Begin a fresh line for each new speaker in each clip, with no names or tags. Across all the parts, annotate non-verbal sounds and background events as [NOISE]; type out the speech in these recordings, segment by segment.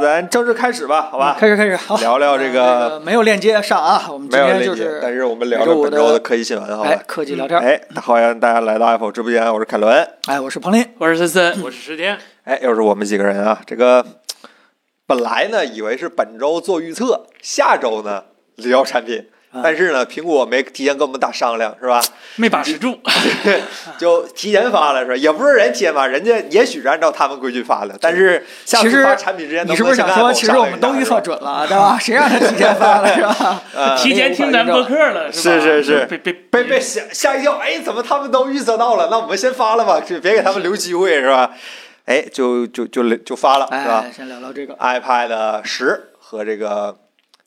咱正式开始吧，好吧？
嗯开始开始，好，
聊聊这
呃
个
这没有链接上啊，我们
没
今
有
天
链
就
接
是，
但是我们聊
每周
聊
五
本
的
周的科技新闻，好
哎
吧？
科技聊天儿，
哎，欢迎大家来到 Apple 直播间，我是凯伦，
哎，我是彭林，
我是森森，我是石天。
哎，又是我们几个人啊。这个本来呢，以为是本周做预测，下周呢聊产品，
嗯
但是呢，苹果没提前跟我们打商量，
[LAUGHS]
是吧？
[LAUGHS] 没把持住，
就提前发了是吧？也不是人提前发，人家也许是按照他们规矩发的，但是下
其
次
实
发产品之前，
你是不是想说，其实我们都预测准了，
[LAUGHS]
对吧？谁让他提前发了，是吧？哎
呃
[LAUGHS] 提前听咱播客了，吧？
是是是
被被
被被吓吓一跳，哎，怎么他们都预测到了？那我们先发了吧，就别给他们留机会是吧？哎，就就就就发了是吧
哎，先聊聊这个，
？iPad 十和这个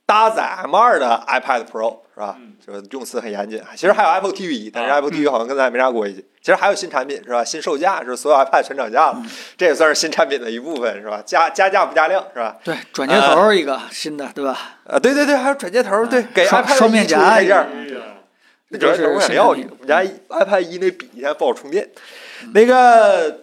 搭载 M 二的 iPad Pro 是吧？就是用词很严谨。其实还有 Apple TV 一，但是
啊
Apple TV 好像跟咱也没啥关系。其实还有新产品是吧？新售价是所有 iPad 全涨价
嗯
了，这也算是新产品的一部分是吧？加加价不加量是吧？
对，转接头一个新的，对吧？
啊，对对对，还有转接头，
啊
对，给
双
iPad
双面夹
一出配件儿，那
这
主要
就是
我想
是
要
生产力
我们家 iPad 一那笔现在不好充电。那个，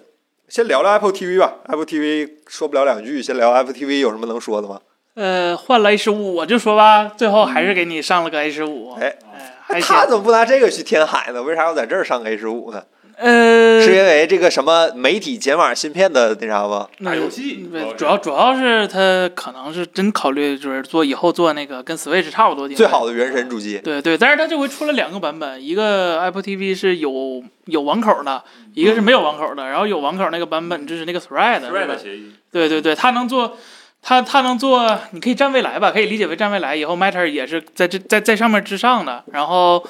先聊聊 Apple TV 吧。Apple TV 说不了两句，先聊 Apple TV 有什么能说的吗？
呃，换了 A 十五，我就说吧，最后还是给你上了个 A 十五。
哎
哎，还
那
行。
他怎么不拿这个去填海呢？为啥要在这儿上 A 十五呢？
呃，
是因为这个什么媒体解码芯片的那啥吗？
那
打游戏
呃主要主要是他可能是真考虑就是做以后做那个跟 Switch 差不多的
最好的原神主机，
对对，但是它这回出了两个版本，一个 Apple TV 是有有网口的，一个是没有网口的。然后有网口那个版本支持那个 Thread，
s
对
r e
吧
d 协议，
对对对，它能做，它它能做，你可以站未来吧，可以理解为站未来。以后 Matter 也是在这在在上面之上的。然后，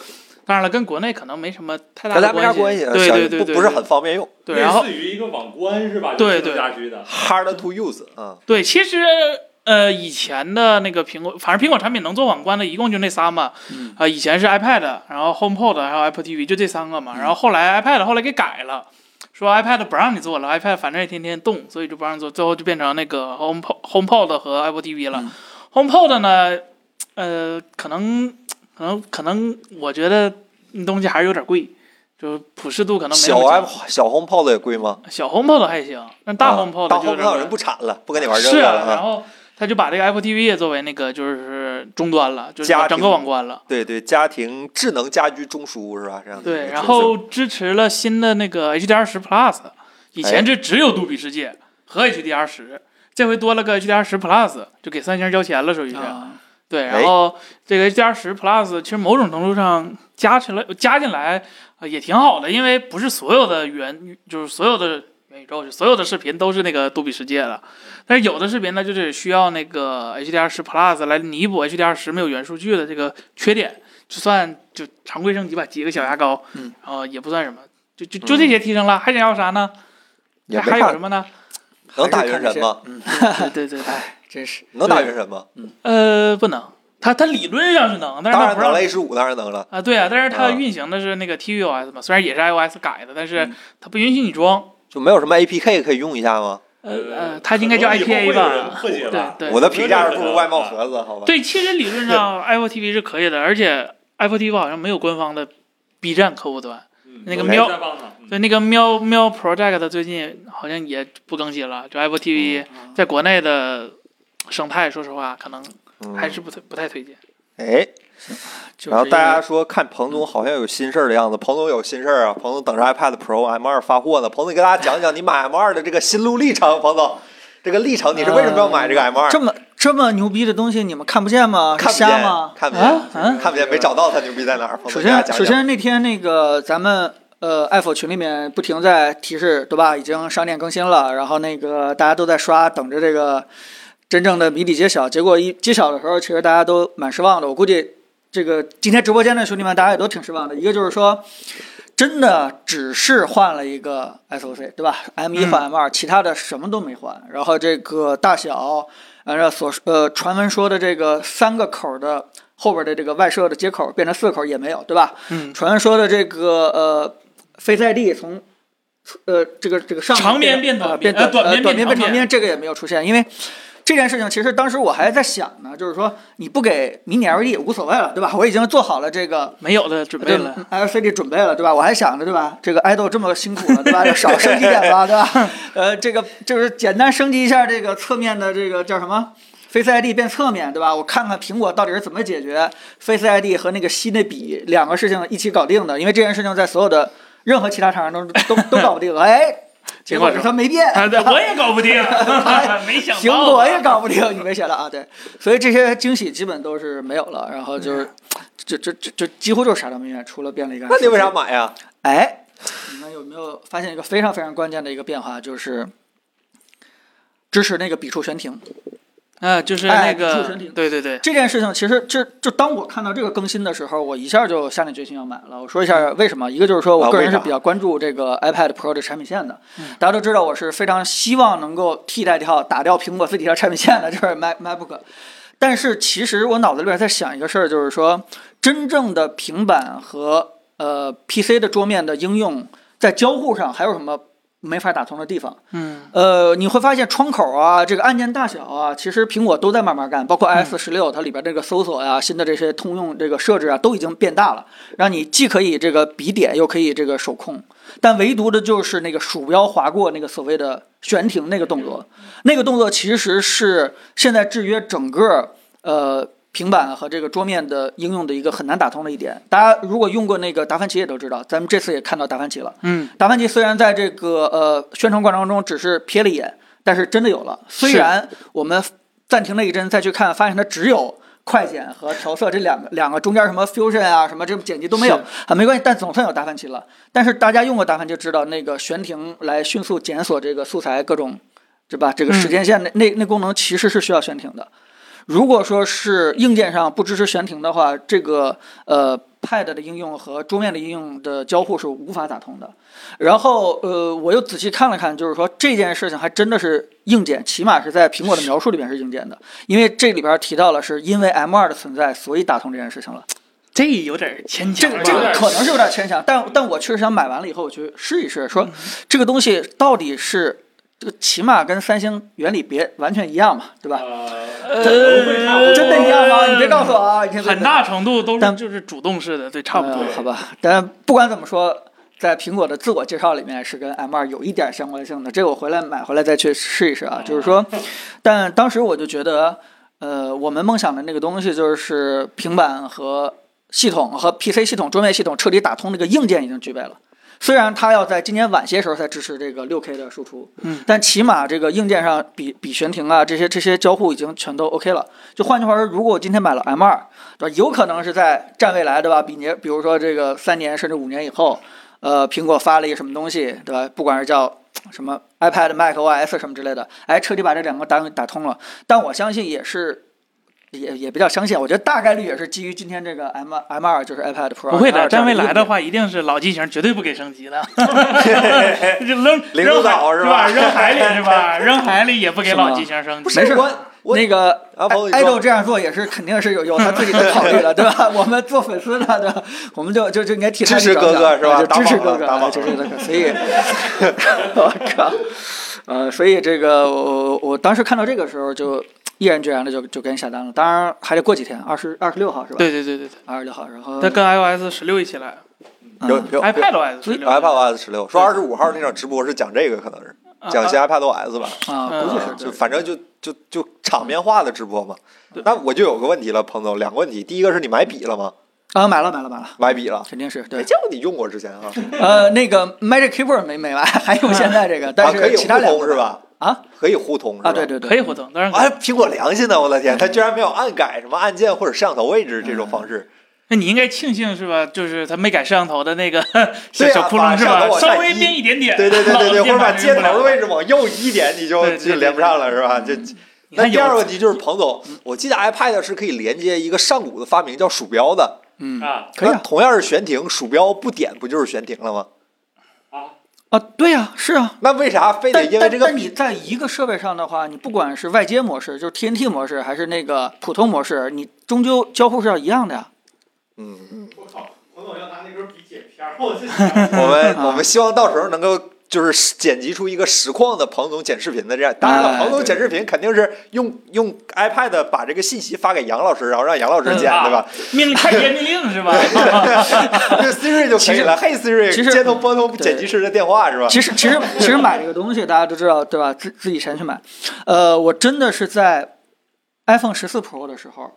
当然了，跟国内可能没什么太大
跟
的
咱没啥关
系。
系啊，
对
小
对对
不
对，
不是
对
很方便用
对。然后
类似于一个网关是吧？
对
就是这种家居的，
，hard to use 啊。
对，其实呃，以前的那个苹果，反正苹果产品能做网关的，一共就那仨嘛。
嗯
啊、以前是 iPad，然后 HomePod，还有 Apple TV，就这三个嘛。然后后来 iPad 后来给改了。说 iPad 不让你做了，iPad 反正也天天动，所以就不让做，最后就变成那个 HomePod、HomePod 和 Apple TV 了。
嗯
HomePod 呢，呃，可能可能可能，我觉得嗯东西还是有点贵，就是普适度可能没那
小
么强
Apple 小红炮的也贵吗？
小 HomePod 还行，但大 HomePod
啊大
就有
红
点
炮人不产了，不跟你玩这
是
个
啊，
了
然
啊。
后他就把这个 Apple TV 也作为那个就是终端了，就是
家庭
整个网关了。
对对，家庭智能家居中枢嗯是吧？这样的一
对，
个角
然
色
后支持了新的那个 HDR 十 Plus，以
哎
前这只有杜比世界和 HDR 十，这回多了个 HDR 十 Plus，就给三星交钱了，属于
呃
是。
啊，
对，
哎
然后这个 HDR 十 Plus 其实某种程度上加起来加进来、呃、也挺好的，因为不是所有的原就是所有的元宇宙所有的视频都是那个杜比世界的，但是有的视频呢就是需要那个 HDR 十 Plus 来弥补 HDR 十没有原数据的这个缺点，就算就常规升级吧，挤个小牙膏，
嗯，
然后也不算什么，就就就这些提升了，还想要啥呢？
也没
还有
看
什么呢？
能打原神吗？
对
[LAUGHS]
对对，对
哎，真是
能打原神吗？
呃，不能，它它理论上是能，但是
当
它
然
不
能
让
了，A 十五当然能了。
啊，对啊，但是
啊
它运行的是那个 TVOS 嘛，虽然也是 iOS 改的，但是
嗯
它不允许你装。
就没有什么 APK 可以用一下吗？
呃呃，它应该叫
可能以后
IPA
会有人
吧？
破解吧？
对
我的评价是不如外贸盒子，好吧？
对，其实理论上 Apple TV 是可以的，而且 Apple TV 好像没有官方的 B 站客户端。
嗯
那
个
我
喵
在帮呢嗯
对，那个喵喵 Project 最近好像也不更新了，就 Apple TV
啊
在国内的生态，说实话可能
嗯
还是不太不太推荐。
哎，
就是
然后大家说看彭总好像有心事儿的样子，彭总有心事儿啊，彭总等着 iPad Pro M 二发货呢。彭总，你给大家讲讲你买 M 二的这个心路历程，彭总，这个历程你是为什么要买这个 M 二？
这么这么牛逼的东西，你们看不见吗？是
看不见
呃瞎吗？，
看不
啊
见，
啊！
看不见，没找到它牛逼在哪儿。彭
首
总，给大家
先，
讲
首
讲。
先那天那个咱们呃爱否群里面不停在提示，对吧？已经商店更新了，然后那个大家都在刷，等着这个真正的谜底揭晓。结果一揭晓的时候，其实大家都蛮失望的。我估计这个今天直播间的兄弟们，大家也都挺失望的。一个就是说。真的只是换了一个 SOC，对吧？M 一换 M 二、其他的什么都没换。然后这个大小，按照所呃传闻说的这个三个口的后边的这个外设的接口变成四个口也没有，对吧？
嗯，
传说的这个呃 Face ID 从呃这个这个上
长边
变
变短
变
边呃
短
短边
短
变
变
长
长边，这个也没有出现，因为这件事情其实当时我还在想呢，就是说你不给迷你 LED 无所谓了，对吧？我已经做好了这个
没有的
啊
准备了，
LCD 准备了，对吧？我还想着，对吧？这个爱豆这么辛苦了，对
[LAUGHS]
吧？就少升级点吧，对吧？呃，这个就是简单升级一下这个侧面的这个叫什么？Face ID 变侧面，对吧？我看看苹果到底是怎么解决 Face ID 和那个吸那笔两个事情一起搞定的，因为这件事情在所有的任何其他厂商都都都搞不定。哎，结果是它没变，
啊，对，我也搞不定， [LAUGHS] 没想到啊
苹果也搞不定，你没写到啊？对，所以这些惊喜基本都是没有了，然后
嗯
就是，就就就就几乎就是啥都没变，除了变了一个。
那你为啥？买啊呀？
哎，你们有没有发现一个非常非常关键的一个变化，就是支持那个笔触悬停？
啊，就是
哎
那
触
个
身体，
对对对，
这件事情其实这就当我看到这个更新的时候，我一下就下定决心要买了。我说一
嗯
下为什么，一个就是说我个人是比较关注这个 iPad Pro 的产品线的
啊嗯，
大家都知道我是非常希望能够替代掉打掉苹果自己的产品线的，就是 Mac MacBook。但是其实我脑子里边在想一个事儿，就是说真正的平板和呃 PC 的桌面的应用在交互上还有什么没法打通的地方？
嗯，
呃，你会发现窗口啊，这个按键大小啊，其实苹果都在慢慢干，包括 iOS 十六，它里边这个搜索呀、新的这些通用这个设置啊，都已经变大了，让你既可以这个笔点，又可以这个手控，但唯独的就是那个鼠标划过那个所谓的悬停那个动作，那个动作其实是现在制约整个呃。平板和这个桌面的应用的一个很难打通的一点，大家如果用过那个达芬奇也都知道，咱们这次也看到达芬奇了。
嗯，
达芬奇虽然在这个呃宣传过程中只是瞥了一眼，但是真的有了。
是
虽然我们暂停了一阵再去看，发现它只有快剪和调色这两个两个中间什么 fusion 啊什么这种剪辑都没有
是
啊，没关系，但总算有达芬奇了。但是大家用过达芬奇知道，那个悬停来迅速检索这个素材各种，对吧？这个时间线那、那那功能其实是需要悬停的。如果说是硬件上不支持悬停的话，这个呃 Pad 的应用和桌面的应用的交互是无法打通的。然后呃，我又仔细看了看，就是说这件事情还真的是硬件，起码是在苹果的描述里面是硬件的，因为这里边提到了是因为 M 2的存在，所以打通这件事情了。
这有点牵
这个
强啊吧，
这个
点
可能是有点牵强，但但我确实想买完了以后我去试一试，说
嗯
这个东西到底是这个起码跟三星原理别完全一样嘛，对
嗯
吧？
呃，
呃
真的一样吗？你别告诉我啊！你看
很大程度都是
但
就是主动式的，对，差不多
呃。
嗯
好吧，但不管怎么说，在苹果的自我介绍里面是跟 M 2有一点相关性的，这个我回来买回来再去试一试
嗯
啊。就是说，但当时我就觉得，呃，我们梦想的那个东西就是平板和系统和 PC 系统、桌面系统彻底打通，那个硬件已经具备了。虽然它要在今年晚些时候才支持这个 6K 的输出，
嗯，
但起码这个硬件上比比悬停啊这些这些交互已经全都 OK 了。就换句话说，如果我今天买了 M 2对吧？有可能是在站未来，对吧？比年，比如说这个三年甚至五年以后，呃，苹果发了一个什么东西，对吧？不管是叫什么 iPad、macOS 什么之类的，哎，彻底把这两个打打通了。但我相信也是，也也比较相信，我觉得大概率也是基于今天这个 M M 2就是 iPad Pro。
不会的，站
站
未来的，话，一定是老机型，绝对不给升级
[LAUGHS]
的，就扔
零
扔
度岛
海
是
是
吧
扔海里是
[LAUGHS]
吧？扔海里也不给老机型升
不
级。
是
没事
我我
那个
啊朋友你
哎爱
说
豆这样做也是肯定是有有他自己的考虑
[LAUGHS]
的，对吧？我们做粉丝的，对吧？我们就就就应该替他
支持
去着
哥哥
想啊
是吧
就支持哥
打榜了
哥，
打榜了
支持
[LAUGHS]
哥哥。所以，我靠，呃，所以这个我我当时看到这个时候就毅然决然的就就跟下单了，当然还得过几天，二十二十六号是吧？，
对对对对对，
二十六号，然后
它跟 iOS 十六一起来
有
嗯
嗯有
，iPadOS 十
有
六
iPadOS 十六，说二十五号那场直播是讲这个，可能是
啊
讲些 iPadOS 吧，
啊，估计是
就反正就就就场面化的直播嘛
对。
那我就有个问题了，彭总，两个问题，第一个是你买笔了吗？
啊，买了买了买了，
买笔了，哎
肯定
[LAUGHS]
是
没
对。
见过你用过之前啊，
呃，那个 Magic Keyboard 没没买，还有现在这个，
啊
但
可以
是
互
其他两
通
个
是？吧？
啊
可以互通是吧？
啊，对。对对，
可以互动，当然可以。
哎，苹果良心呢！我的天，它居然没有按改什么按键或者摄像头位置这种
嗯
方式。
那你应该庆幸是吧？就是他没改摄像头的那个小
对啊
[LAUGHS] 小窟窿
把摄
是
像头
吧？
往下
稍微
移
变一
[LAUGHS]
点点，
对对对对对，
老
或者
键
把
盘就
接
用不
头
了
的位置往右移一点，你就
对对对
就连不上了是吧？这
嗯
你
那
看
第
有
二个问题就是彭总，我记得 iPad 是可以连接一个上古的发明叫鼠标的，
嗯。
啊
可以啊
那同样是悬停，鼠标不点不就是悬停了吗？
啊，
啊，对呀、是啊。
那为啥非得
但
因为这个
但但你在一个设备上的话，你不管是外接模式，就是 TNT 模式，还是那个普通模式，你终究交互是要一样的呀。
嗯，
我靠，彭总要拿那根笔剪片儿，我这
我们 [LAUGHS]
啊
我们希望到时候能够就是剪辑出一个实况的彭总剪视频的这样。当然了，
哎
彭总剪视频肯定是用用 iPad 把这个信息发给杨老师，然后让杨老师剪，
嗯啊
对
[LAUGHS]
吧？[LAUGHS] 哎
命令太监命令是吧？
就 Siri 就可以了。嘿
其
Siri，
实
接通拨通
对
剪辑师的电话是吧？
其实其实其实买这个东西大家都知道对吧？自自己钱去买。呃，我真的是在 iPhone 十四 Pro 的时候，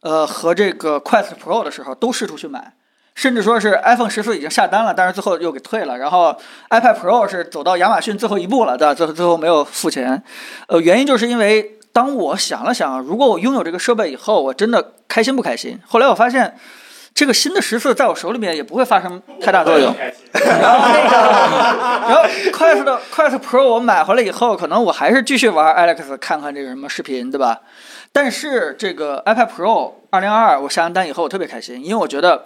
呃和这个 Quest Pro 的时候都试图去买。甚至说是 iPhone 十四已经下单了，但是最后又给退了。然后 iPad Pro 是走到亚马逊最后一步了，对吧？最后最后没有付钱，呃，原因就是因为当我想了想，如果我拥有这个设备以后，我真的开心不开心？后来我发现，这个新的十四在我手里面也不会发生太大作用。然后那个，然后 Quest 的 Quest Pro 我买回来以后，可能我还是继续玩 Alex，看看这个什么视频，对吧？但是这个 iPad Pro 二零二，我下完单以后我特别开心，因为我觉得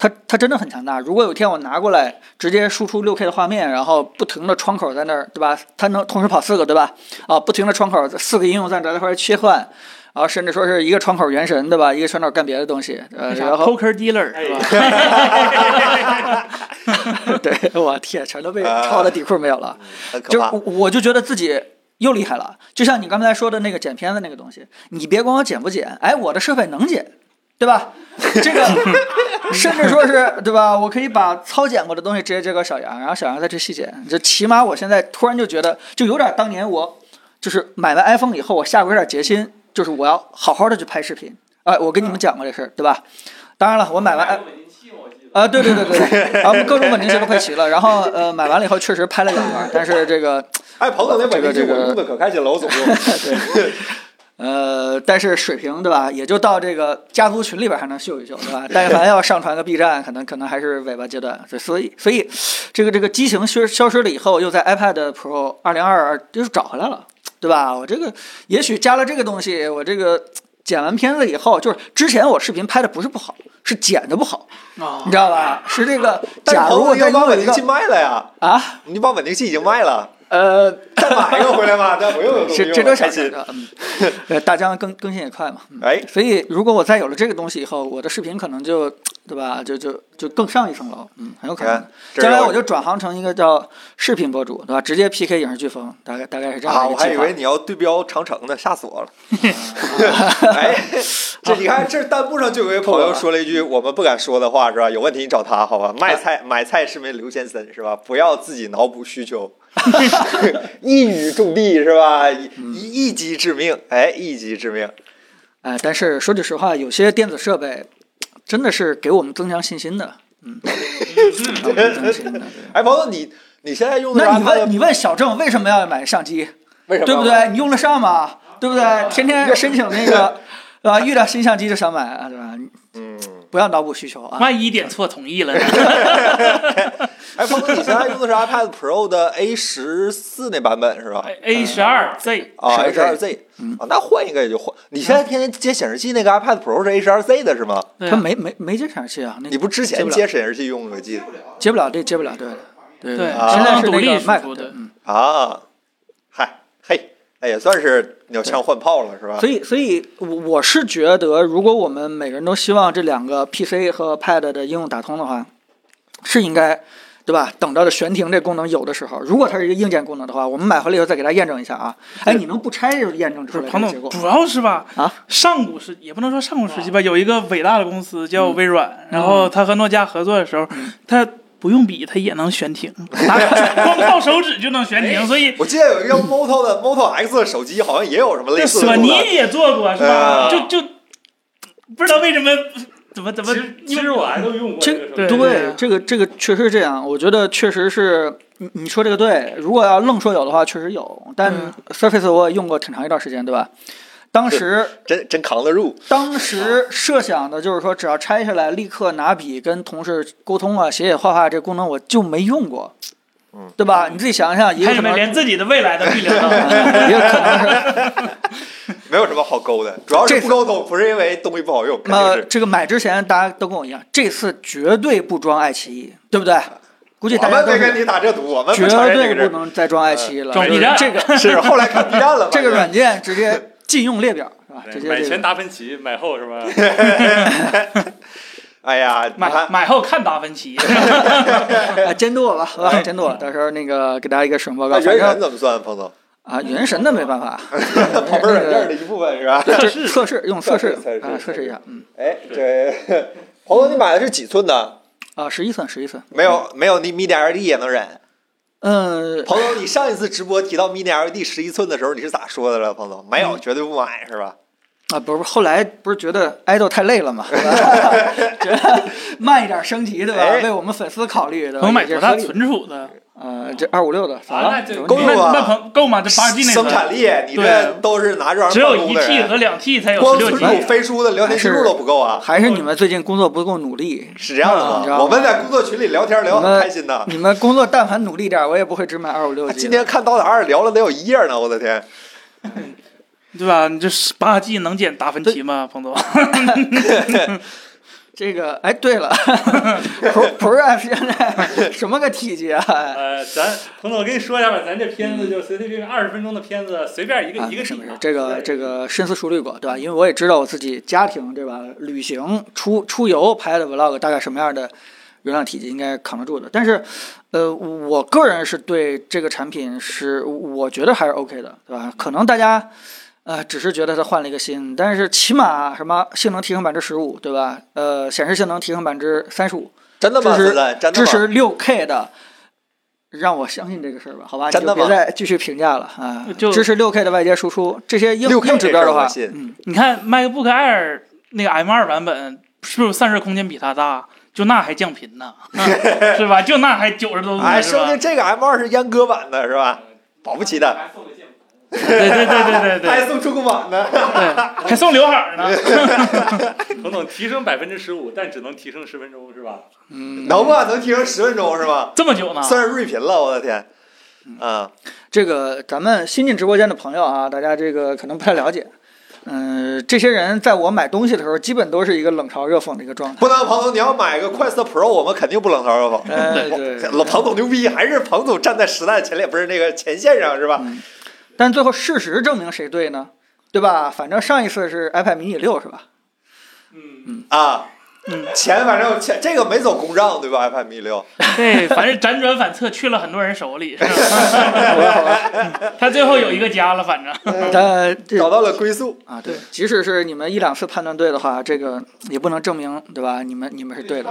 它它真的很强大。如果有一天我拿过来，直接输出六 K 的画面，然后不停的窗口在那儿，对吧？它能同时跑四个，对吧？啊，不停的窗口，四个应用在这儿来回切换，然后甚至说是一个窗口原神，对吧？一个窗口干别的东西，呃，然
[LAUGHS]
后
poker dealer
哎
是吧？
[LAUGHS]
对，我天，全都被抄的底裤没有了。
很可
就
怕。
我我就觉得自己又厉害了，就像你刚才说的那个剪片子那个东西，你别管我剪不剪，哎，我的设备能剪，对吧？
[LAUGHS]
这个甚至说是对吧？我可以把操剪过的东西直接交给小杨，然后小杨再去细剪。就起码我现在突然就觉得，就有点当年我就是买完 iPhone 以后，我下回有点决心，就是我要好好的去拍视频。哎，我跟你们
嗯
讲过这事儿，对吧？当然了，我买完 i 啊，对对对对，然后各种稳定器都配齐了，然后呃买完了以后确实拍了两段，但是这个
哎，彭总那本地
这个这个
我用的可开心了，
[LAUGHS]
我总用。
呃但是水平对吧，也就到这个家族群里边还能秀一秀
[LAUGHS]
对吧？但凡要上传个 B 站，可能可能还是尾巴阶段，所以所以所以这个这个激情消消失了以后，又在 iPad Pro 二零二二又找回来了，对吧？我这个也许加了这个东西，我这个。剪完片子以后，就是之前我视频拍的不是不好，是剪的不好，
啊
你知道吧？是这个。
但是
假
彭
如我
总要
再
把
弄
稳
一
定
个
器卖了呀，
啊，
你把稳定器已经卖了，
呃，
再买一个回来吧，再不用有东西
这
用
这都
了
想
开
想
心。
着，嗯，呃，大疆更更新也快嘛，嗯
哎，
所以如果我再有了这个东西以后，我的视频可能就，对吧，就就就更上一层楼，嗯，很有可能
看。这是
将来我
我
就转行成一个叫视频博主，对吧？直接 PK 影视剧风，大概大概是这样
啊，
的一
我
个
还
计
以
划。
为你要对标长城呢，吓死我
[LAUGHS]
了！哎，这你看，这弹幕上就有一位 [LAUGHS] 朋友说了一句我们不敢说的话，是吧？有问题你找他，好吧？卖菜买菜是名刘先生，是吧？不要自己脑补需求， [LAUGHS] 一语中的，是吧？一一击致命，哎，一击致命。
哎，但是说句实话，有些电子设备真的是给我们增强信心的，嗯，给我们增强信心的。对
[LAUGHS] 哎，朋友，你你现在用的是
那
[LAUGHS]
你
iPad
问你问小郑为什么要买相机？
为什么？
对不？对？你用得上吗？对不对？天天申请那个，对吧？遇到新相机就想买啊，对吧？你
嗯，
不要脑补需求啊。
万一点错
[LAUGHS]
同意了呢，
哎，朋友，你现在用的是 iPad Pro 的 A 十四那版本是吧？
哎
呃
A 十二 Z
啊，A 十二
12Z
Z 啊，那换一个也就换。你现在天天接显示器那个 iPad Pro 是 A 十二 Z 的是吗？
对
他
啊
没没没接显示器啊，那
你不之
接
前
不了
接显示器用的，我记得
接不了，这接不了，对对
对
啊
现在是
相当独
那
立
个
输
Mac
出
对
的
嗯
啊。嗨嘿，那也算是鸟枪换炮了是
嗯
吧？
所以，所以我我是觉得，如果我们每个人都希望这两个 PC 和 Pad 的应用打通的话，是应该，对吧？等到这悬停这功能有的时候，如果它是一个硬件功能的话，我们买回来以后再给大家验证一下啊。哎，你能不拆就验证
不
出
是
来这
庞
个结
总，
果
主要是吧，
啊？
上古时也不能说上古时期吧，有一个伟大的公司叫微软，
嗯
然后他和诺基亚合作的时候，他不用笔，他也能
[LAUGHS]
悬停，拿光靠手指就能悬
哎
停，所以
我记得有一个叫 Moto 的 Moto X 的手机，好像也有什么类似的
索
功
尼
能。
也做过是吧？
啊
就就不知道为什么怎么怎么
其实其实我还都用过
这
这个手
对
机，
对，这个这个确实是这样，我觉得确实是你你说这个对。如果要愣说有的话，确实有。但
嗯
Surface 我也用过挺长一段时间，对吧？当时
真真扛得住，
当时设想的就是说，只要拆下来，立刻拿笔跟同事沟通啊，写写画画这功能我就没用过，
嗯，
对吧？你自己想想，也有
看你
可
们
能，也
连自己的未来都预料到
[LAUGHS]
了。
有可能是
没有什么好勾的，主要是
这
不沟通，不是因为东西不好用，肯定
那
是。
这个买之前大家都跟我一样，这次绝对不装爱奇艺，对不对？估计
我
大家
们
都
没
是
跟你打这赌，我们
绝
不承认这
对
个
不
事
能再装爱奇艺了，
装 B 站
这个
儿。是后来看 B
[LAUGHS]
站 [LAUGHS] 了，
这
反
个
正
软件直接
哎
禁用列表是吧？直
对
接
买
这
前
个
达芬奇，买后是吧？
哎呀，你
买
看，
买后看达
[LAUGHS]
芬奇，
啊，监督我吧，好吧，监督我，到时候那个给大家一个使用报告。
嗯那啊
反
人
正
人怎么算，彭
[LAUGHS]
总？ [LAUGHS]
啊，原神那没办法，
跑步软件的一部分是
[LAUGHS]
吧？
测试测试用测试
测试测
啊，
试
测试一下，嗯
哎，这彭总，你买的是几寸的？
啊，十一寸十一寸，
没有，没有，你 Mini LED 也能忍。
嗯，
彭总，你上一次直播提到 Mini LED 十一寸的时候，你是咋说的了？彭总，没
嗯
有，绝对不买是吧？
啊，不是，后来不是觉得爱豆太累了嘛，
[LAUGHS]
对吧觉得慢一点升级，对吧？
哎
为我们粉丝考虑，对吧？
能买
也
多
是
大
合理的
存储的？
呃，这二五六的，咋
啊，那
了？
这
怎么
够
你
用啊
那那够吗？这八 G 内
生产
存
力，你这
对
都是拿这玩意
只
儿
有
办公
一
的
T
人，
和两 T 才有
光
十六
存
G，
储飞书的聊天记录都不够啊，
还是你们最近工作不够
[LAUGHS]
努力？
是这样的
你知道
吗？
吗
我们在工作群里聊天聊
我
很
们
开心的。
你们工作但凡努力点儿，我也不会只买二五六 G。
啊今天看《刀塔二》聊了得有一页呢，我的天！
对吧？你这八 G 能减达芬奇吗，彭总？ [LAUGHS]
这个，哎，对了，Pro Pro App 啊现在什么个体积啊？
呃，咱彭总，我跟你说一下吧，咱这片子就随随便便二十分钟的片子，随便一个
啊，
一个
没事
比
没
啊
事，这个这个深思熟虑过，对吧？因为我也知道我自己家庭对吧，旅行出出游拍的 vlog 大概什么样的容量体积应该扛得住的。但是，呃，我个人是对这个产品是我觉得还是 OK 的，对吧？可能大家呃只是觉得它换了一个新，但是起码什么性能提升百分之十五，对吧？呃，显示性能提升百分之三十五，
真的吗？
支持
现在真的
支
吗？
持六 K 的，让我相信这个事儿吧，好吧，
真的
你就
吗
别再继续评价了啊。
就
支持六 K 的外接输出，这些硬
6K
硬指标的话
这事儿我，
嗯，
你看 MacBook Air 那个 M 二版本，是不是散热空间比它大？就那还降
[LAUGHS]
频呢，是吧？就那还九十多度
哎，
呢，
说不定
吧？
这个 M 二是阉割版的，是吧？保不齐的，
对对对对对
还
对
送出库版的。
对，还送刘海儿呢。
彭总提升百分之十五，但只能提升十分钟，是吧？
嗯
能吗？能提升十分钟是吧？
这么久呢？
算是锐频了，我的天！啊，
这个咱们新进直播间的朋友啊，大家这个可能不太了解。嗯，这些人在我买东西的时候，基本都是一个冷嘲热讽的一
[LAUGHS]
个状态。
不能，彭总，你要买个快色 Pro，我们肯定不冷嘲热讽。
哎，对，
老彭总牛逼，还是彭总站在时代前列，不是那个前线上是吧？
但最后事实证明谁对呢？对吧？反正上一次是 iPad mini 六是吧？
[LAUGHS]
嗯，
啊，
嗯
钱反正钱这个没走公账对吧？iPad mini 六，
[LAUGHS] 对，反正辗转反侧去了很多人手里，是吧？ [LAUGHS]
好吧，好吧。
他最后有一个家了，反正
但呃这
找到了归宿。
啊，对，即使是你们一两次判断对的话，这个也不能证明，对吧？你们你们是对的。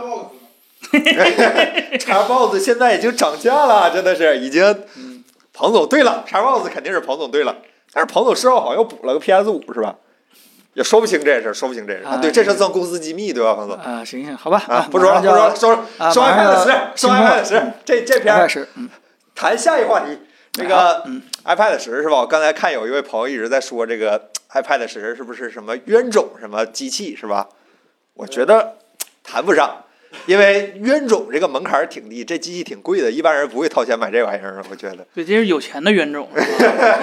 Xbox 现在已经涨价了，真的是已经。彭总对了，Xbox 肯定是彭总对了，但是彭总事后好像又补了个 PS 五是吧？也说不清这事儿，说不清这事儿。
哎
对，这事儿算公司机密对吧，彭总？
啊，行行，好吧，
啊，不
马
说了，
上
不
就
说
要
了，说
啊
说
马上
iPad
要
十，说
进步
iPad
了
十，这这篇
开
儿
始，嗯，
谈下一个话题，那个
好嗯
iPad 十是吧？我刚才看有一位朋友一直在说这个 iPad 十是不是什么冤种什么机器是吧？我觉得谈不上，因为冤种这个门槛儿挺低，这机器挺贵的，一般人不会掏钱买这玩意儿。我觉得
对，这是有钱的冤种。是吧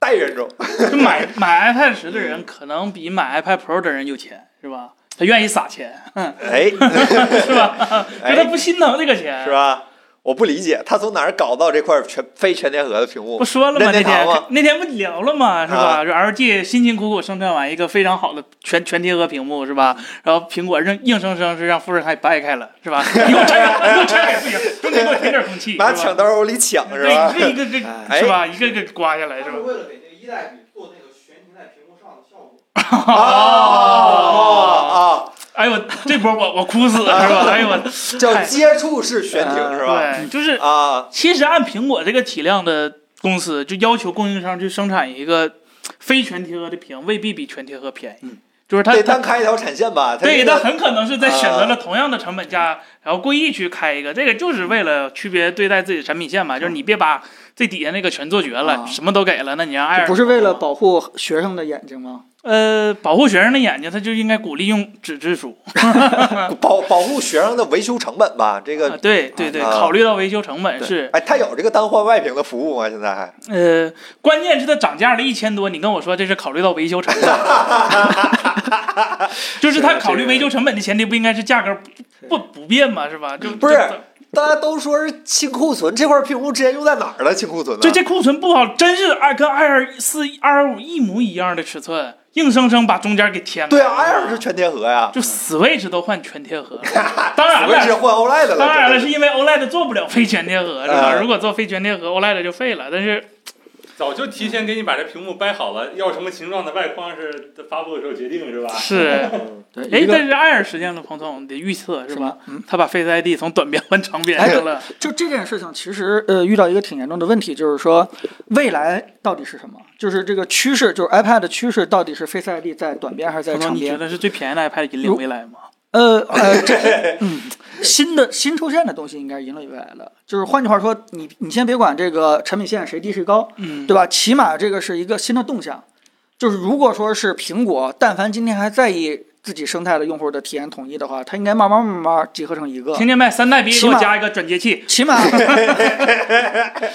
带冤种，
[LAUGHS] 就买买 iPad 十的
嗯
人，可能比买 iPad Pro 的人有钱，是吧？他愿意撒钱，
[LAUGHS] 哎，
是吧？
[LAUGHS] 哎
可他不心疼这个钱，
是？吧？我不理解他从哪儿搞到这块全非全天鹅的屏幕，
不说了吗？
任
那
天堂
天
吗？
那天不聊了吗？是吧？
啊
这 LG 辛辛苦苦生产完一个非常好的全全贴合屏幕，是
嗯
吧？然后苹果硬硬生生是让富士康给掰开了，是吧？ [LAUGHS] 你给我拆开，你给我拆开不行，中间给我添点
[LAUGHS]
空气，
拿
是吧
抢刀往里抢是吧？
对，一个一个一个
哎
是吧？一个一个刮下来是吧？
为了给那个一代笔做那个悬停在屏幕上的效果，
[LAUGHS] 啊啊！
哎呦，这波我我哭死了是吧？哎呦我，
啊叫接触式悬停是吧？
对，就是
[LAUGHS] 啊，
其实按苹果这个体量的公司，就要求供应商去生产一个非全贴合的屏，未必比全贴合便宜。就是它
得
它
单开一条产线吧？它
对，
这
它
个
很可能是在选择了同样的成本价，然后故意去开一个，这个就是为了区别对待自己的产品线嘛。就是你别把这底下那个全做绝了，
啊
什么都给了，那你让爱
这不是为了保护学生的眼睛吗？
呃保护学生的眼睛，他就应该鼓励用纸质书。
保保护学生的维修成本吧？这
啊
个
对对对，
啊
考虑到维修成本
对
是，
哎，它有这个单换外屏的服务吗？现在还
呃，关键是它涨价了一千多，你跟我说这是考虑到维
[LAUGHS]
修成本，就是他考虑维修成本的前提不应该是价格不不不变吗？是吧？就
不是啊
就
大家都说是清库存，这块屏幕之前用在哪儿了？清库存呢？
这这库存不好，真是二跟二二四二二五一模一样的尺寸，硬生生把中间给填满。
对啊，i 尔是全贴合呀。
就 Switch 都换全贴
[LAUGHS]
合，当然
我也是
了，
换 OLED 了。
当然了，是因为 OLED 做不了非全贴合，是吧？
啊
如果做非全贴合，OLED 就废了。
[LAUGHS]
但是
早就提前给你把这屏幕掰好了，要什么形状的外框是发布的时候决定是吧？
是，
嗯
对，
[LAUGHS] 哎
一，个
但是艾尔实现了彭总的预测，
是
是吧
吗？？嗯，哎
他把 Face ID 从短边换长边去了，
就这件事情，其实呃遇到一个挺严重的问题，就是说未来到底是什么？就是这个趋势，就是 iPad 的趋势到底是 Face ID 在短边还是在
彭总，
长
你觉
边？
得是最便宜的 iPad 引领未来吗？
呃呃，这嗯，新的新出现的东西应该是引领未来的。E 就是换句话说，你你先别管这个产品线谁低谁高，
嗯，
对吧？起码这个是一个新的动向。就是如果说是苹果，但凡今天还在意自己生态的用户的体验统一的话，它应该慢慢慢慢集合成一个。
天天卖三代逼，
起
给我
码
加一个转接器，
起码，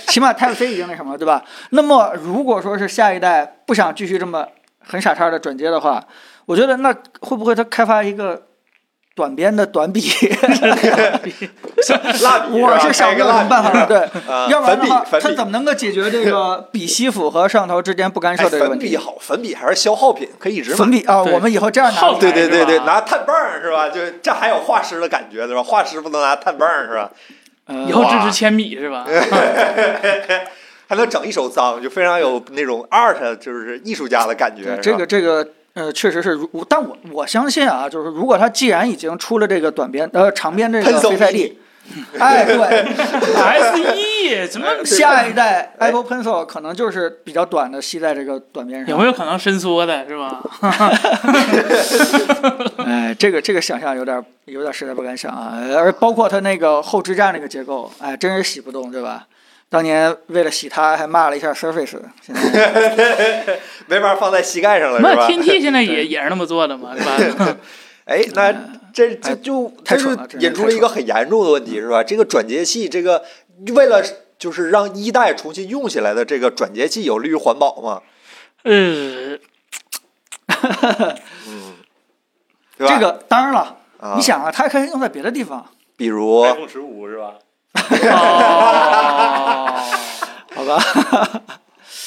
起码 Type C 已经那什么了，对吧？那么如果说是下一代不想继续这么很傻叉的转接的话，我觉得那会不会他开发一个短边的短笔？
蜡笔吧，
[LAUGHS] 我是想
开
不
个
到什
蜡
么办
[LAUGHS]
法了，对，
笔啊，
要不然
粉
的
笔
话，
粉
他
笔
怎么能够解决这
[LAUGHS]
个笔吸附和上头之间不干
哎
涉的这个问
粉
题
笔？好，粉笔还是消耗品，可以一直买
粉。笔啊，
对
我们以后这样拿
好
对对对对，
是吧
拿碳棒儿是吧？就这还有画师的感觉对吧？画师不能拿碳棒儿是吧？
呃
以后支持铅笔是
[LAUGHS]
吧？
还能整一手脏，就非常有那种 art，就是艺术家的感觉。
对
啊是
这
吧
个这个呃，确实是如，但我我相信啊，就是如果他既然已经出了这个短边呃长边这个
Pencil
非赛利，
[LAUGHS]
哎对，
S E 怎么
哎对
下一代 Apple Pencil 可能就是比较短的吸在这个短边
有
上。
没有可能伸缩的是吧？
哎，这个这个想象有点有点实在不敢想啊，呃而包括它那个后支架那个结构，哎，真是洗不动，对吧？当年为了洗它还骂了一下 Surface，现在
没法放在膝盖上了是
那
吧？
天梯现在也也是那么做的嘛，是吧？
哎，那这这
哎
就
太
这就
蠢了真是
引出了一个很严重的问题是吧？这个转接器，这个为了就是让一代重新用起来的这个转接器有利于环保吗？
[LAUGHS] 呃，
嗯，对吧？
这个当然了，
啊
你，想啊，它还可以用在别的地方，
比如
iPhone 十五是吧？
呃哦， [LAUGHS]
好吧？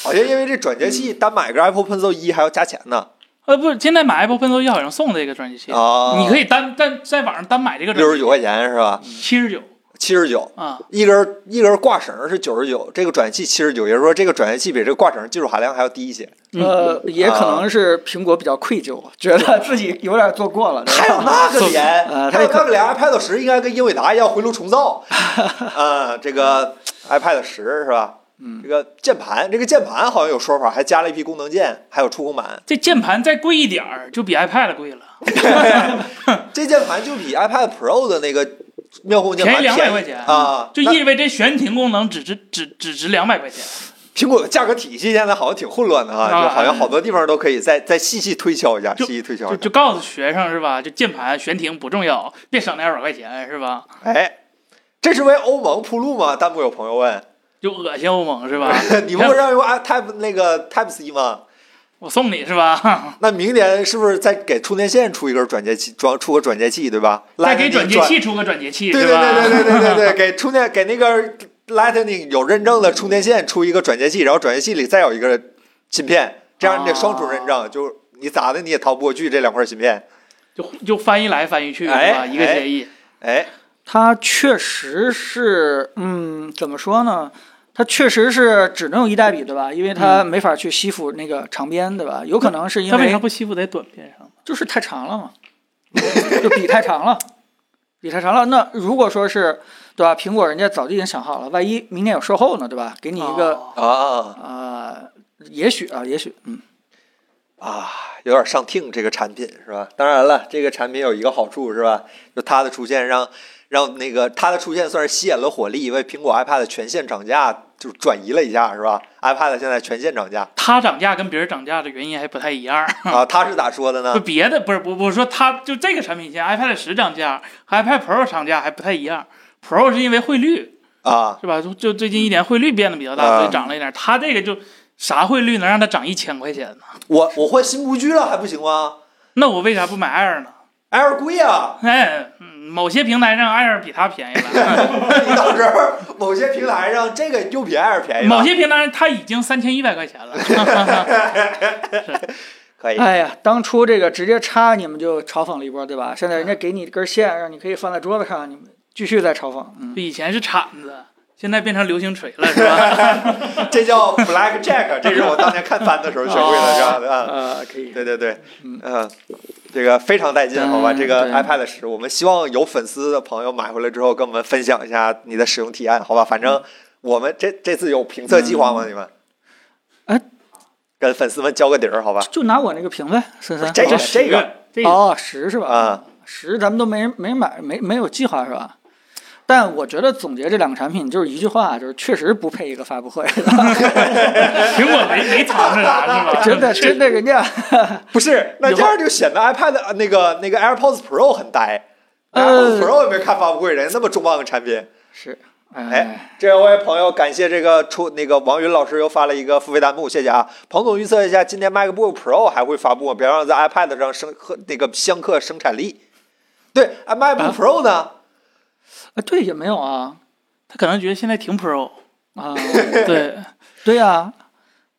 好
哎
像因为这转接
嗯
器单买个 Apple Pencil 一还要加钱呢
呃，不是，现在买 Apple Pencil 一好像送这个专辑器，
啊，
哦
你可
以
以单单在网上单买这个
六
专
十
辑，
九块钱是吧？
七十九
七十九。
啊，
一根一根挂绳是九十九，这个转接器七十九，也就是说这个转接器比这个挂绳技术含量还要低一些。
嗯
呃，也可能是苹果比较愧疚，觉得自己有点做过了。对吧
还有那 [LAUGHS] 个连，
呃
还有
它可
那个连 iPad 十应该跟英伟达一样回炉重
[LAUGHS]
造。啊、这个 iPad 十是吧？
嗯
这个键盘，这个键盘好像有说法，还加了一批功能键，还有触控
[LAUGHS]
板。
这键盘再贵一点儿，就比 iPad 贵了，
这键盘就比 iPad Pro 的那个妙控键
便
盘
宜两百块钱，嗯
啊！
就
那
意味着悬停功能只值只只值两百块钱。
苹果的价格体系现在好像挺混乱的啊，
啊
就好像好多地方都可以再再细细推敲一下，
就
细细推敲
就
一下。
就告诉学生是吧？就键盘悬停不重要，别省两百块钱是吧？
哎，这是为欧盟铺路吗？弹幕有朋友问。？
就恶心欧盟是吧
[LAUGHS] 你不会让用 i Type 那个 Type C 吗？
我送你是吧？
那明年是不是再给充电线出一根转接器，装出个转接器，对吧？
再给转接
Lightning
器出个转接器
转，对
是
对
吧？
对对对对对对，给充电给那个 Lightning 有认证的充电线出一个转接器，然后转接器里再有一个芯片，这样你得双重认证，就是你咋的你也逃不过去这两块芯片。
就就翻译来翻译去是吧？
哎
一个
哎
协议，
哎，
它确实是，嗯，怎么说呢？它确实是只能用一代笔，对吧？因为它没法去吸附那个长边，对吧？有可能是因
嗯他为啥
为
不吸附在短片上？
就是太长了嘛，就笔太长了，笔太长了。那如果说是，对吧？苹果人家早就已经想好了，万一明年有售后呢，对吧？给你一个
哦
啊
啊、也许啊，也许，嗯，
啊，有点上听这个产品是吧？当然了，这个产品有一个好处是吧？就它的出现让让那个它的出现算是吸引了火力，为苹果 iPad 全线涨价就转移了一下是吧？iPad 现在全线涨
[LAUGHS]
价
他涨价跟别人涨价的原因还不太一样。
啊，他是咋说的
就
呢？
别的不是，我我说它就这个产品线，iPad 十涨价和，iPad Pro 涨价还不太一样。Pro 是因为汇率
啊，
是吧？就就最近一年汇率变得比较大，
啊
所以涨了一点。它这个就啥汇率能让它涨一千块钱呢？
我我换新不具了还不行吗
那我为啥不买 Air 呢？
？Air 贵啊，
哎，嗯某些平台上 Air 比它便宜
[LAUGHS]
了，
你到时候某些平台上这个又比 Air
哎
便宜了，
[LAUGHS] 某些平台上它已经三千一百块钱
[LAUGHS]
了。
可以。
哎呀，当初这个直接插你们就嘲讽了一波，对吧？现在人家给你根线，让你可以放在桌子上，你们继续在嘲讽。嗯，
以前是铲子，现在变成流行锤了，是吧？ [LAUGHS]
这叫 Black Jack，这是我当年看番的时候学会的，
哦
知道吧？啊
呃，可以。
对对对，
嗯
嗯，这个非常带劲，好吧？
嗯
这个
对
iPad 十，我们希望有粉丝的朋友买回来之后，跟我们分享一下你的使用体验，好吧？反
嗯
正我们这这次有评测计划吗？你们？
哎，
跟粉丝们交个底儿，好吧？
就拿我那个屏呗，森森。
这个
哦
这个
这
哦，十是吧？
啊，
十咱们都没人没人买，没没有计划是吧？但我觉得总结这两个产品就是一句话，就是确实不配一个发布会， [LAUGHS]
苹果没没藏着啥是吧？
真的真的人家 [LAUGHS]
不是，那
以后
这样就显得 iPad 呃那个那个 AirPods Pro 很呆。
呃
AirPods Pro 也没看发布会，人家那么重磅的产品。
是
哎，这位朋友感谢这个出那个王云老师又发了一个付费弹幕，谢谢啊！彭总预测一下，今年 MacBook Pro 还会发布吗？别让在 iPad 上生和那个相克生产力。对啊，MacBook Pro 呢？
啊，对也没有啊
他可能觉得现在挺 Pro，
啊，
对，
对呀、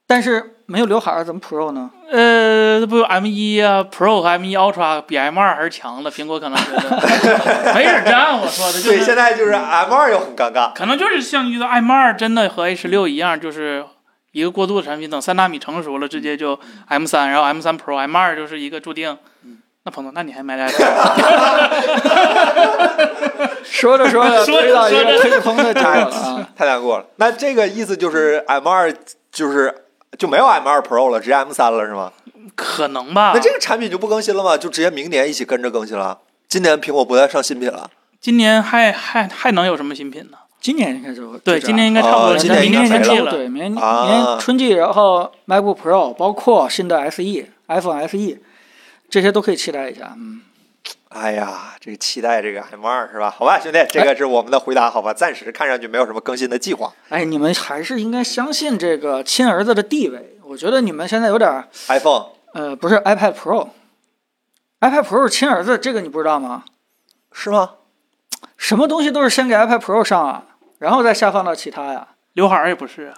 但是没有刘海儿怎么 Pro 呢？
呃，不 M 一啊，Pro 和 M 一 Ultra 比 M 二还是强的，苹果可能觉得 [LAUGHS] 没人占，我说的就
对，现
是，
在就是 M 2又很尴尬。
可能就是像遇到 M 二真的和 H 六一样，就是一个过渡的产品，等三纳米成熟了，直接就
嗯
M 三，然后 M 三 Pro，M 二就是一个注定。那彭总，那你还买俩？
说着说 [LAUGHS] 着
说着
推到一
说
个
着
推蓬的角度了
[LAUGHS]
啊！
太难过了。那这个意思就是 M 2就是就没有 M 2 Pro 了，直接 M 3了是吗？
可能
[LAUGHS]
吧。
那这个产品就不更新了吗？就直接明年一起跟着更新了？今年苹果不再上新品了？
今年还还还能有什么新品呢？
今年应该就
对，
就这样
今年应该差不多
哦
了，
今
咱
年
明
应该
年
没
春季
了
了。
对，明年
啊
明年春季，然后 MacBook Pro，包括新的 SE、iPhone SE，这些都可以期待一下。嗯，
哎呀，这个期待这个 M 2是吧？好吧，兄弟，这个是我们的回答，好吧？暂时看上去没有什么更新的计划。
哎，你们还是应该相信这个亲儿子的地位。我觉得你们现在有点儿
iPhone。
呃，不是 iPad Pro，iPad Pro 是亲儿子，这个你不知道吗？
是吗？
什么东西都是先给 iPad Pro 上啊，然后再下放到其他呀、
刘海儿也不是啊，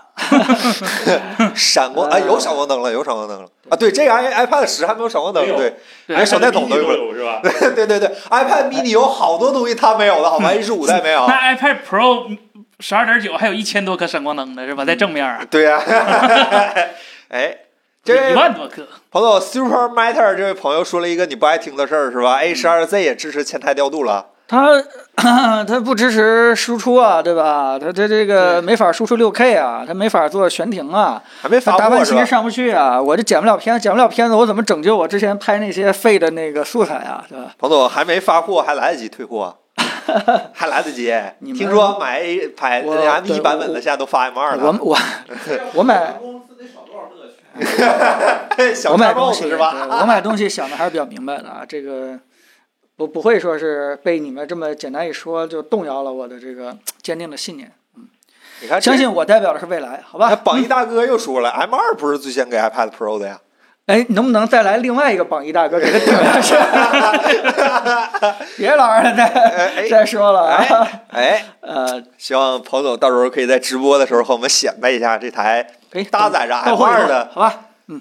闪光啊，有闪光灯了，有闪光灯了啊！对，这个 i iPad 十还没有闪光灯，
没有
对
对
哎手电筒都有
有是吧？
[LAUGHS] 对对对，iPad mini 有好多东西它没有的，好吧？A 十五代没
[LAUGHS]
有。
那 iPad Pro 十二点九还有一千多颗闪光灯呢，是
嗯
吧？在正面啊，
对呀、 [LAUGHS] 哎，这
一
位
万多颗。
朋友 Super Matter 这位朋友说了一个你不爱听的事儿是吧？A 十二 Z 也支持前台调度了，
[CLEARS THROAT] 它它不支持输出啊，对吧？它它这个
对
没法输出六 K 啊，它没法做悬停啊。
还没发
达
布
芬
是
奇
吧？
上不去啊，我这剪不了片，剪不了片子，我怎么拯救我之前拍那些废的那个素材啊，对吧？
彭总还没发货，还来得及退
[LAUGHS]
货，还来得及。
你们
听说买 A 买
我
M 一
对
版本
我
的现在都发 M 二
我
了， [LAUGHS]
我我买
公司得少多少乐趣？
[LAUGHS] 小
我买
叉
东
box
西
是吧？
对我买东西想的还是比较明白的啊，这个不不会说是被你们这么简单一说就动摇了我的这个坚定的信念。
你啊看这，啊
相信我代表的是未来，好
那
吧？
榜一大哥又说了，M [LAUGHS] 二不是最先给 iPad Pro 的呀？
哎，能不能再来另外一个榜一大哥给他顶上去？ [LAUGHS] 别老让他再
[LAUGHS] 哎
再说了啊！
哎，
呃，
希望彭总到时候可以在直播的时候和我们显摆一下这台
可以
搭载着
到会
M
儿
二
以后
的
好吧？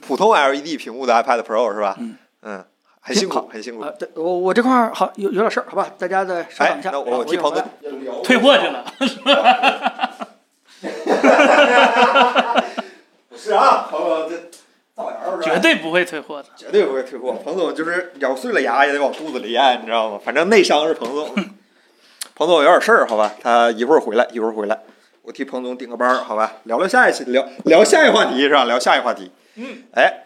普通 LED 屏幕的 iPad Pro 是吧？
嗯
嗯，很辛苦
好，
很辛苦
啊。，对，我我这块儿好有有点事儿，好吧，大家再稍等
哎
一，下。
那
啊
我我替
一会儿
彭
回
总
来，
也聊不
退货去
[LAUGHS]
了，
不是啊，彭总这
造谣是吧
绝对不会退货的。
绝对不会退货。彭总就是咬碎了牙也得往肚子里咽，你知道吗？反正内伤是彭
[LAUGHS]
总。彭总有点事儿，好吧，他一会儿回来，一会儿回来，我替彭总顶个班儿，好吧，聊聊下一期，聊聊下一话题是吧？聊下一话题。嗯，哎，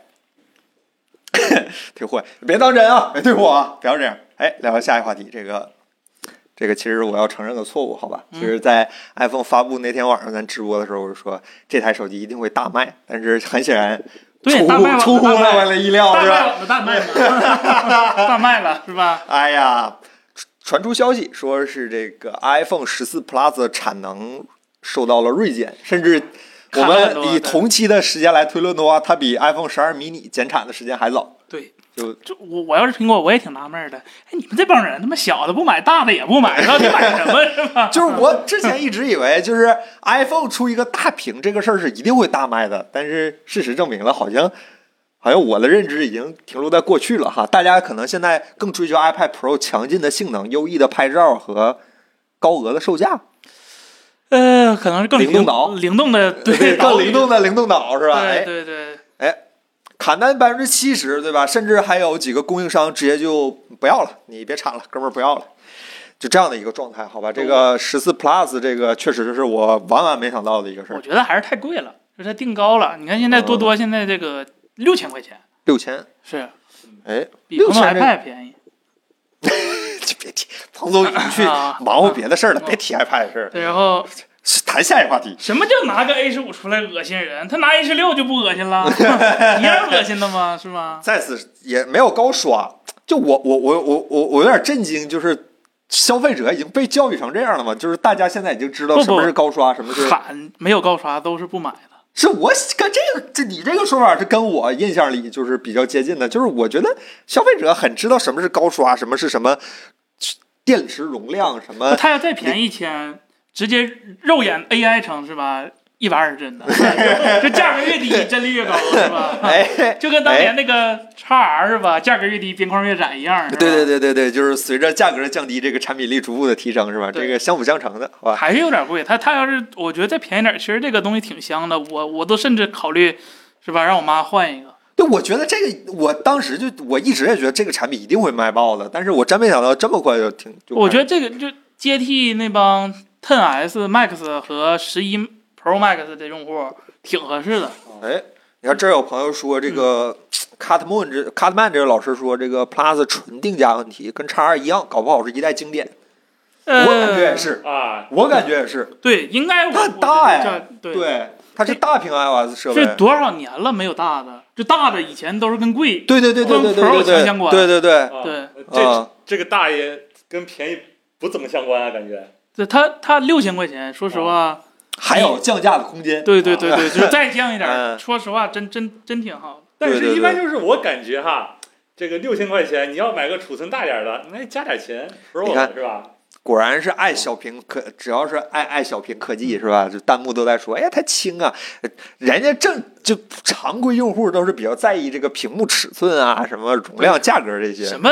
[LAUGHS] 退货，别当真啊，别退货啊，不要这样。哎，聊聊下一话题，这个。这个其实我要承认个错误，好吧，
嗯
就是在 iPhone 发布那天晚上，咱直播的时候，我就说这台手机一定会大卖，但是很显然
对
出
大卖
乎
了
出乎
大卖了
我的意料，
大
哦是吧？
卖了，大卖
[LAUGHS]
了，大卖了是吧？
哎呀，传传出消息说是这个 iPhone 十四 Plus 的产能受到了锐减，甚至我
砍了很多
们以
对
同期的时间来推论的话，它比 iPhone 十二 mini 减产的时间还早，
对，
就
就我我要是苹果，我也挺纳闷儿的。哎，你们这帮人他妈小的不买，大的也不买，到底买什么是吧？
[LAUGHS] 就是我之前一直以为，就是 iPhone 出一个大屏这个事儿是一定会大卖的，但是事实证明了，好像好像我的认知已经停留在过去了哈。大家可能现在更追求 iPad Pro 强劲的性能、优异的拍照和高额的售价，
呃，可能是更
灵动岛
灵
[LAUGHS]
动的， [LAUGHS] 对，
更灵动的灵动岛是吧？
对
哎，
对对，
砍单百分之七十，对吧？甚至还有几个供应商直接就不要了，你别产了，哥们儿不要了，就这样的一个状态，好吧？这
哦
个十四 Plus 这个确实是我万万没想到的一个事
我
儿，
觉得还是太贵了，就是它定高了。你看现在多
嗯
多现在这个六千块钱
六千，
是
哎，
比苹果
6000这
iPad 便宜，
就别提彭总，你去
[LAUGHS] 啊
忙活别的事儿了，
啊
别提 iPad 的事儿了，
对，然后
是谈下一话题。
什么叫拿个 A 十五出来恶心人？他拿 A 十六就不恶心
[LAUGHS]
了，一样恶心的吗？是吗？
在此也没有高刷，就我我我我我我有点震惊，就是消费者已经被教育成这样了嘛，就是大家现在已经知道
不
什么
不
是高刷，什么是
喊没有高刷都是不买的，
是我跟这个这你这个说法是跟我印象里就是比较接近的，就是我觉得消费者很知道什么是高刷，什么是什么电池容量，什么
他要再便宜一千，直接肉眼 AI 成是吧？一百二十帧的， [LAUGHS] 这价格越低，帧率越高是吧？
哎，
就跟当年那个 x R 是吧？价格越低，边框越窄一样。
[LAUGHS] 对对
对，
对对对，就是随着价格的降低，这个产品力逐步的提升是吧？
对
这个相辅相成的，好吧？
还是有点贵。他他要是我觉得再便宜点，其实这个东西挺香的，我我都甚至考虑是吧，让我妈换一个。
对，我觉得这个，我当时就我一直也觉得这个产品一定会卖爆的，但是我真没想到这么快就停。就
我
开
觉得这个就接替那帮 Ten S Max 和十一 Pro Max 的用户挺合适的。
哎，你看这儿有朋友说这个 Cutman 这 Cutman 这个老师说这个 Plus 纯定价问题跟 X 二一样，搞不好是一代经典。我感觉也
呃，
是，
啊，
我感觉也是，
对，应该我
它
我
大呀
觉得这对，
对，它是大屏 iOS 设备
这。多少年了没有大的？这大的以前都是跟贵，
对对对对对
跟 Pro
对对
强相
对
关嗯
对对对，
啊
对，
啊
这这个大爷跟便宜不怎么相关啊，感觉。
这它它六千块钱，说实
哦
话，
还有降价的空间。
对对对
[LAUGHS]
对，就是再降一点，
嗯
说实话，真真真挺好的。
但
对对
是，一般
对
就是我感觉哈，这个六千块钱，你要买个储存大点儿的，那加点钱
你
Pro
看
是吧？
果然是爱小屏科，只要是爱爱小屏科
嗯
技是吧？就弹幕都在说，哎呀，它轻啊！人家正就常规用户都是比较在意这个屏幕尺寸啊、什么容量、价格这些。
什么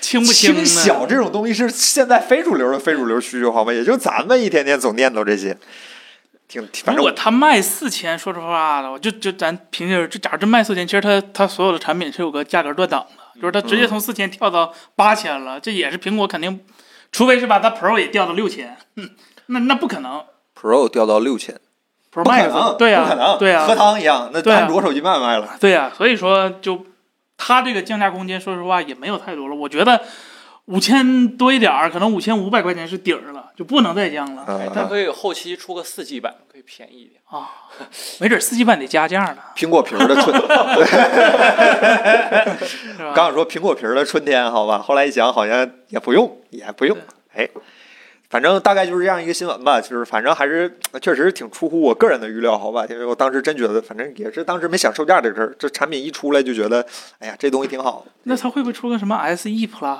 轻不啊
轻
呢？
小这种东西是现在非主流的非主流需求好吗？也就咱们一天天总念叨这些，挺挺反正
如果
我
他卖四千，说实话了，我就就咱平均，就假如真卖四千，其实他他所有的产品是有个价格断档的，就是他直接
嗯
从四千跳到八千了，这也是苹果肯定，除非是把它 Pro 也掉到六千，那那不可能
Pro 掉到六千，
，Pro Max 对呀、
不可能，
对呀、
和汤一样，那
对啊
安卓手机卖不卖了？
对呀、所以说就它这个降价空间，说实话也没有太多了。我觉得五千多一点儿，可能五千五百块钱是底儿了，就不能再降了。
哎它
嗯，
可以后期出个四 G 版，可以便宜一点。
啊没准四季版得加价呢，
苹果皮儿的春，
[LAUGHS] 是吧？
刚想说苹果皮儿的春天，好吧，后来一想好像也不用，也不用，哎。反正大概就是这样一个新闻吧，就是反正还是确实挺出乎我个人的预料，好吧，因为我当时真觉得，反正也是当时没想售价这个事儿，这产品一出来就觉得，哎呀，这东西挺好，
那它会不会出个什么 SE Plus？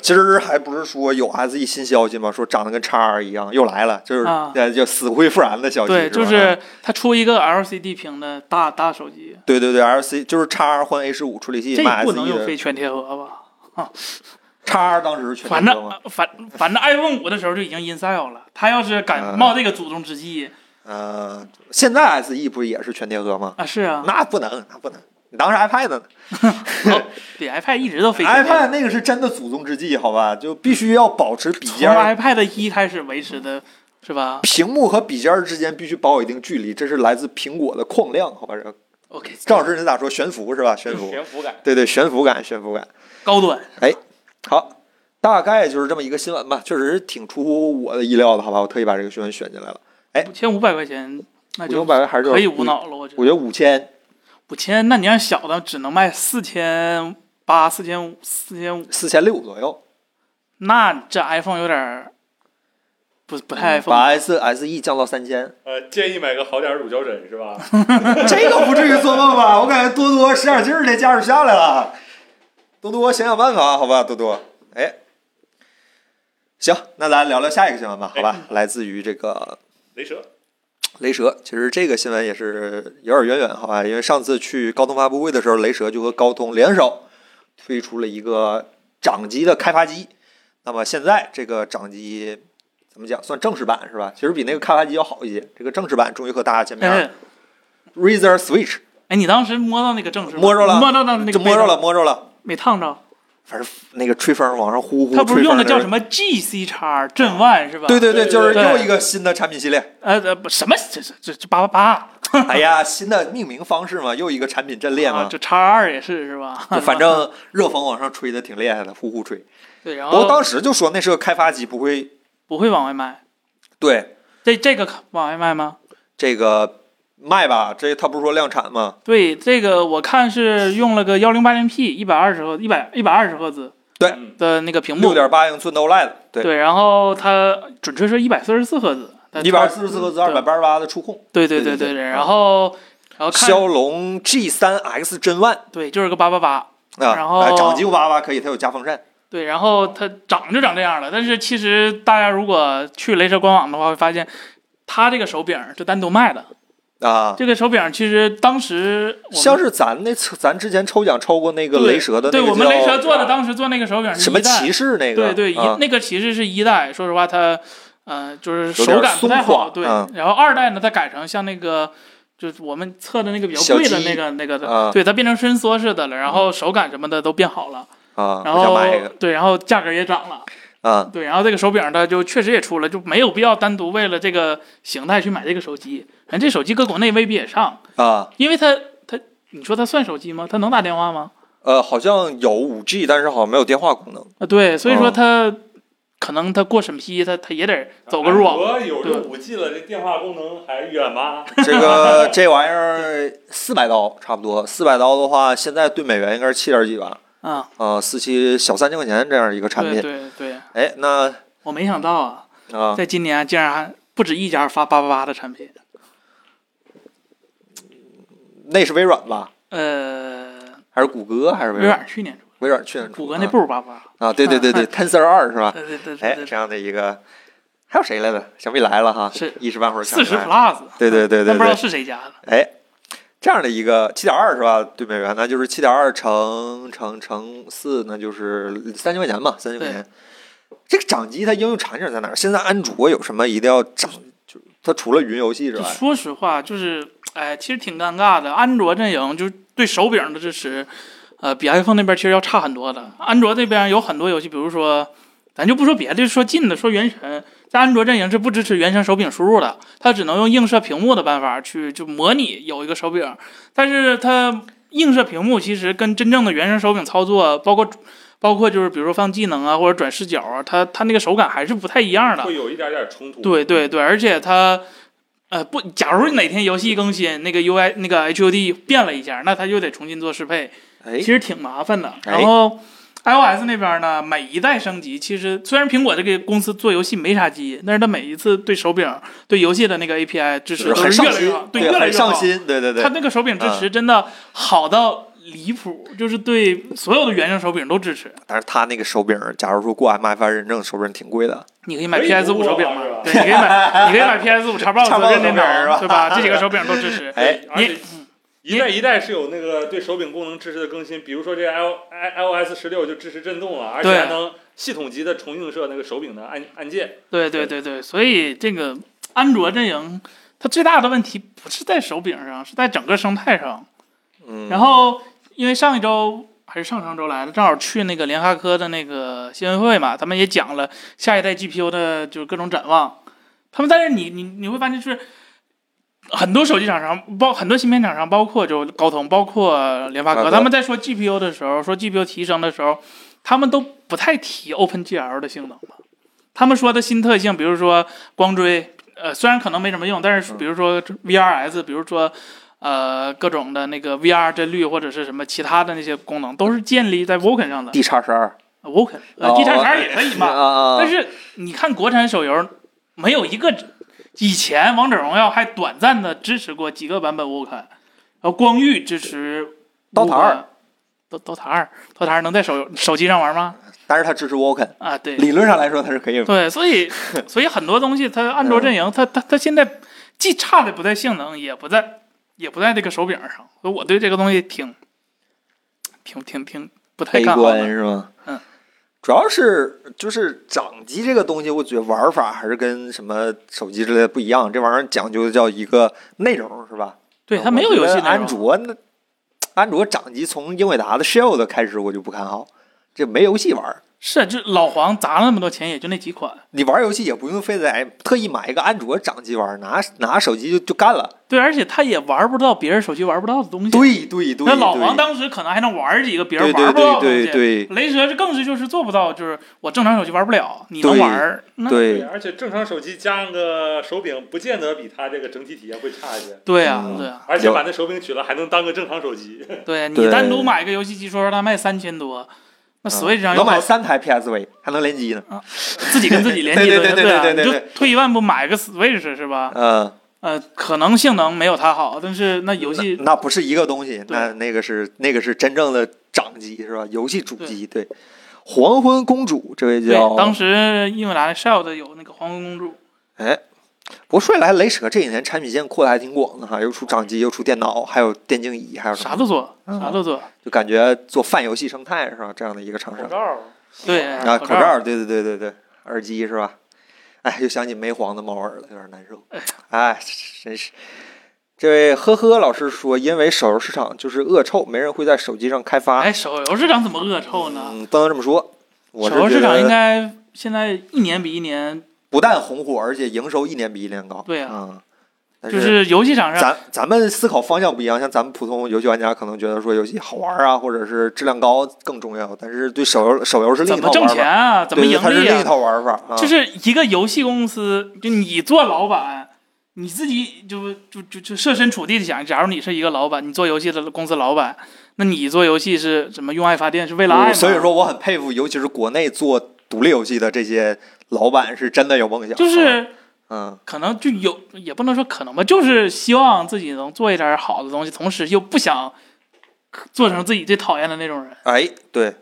今儿还不是说有 SE 新消息吗？说长得跟叉 R 一样，又来了，就是
啊
呃，就死灰复燃的消息。
对，就
吧嗯
是它出一个 LCD 屏的大大手机，
对对对，LC 就是叉 R 换 A 十五处理器
这
卖 SE
也不能用
的
非全贴合吧？
叉 R 当时是全
反
屏吗？
正呃反反正 iPhone 五的时候就已经 InSell 了，他要是敢
啊
冒这个祖宗之计
呃，现在 SE 不是也是全贴合吗？
啊，是啊，
那不能，那不能。你当时 iPad 呢
比 iPad 一直都非全贴合
？iPad 那个是真的祖宗之计，好吧，就必须要保持笔尖
从
儿，
iPad 一开始维持的，是吧
屏幕和笔尖儿之间必须保有一定距离，这是来自苹果的矿量，好吧？
？OK，
郑老师你咋说？悬浮是吧？悬浮，
悬浮感，
对对，悬浮感，悬浮感。
高端。
好，大概就是这么一个新闻吧，确实是挺出乎我的意料的，好吧？我特意把这个新闻选进来了。哎
五千五百块钱，那
五千五
就
百还是
可以无。脑了。我觉
我
得
觉得五千
五千，那你要小的只能卖四千八、四千五、四千五，
四千六左右，
那这 iPhone 有点儿不不太
把
丰
S S E 降到三千，
呃，建议买个好点儿乳胶枕是吧？
[LAUGHS] 这个不至于做梦吧？我感觉多多使点劲儿，这价数下来了。多多想想办法，好吧，多多。哎，行，那咱聊聊下一个新闻吧，好
哎
吧？来自于这个
雷蛇，
雷蛇，其实这个新闻也是有点渊源，好吧？因为上次去高通发布会的时候，雷蛇就和高通联手推出了一个掌机的开发机。那么现在这个掌机怎么讲，算正式版是吧？其实比那个开发机要好一些。这个正式版终于和大家见面
但
了
是，
，Razer Switch
哎，你当时摸到那个正是吧
摸着了
摸到那那个
就摸着了，摸着了。
没烫着。
反正那个吹风往上呼呼，
它不是
吹风
用的叫
那
什么 GC 叉震腕是吧？
对对对，
对
就是
对
又一个新的产品系列。
呃呃不什么这这这这八八八
哎呀，新的命名方式嘛，又一个产品阵列
啊，
嘛，
这叉二也是是吧？
就 [LAUGHS] 反正热风往上吹的挺厉害的，呼呼吹。
[LAUGHS] 对，然
不过
后
当时就说那是个开发机，不会
不会往外卖，
对
这这个往外卖吗？
这个卖吧，这他不是说量产吗？
对，这个我看是用了个幺零八零 P 一百二十赫一百一百二十赫兹
对
嗯
的那个屏幕
六，点八英寸的 OLED，对，
对，然后它准确是一百四十四赫兹，但嗯
一百四十四赫兹，二百八十八的触控，
对对
对
对
对对
然后然后看
骁龙 G 三 X 真万
对就是个八八八，
啊，
然后
哎掌机五八八可以，它有加风扇。
对，然后它长就长这样了。但是其实大家如果去雷蛇官网的话，会发现它这个手柄是单独卖的。
啊，
这个手柄其实当时我们
像是咱那次咱之前抽奖抽过那个
对
雷蛇的那
对
个
我们
叫
雷蛇做的，当时做那个手柄是
什么
一代
骑士那
对
个？
对，一、
啊
那个其实是一代，说实话它，呃，就是
有点
手感不太
松垮
好，对。
嗯
然后二代呢，它改成像那个，就是我们测的那个比较
小
贵的
鸡
那个那个的，
啊
对，它变成伸缩式的了，然后手感什么的都变好了，
啊，
然
我想
后
买一个
对，然后价格也涨了，
啊，
对，然后这个手柄它就确实也出了，就没有必要单独为了这个形态去买这个手机，人这手机搁国内未必也上，
啊，
因为它它。你说它算手机吗？它能打电话吗？
呃，好像有五 G，但是好像没有电话功能。
啊，对，所以说
哦
它、可能它过审批，它它也得走个入网。
安卓有
对
这五 G 了，这电话功能还远吗？
这个这玩意儿四百刀差不多，四百刀的话，现在兑美元应该是七点几吧？
啊，
啊，四七小三千块钱这样一个产
对
品。
对对，
哎，那
我没想到啊，
啊，
在今年竟然还不止一家发八八八的产品。
那是微软吧？
呃，
还是谷歌？还是
微
软？
软去年出，
微软去年出
谷歌
的
那不如八八。呃
啊，对对对
[LAUGHS]
对，Tensor 二是吧？
对对对
哎，
对
这
对，
样的一个，还有谁来了？想不起来了哈，
是
一时半会儿想不
四十
起来。
plus，
对对对对对，
但不知道是谁家的。
哎，这样的一个七点二是吧？对美元，那就是七点二乘乘乘四，那就是三千块钱嘛，三千块钱。这个掌机它应用场景在哪儿？现在安卓有什么一定要掌？就它除了云游戏之
就
外，
说实话，就是哎，其实挺尴尬的。安卓阵营就是对手柄的支持，呃，比 iPhone 那边其实要差很多的。安卓那边有很多游戏，比如说，咱就不说别的，就说近的，说《原神》，在安卓阵营是不支持原神手柄输入的，它只能用映射屏幕的办法去就模拟有一个手柄，但是它映射屏幕其实跟真正的原神手柄操作，包括。包括就是比如说放技能啊，或者转视角啊，它它那个手感还是不太一样的。
会有一点点冲突。
对对对，而且它，呃，不，假如哪天游戏更新，那个 UI 那个 HUD 变了一下，那它就得重新做适配，
哎
其，实挺麻烦的。
哎
然后 iOS 那边呢，每一代升级，其实虽然苹果这个公司做游戏没啥基因，但是它每一次对手柄、对游戏的那个 API 支持
就是
都
很
是越
上
来越
心
好，，
对，
越来
很
越
上
好。
心，嗯对对对
它。那个手柄支持真的好到离谱，就是对所有的原生手柄都支持。
但是它那个手柄，假如说过 MFI 认证，手柄挺贵的。
你可以买
微博
PS 五手柄
嘛
嘛
是吧？
对，你可以买，你可以买 PS 五、
Xbox
Xbox 跟
手柄是
电
吧
脑，对吧？这几个手柄都支
[LAUGHS]
持。
哎，
而且一代一代是有那个对手柄功能支持的更新，比如说这 i o i iOS 十六就支持震动了，而且
对
还能系统级的重映射那个手柄的按按键。
对对对对，所以这个安卓阵营，它最大的问题不是在手柄上，是在整个生态上。
嗯，
然后因为上一周还是上上周来了，正好去那个联发科的那个新闻会嘛，他们也讲了下一代 GPU 的就是各种展望。他们但是你你你会发现就是。很多手机厂商，包很多芯片厂商，包括就高通，包括联发
联发
科，
科
他们在说 GPU 的时候，说 GPU 提升的时候，他们都不太提 OpenGL 的性能吧？他们说的新特性，比如说光追，呃，虽然可能没什么用，但是
嗯
比如说 VRS，比如说呃各种的那个 VR 帧率或者是什么其他的那些功能，都是建立在 Vulkan 上的。
D 叉十二，
呃 Vulkan 呃
哦
D 叉十二也可以
啊
嘛，
啊啊！
但是你看国产手游，没有一个以前王者荣耀还短暂的支持过几个版本 WoW 然后光遇支持
DOTA 2，
刀刀塔二，刀塔二能在手手机上玩吗？
但是它支持 Woken，
啊，对，
理论上来说它是可以玩。
对，
[LAUGHS]
所以所以很多东西，它安卓阵营，它它它现在既差的不在性能，也不在也不在这个手柄上，所以我对这个东西挺挺挺挺不太
悲
看好
观
的。
是吗？
嗯，
主要是就是掌机这个东西，我觉得玩法还是跟什么手机之类的不一样，这玩意儿讲究的叫一个内容是吧？
对，
嗯
它没有
我觉
游
得
戏内
安
容，
卓那安卓掌机从英伟达的 Shield 开始我就不看好，这没游戏玩儿。
是这老黄砸了那么多钱，也就那几款。
你玩游戏也不用非得哎特意买一个安卓掌机玩儿，拿拿手机就就干了。
对，而且他也玩不到别人手机玩不到的东西。
对对对，
那老
对
黄当时可能还能玩几个别人
对对
玩不到的东西。
对对
雷蛇这更是就是做不到，就是我正常手机玩不了，你能
对
玩儿，那
对，
而且正常手机加上个手柄，不见得比它这个整体体验会差一些。
对呀、
嗯
对呀、啊
而且把那手柄取了，还能当个正常手机。
对你
对嗯
单独买一个游戏机，说让它卖三千多，那所以这样
能
又
买
好
三台 PSV，还能联机呢。
自己跟自己联系
对
的，
[LAUGHS] 对对对
啊
对对对
你就退一万步买个 Switch 是吧？
嗯，
呃，可能性能没有它好，但是那游戏
那不是一个东西，
对
那那个是那个是真正的掌机是吧？游戏主机对。黄昏公主这位
对
叫，
当时英伟达 Shield 有那个黄昏公主，
哎，不过说起来，雷蛇这几年产品线扩的还挺广的哈，又出掌机，又出电脑，还有电竞椅，还有什
啥
么，
都做，
嗯
啥都做，
就感觉做泛游戏生态是吧？这样的一个厂商
[LAUGHS] 口罩，
对，
啊，口
口
罩，对对对对对，耳机是吧？哎，又想起没黄的猫耳了，有点难受。哎，真是。这位呵呵老师说，因为手游市场就是恶臭，没人会在手机上开发。
哎，手游市场怎么恶臭呢？
嗯，不能这么说。我
手游
是
市
觉
场应
得
该现在一年比一年，
不但红火，而且营收一年比一年高。
对啊
啊，但
就是是游戏厂商，
咱咱们思考方向不一样，像咱们普通游戏玩家可能觉得说游戏好玩啊，或者是质量高更重要，但是对手游手游是另
怎
一
么
套玩
挣
法，
钱啊？怎么
对
盈
它是
利
另一
啊？
套玩法啊。
就是一个游戏公司，就你做老板，你自己就就就就设身处地的想，假如你是一个老板，你做游戏的公司老板，那你做游戏是怎么用爱发电？是为了爱吗？
我所以，说我很佩服，尤其是国内做独立游戏的这些老板，是真的有梦想。
就是
嗯，
可能就有，也不能说可能吧，就是希望自己能做一点好的东西，同时又不想做成自己最讨厌的那种人。
哎，对，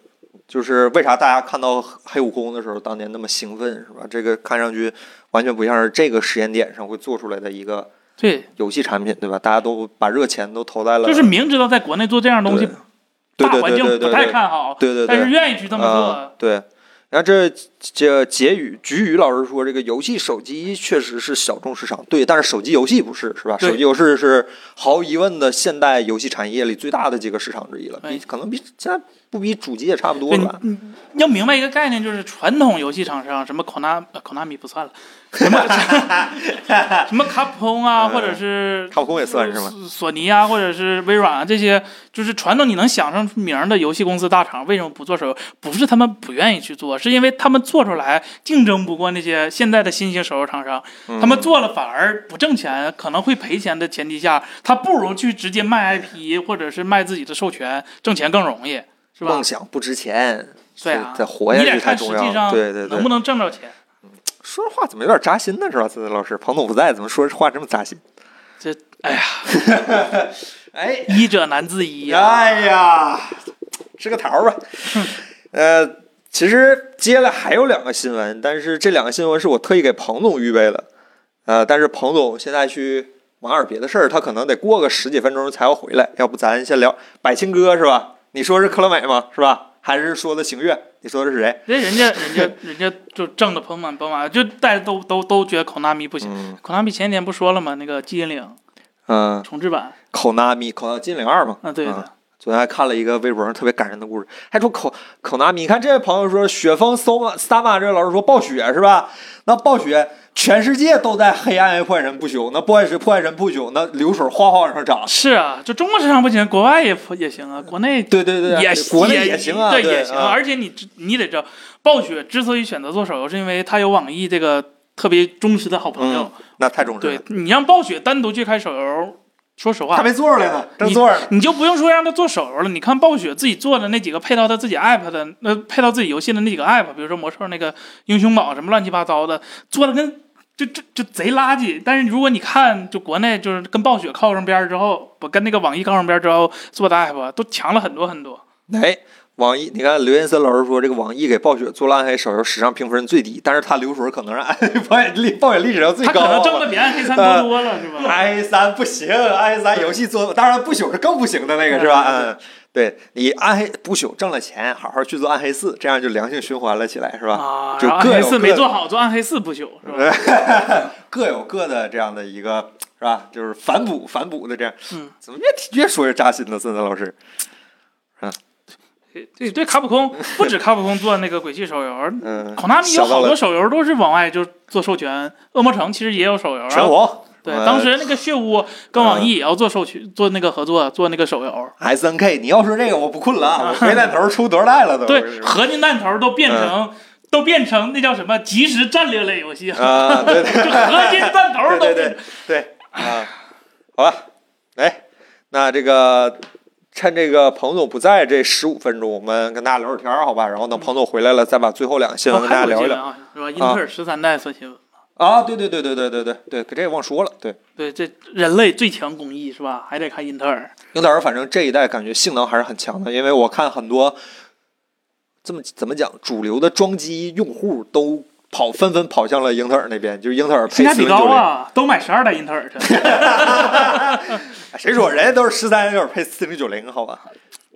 就是为啥大家看到黑悟空的时候，当年那么兴奋，是吧？这个看上去完全不像是这个时间点上会做出来的一个
对，
游戏产品，对吧？大家都把热钱都投在了，
就是明知道在国内做这样的东西，
对
大
对
环
对
境
对
不
对
太
对
看好，
对对
但是
对，
愿意去这么
啊
做。
对。然后这这结语菊语老师说，这个游戏手机确实是小众市场，对，但是手机游戏不是，是吧？
对
手机游戏是毫无疑问的现代游戏产业里最大的几个市场之一了，
哎
比可能比现在不比主机也差不多
对
了吧？
你你要明白一个概念，就是传统游戏厂商，什么 Konami、呃 Konami 不算了，什么 [LAUGHS] 什么 Capcom 啊，
嗯
或者是
卡普空也算是吗？
索索尼啊，或者是微软啊，这些就是传统你能想上名儿的游戏公司大厂，为什么不做手游？不是他们不愿意去做，是因为他们做出来竞争不过那些现在的新型手游厂商，
嗯
他们做了反而不挣钱，可能会赔钱的前提下，他不如去直接卖 IP 或者是卖自己的授权，挣钱更容易，是吧
梦？想不值钱，
对啊
再活下
你
去
得
才
看实
重
际
要。
上
对对对
能不，能挣着钱。
说话怎么有点扎心呢？是吧，思思老师？彭总不在，怎么说话这么扎心？
这，哎呀，
哎，
医者难自医啊呀、
哎呀，吃个桃儿吧。 [LAUGHS] 呃，其实接下来还有两个新闻，但是这两个新闻是我特意给彭总预备的。呃，但是彭总现在去忙点别的事儿，他可能得过个十几分钟才要回来。要不咱先聊百青哥是吧？你说是克乐美吗？是吧？还是说的邢月？你说的是谁？
这 [LAUGHS] 人家人家人家就挣得盆满钵满，就大家都都都觉得孔纳米不行。
嗯
孔纳米前几天不说了吗？那个《寂静岭》
嗯，
重置版，
口纳米口纳金领二嘛。
啊，对的，
昨天还看了一个微博上特别感人的故事，还说口口纳米。你看这位朋友说雪峰搜马萨马这位老师说暴雪是吧？那暴雪全世界都在黑暗破坏神不朽，那破坏神破坏神不朽，那流水哗哗往上涨。
是啊，就中国市场不行，国外也也行啊，国内
对对对，
也
国内
也
行啊，
对
对
也行啊。
啊
而且你知你得知道，暴雪之所以选择做手游，是因为它有网易这个特别忠实的好朋友
嗯。，那太重视
对
了，
你让暴雪单独去开手游，说实话
还，没做出来呢，正做着呢。
你就不用说让他做手游了，你看暴雪自己做的那几个配到他自己 app 的，呃，配到自己游戏的那几个 app，比如说魔兽那个英雄堡什么乱七八糟的，做的跟就这就贼垃圾。但是如果你看，就国内就是跟暴雪靠上边儿之后，不跟那个网易靠上边儿之后做的 app 都强了很多很多。
哎，网易，你看刘岩森老师说，这个网易给暴雪做了暗黑手游史上评分最低，但是他流水可能让 [LAUGHS] 暴雪历暴雪历史上最
他
高
可
啊。
能挣的比暗黑三多多了，
[LAUGHS]
是吧？
i 三不行，i 三游戏做当然不朽是更不行的那个是吧？嗯，对你暗黑不朽挣了钱，好好去做暗黑四，这样就良性循环了起来是吧？
啊，
就
然后
各
暗黑
有各
四没
的
做好，做暗黑四不朽
[LAUGHS]
是吧？
各有各的这样的一个是吧？就是反哺反哺的这样，
嗯，
怎么越提越说越扎心呢？森森老师，
对对，卡普空不止卡普空做那个鬼泣手游，
嗯，
孔纳米有
想到
好
了
多手游都是往外就做授权，恶魔城其实也有手游，啊
拳皇
对，
呃
当时那个血污跟网
嗯
易也要 E，做授权，做那个合作，做那个手游。
S N K，你要说这个我不困了啊，
[LAUGHS]
我飞弹头出多少代了都？
对，合金弹头都变成、
嗯
都变成那叫什么即时战略类游戏，
啊，对对
就合金弹头都
对对
变
对对啊，好吧，来，那这个趁这个彭总不在这十五分钟，我们跟大家聊会儿天儿，好吧？然后等彭总回来了，再把最后两个新闻
哦
跟大
还
家聊
有
一
新闻
聊。
啊，是吧？英特尔十三代算新闻。
啊，对对对对对对对对，可这也忘说了。对，
对，这人类最强工艺是吧？还得看英特尔。
英特尔反正这一代感觉性能还是很强的，因为我看很多这么怎么讲，主流的装机用户都跑纷纷跑向了英特尔那边，就是英特尔配
性价
四
比
零
高
九零。
啊，都买十二代英特尔去。
啊谁说人家都是十三就是配四零九零？好吧，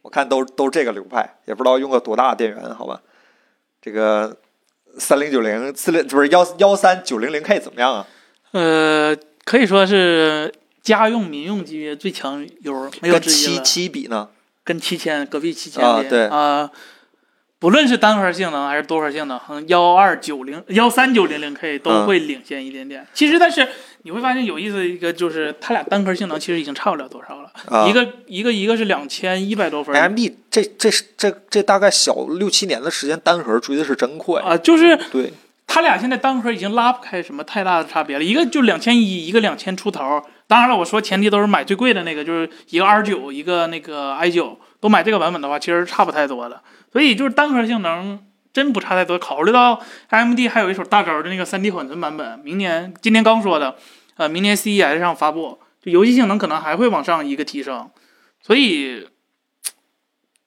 我看都都是这个流派，也不知道用个多大的电源，好吧。这个三零九零四零不是幺幺三九零零 K 怎么样啊？
呃，可以说是家用民用级别最强优，没有
跟
之一
七
了。
七比
[LAUGHS]
呢？
跟七千隔壁七千
啊
比
对
啊不论是单核性能还是多核性能，嗯幺二九零、幺三九零零 K
嗯
都会领先一点点。其实，但是你会发现有意思的一个就是，它俩单核性能其实已经差不了多少了。
啊，哎
一个一个一个是两千一百多分儿
AMD 这这是这这大概小六七年的时间，单核追的是真快。
啊，就是
对，
它俩现在单核已经拉不开什么太大的差别了，一个就两千一，一个两千出头。当然了，我说前提都是买最贵的那个，就是一个 R 九，一个那个 i 九，都买这个版本的话，其实差不太多了。所以就是单核性能真不差太多。考虑到 AMD 还有一手大招的那个3 D 缓存版本，明年今天刚说的，呃，明年 CES 上发布，就游戏性能可能还会往上一个提升。所以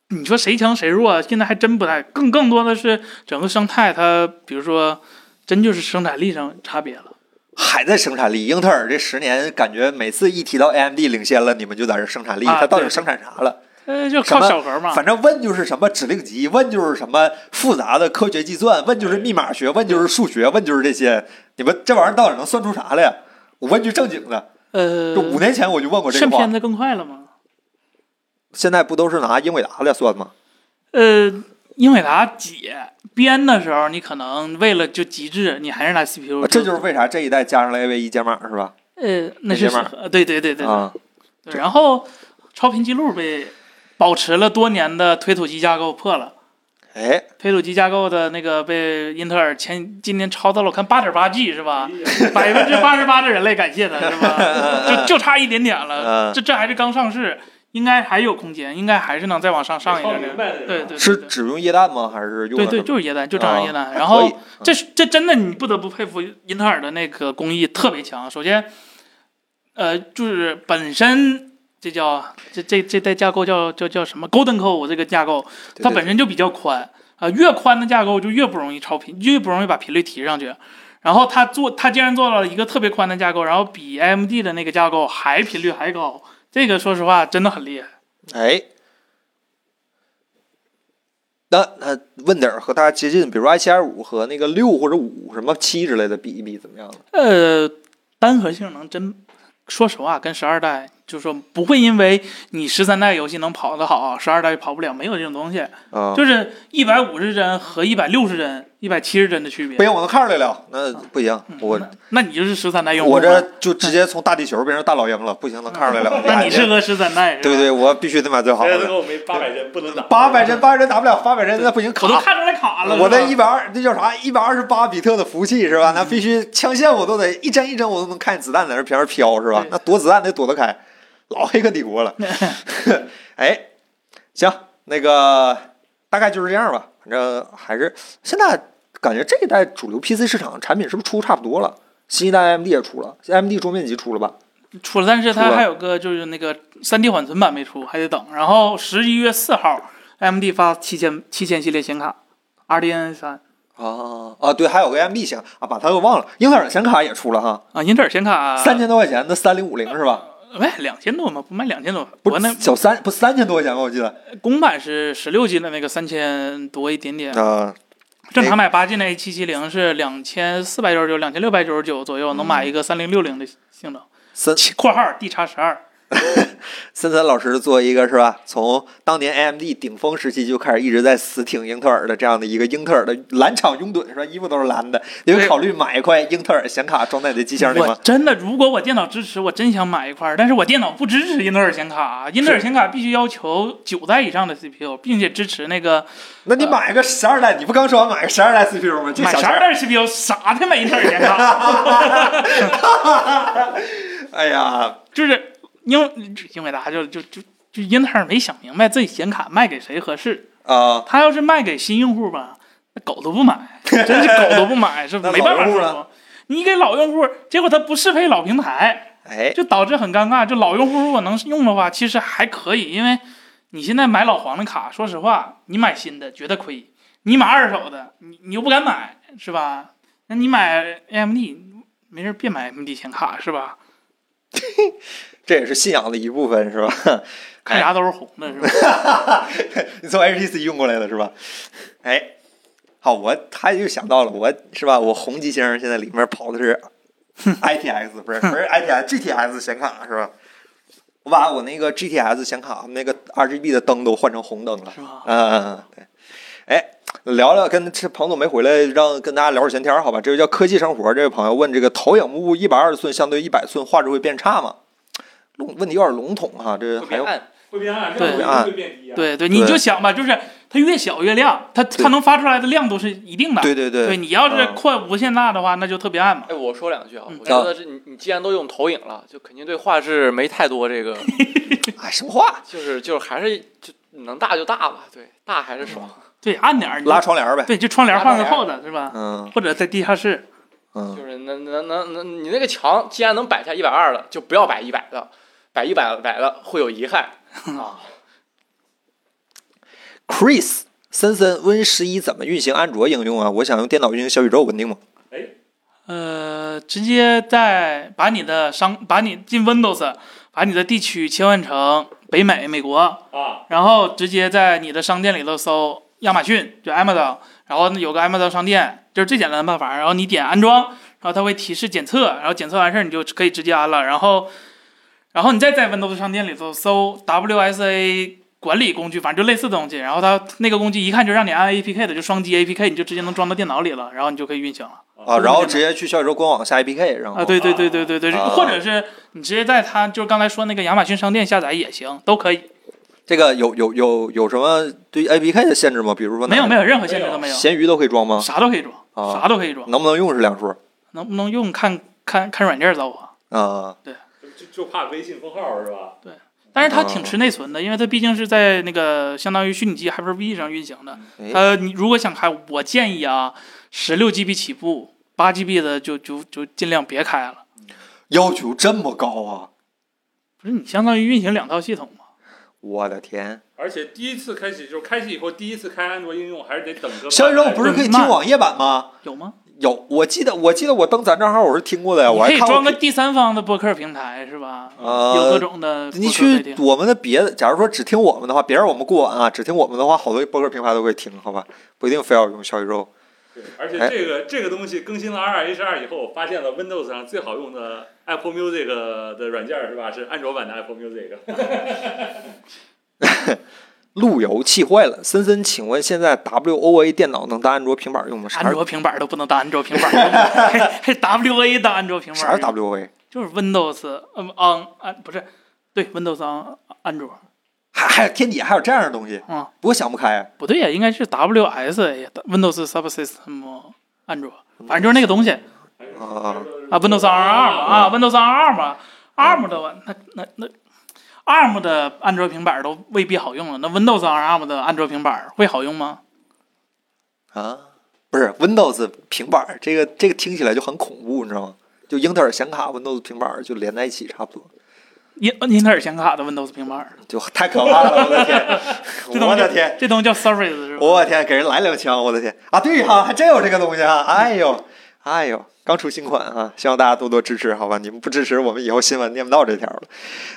你说谁强谁弱，现在还真不太，更更多的是整个生态它，比如说。真就是生产力上差别了。
还在生产力。英特尔这十年感觉每次一提到 AMD 领先了，你们就在这生产力，
啊
它到底
对
生产啥了？
呃，就
什
靠
么
小核嘛。
反正问就是什么指令集，问就是什么复杂的科学计算，问就是密码学，问就是数学，问就是这些。你们这玩意儿到底能算出啥来呀？我问句正经的，
呃
就，五年前我就问过这
渗
个话
片。子更快了吗？
现在不都是拿英伟达来算吗？
呃，英伟达解编的时候，你可能为了就极致，你还是拿 CPU 做。
啊这就是为啥这一代加上了 AV 一解码是吧？
呃，那是
解码
呃对对对对。
啊，
对然后超频记录被保持了多年的推土机架构破了。
哎，
推土机架构的那个被英特尔前今年超到了，我看八点八 G 是吧？百分之八十八的人类感谢它是吧？
[LAUGHS]
就就差一点点了，
嗯
这这还是刚上市，应该还有空间，应该还是能再往上上一
超
点点。
明白的人
对对，
是
对
只用液氮吗？还是用
对
了什
对，
么
就是液氮，就正常液氮。
还
然
啊可以
后这是这真的你不得不佩服英特尔的那个工艺特别强。首先，呃，就是本身这叫这这这代架构叫叫叫什么 Golden Core 这个架构，
对
它
对
本身就比较宽啊、越宽的架构就越不容易超频，越不容易把频率提上去。然后它做，它竟然做到了一个特别宽的架构，然后比 AMD 的那个架构还频率还高，这个说实话真的很厉害。
哎，那那问点儿和它接近，比如 i 七 i 五和那个六或者五什么七之类的比一比怎么样？
呃，单核性能真，说实话，跟十二代就是说不会因为你十三代游戏能跑得好，十二代跑不了，没有这种东西。
啊，
就是一百五十帧和一百六十帧、一百七十帧的区别。
不行，我能看出来了。那不行，我
那那你就是十三代用户
我
嘛
这，就直接从大地球变成大老鹰了。不行，能看出来了。
那你适合十三代是吧？
对对，我必须得买最好
大家都
的。
[LAUGHS]
跟我没八百帧不能打，
八百帧，八百帧打不了，八百帧那不行，卡
我。都看出来卡了。
我
是吧嗯
那一百二，那叫啥？一百二十八比特的服务器是吧？那必须枪线我都得一帧一帧，我都能看见子弹在那边上飘是吧
对？
那躲子弹得躲得开，老黑客帝国
[LAUGHS]
了。哎，行，那个大概就是这样吧。反正还是现在感觉这一代主流 PC 市场产品是不是出差不多了？新一代 AMD 也出了，AMD 桌面级出了吧？
出了，但是
出
它
了
还有个就是那个三 D 缓存版没出，还得等。然后十一月四号，AMD 发七千七千系列显卡，RDNA 三
啊啊，对，还有个 AMD 显啊，把它给忘了，英特尔显卡也出了哈，
啊，英特尔显卡
三千多块钱的三零五零是吧？
卖两千多嘛，不卖两千多，
不
我那
是小三，不三千多块钱吗？我记得
公版是十六 G 的那个三千多一点点，
啊，
正常买八 G 那一七七零是两千四百九十九、两千六百九十九左右，
嗯
能买一个三零六零的性能。
森
其括号 D 叉十二，
森森老师做一个是吧？从当年 AMD 顶峰时期就开始一直在死挺英特尔的这样的一个英特尔的蓝厂拥趸是吧？衣服都是蓝的，你有
对
考虑买一块英特尔显卡装在你的机箱里
我
吗？
真的，如果我电脑支持，我真想买一块儿，但是我电脑不支持英特尔显卡，英特尔显卡必须要求九代以上的 CPU，并且支持那个
那你买个十二代，你不刚说要买个十二代 CPU 吗？这
呃买
小
十
钱
二
儿，
代 CPU，啥他妈英特尔显卡，
哎呀，
就是英英伟达就就就就英特尔没想明白自己显卡卖给谁合适，
啊，
他要是卖给新用户吧，那狗都不买，真是狗都不买，
[LAUGHS]
是
那
没办
老
法
用户
说
呢
服。你给老用户，结果他不适配老平台，
哎，
就导致很尴尬。就老用户如果能用的话，其实还可以，因为你现在买老黄的卡，说实话，你买新的觉得亏，你买二手的，你你又不敢买，是吧？那你买 AMD，没事别买 AMD 显卡，是吧？
这也是信仰的一部分是吧？
看啥都是红的，是吧？
[LAUGHS] 你从 HTC 用过来的是吧？哎，好，我他就想到了，我是吧？我红机箱现在里面跑的
[LAUGHS]
是 ITX，不是不是 ITX，GTX 显卡是吧？我把我那个 GTS 显卡那个 RGB 的灯都换成红灯了，
是吧？
嗯嗯嗯，对。哎，聊聊跟这彭总没回来，让跟大家聊会儿闲天儿好吧？这个叫科技生活，这位朋友问这个投影幕一百二十寸相对一百寸画质会变差吗？笼问题有点笼统哈，这
特
还
别
有
暗，
会变暗，
对
亮度会变低啊。
对对，你就想吧，就是它越小越亮，它它能发出来的亮度是一定的。
对对对
对你要是
嗯
扩无限大的话，那就特别暗嘛。
哎，我说两句啊，
嗯
我觉得这你你既然都用投影了，就肯定对画质没太多这个，
哎什么话？
就是就是还是就能大就大吧，对，大还是爽。
对，暗点儿，你
拉窗帘儿呗。
对，就窗帘
拉
换个
窗帘
厚的是吧？
嗯
或者在地下室，
嗯，
就是能能能能，你那个墙既然能摆下一百二了，就不要摆一百的，摆一百摆了会有遗憾。
Chris 森森 Win 十一怎么运行安卓应用啊？我想用电脑运行小宇宙，稳定吗？
呃，直接在把你的商，把你进 Windows，把你的地区切换成北美美国，
啊，
然后直接在你的商店里头搜亚马逊，就 Amazon，然后有个 Amazon 商店，这是最简单的办法。然后你点安装，然后它会提示检测，然后检测完事儿你就可以直接安了。然后，然后你再在 Windows 商店里头搜 WSA 管理工具，反正就类似的东西。然后它那个工具一看就让你安 APK 的，就双击 APK，你就直接能装到电脑里了，然后你就可以运行了。
啊，
嗯
然后直接去小宇宙官网下 APK，然后
啊，对对对对对对，
啊
或者是你直接在它就是刚才说那个亚马逊商店下载也行，都可以，
这个有有有有什么对 APK 的限制吗？比如说
没有没
有，
有任何限制都没有，
闲鱼都可以装吗？
啥都可以装，
啊
啥都可以装，
能不能用是两说
能不能用看看看软件造化。
啊？
就就怕微信封号是吧？
但是它
哦
挺吃内存的，因为它毕竟是在那个相当于虚拟机 Hyper-V 上运行的
哎。
它你如果想开，我建议啊，十六 GB 起步，八 GB 的就就就尽量别开了。
要求这么高啊！
不是你相当于运行两套系统嘛？
我的天，
而且第一次开启就是开启以后，第一次开安卓应用还是得等个。
小宇宙不是可以听
慢
网页版吗？
有吗？
有，我记得我记得我登咱账号我是听过的呀，
你
哎我
可
还
以
看
装个
过。
第三方的播客平台是吧？
呃
有各种的播客
你
可以
去
听。
我们的别的，假如说只听我们的话，别让我们过晚啊！只听我们的话，好多播客平台都会听，好吧？不一定非要用小宇宙。
对，而且
哎
这个这个东西更新了二 H 二以后，我发现了 Windows 上最好用的 Apple Music 的软件是吧？是安卓版的 Apple Music。
路由气坏了，森森，请问现在 WOA 电脑能当安卓平板用吗？啥
安
是
卓平板都不能当安卓平
[LAUGHS]
板用，还还 WA 当安卓平板
啥
用？
是 WOA？
就是 Windows 嗯 on 安不是对 Windows on 安卓
还还有天底下还有这样的东西？
嗯，
不过想不开。啊
不对呀，应该是 WS 呀 Windows Subsystem 安卓，反正就是那个东西
啊
啊，Windows on ARM 啊，Windows on ARM ARM 的那那那 ARM 的安卓平板都未必好用了，那 Windows on ARM 的安卓平板会好用吗？
啊，不是 Windows 平板儿，这个这个听起来就很恐怖，你知道吗？就英特尔显卡、Windows 平板儿就连在一起，差不多。
英呃英特尔显卡的 Windows 平板儿，
就太可怕了，我的
[LAUGHS]
天，我的天，
这东西叫 Surface 是吧？
我的天，给人来两枪，我的天啊！对哈、还真有这个东西哈、哎呦，哎呦，刚出新款哈、希望大家多多支持，好吧？你们不支持，我们以后新闻念不到这条了。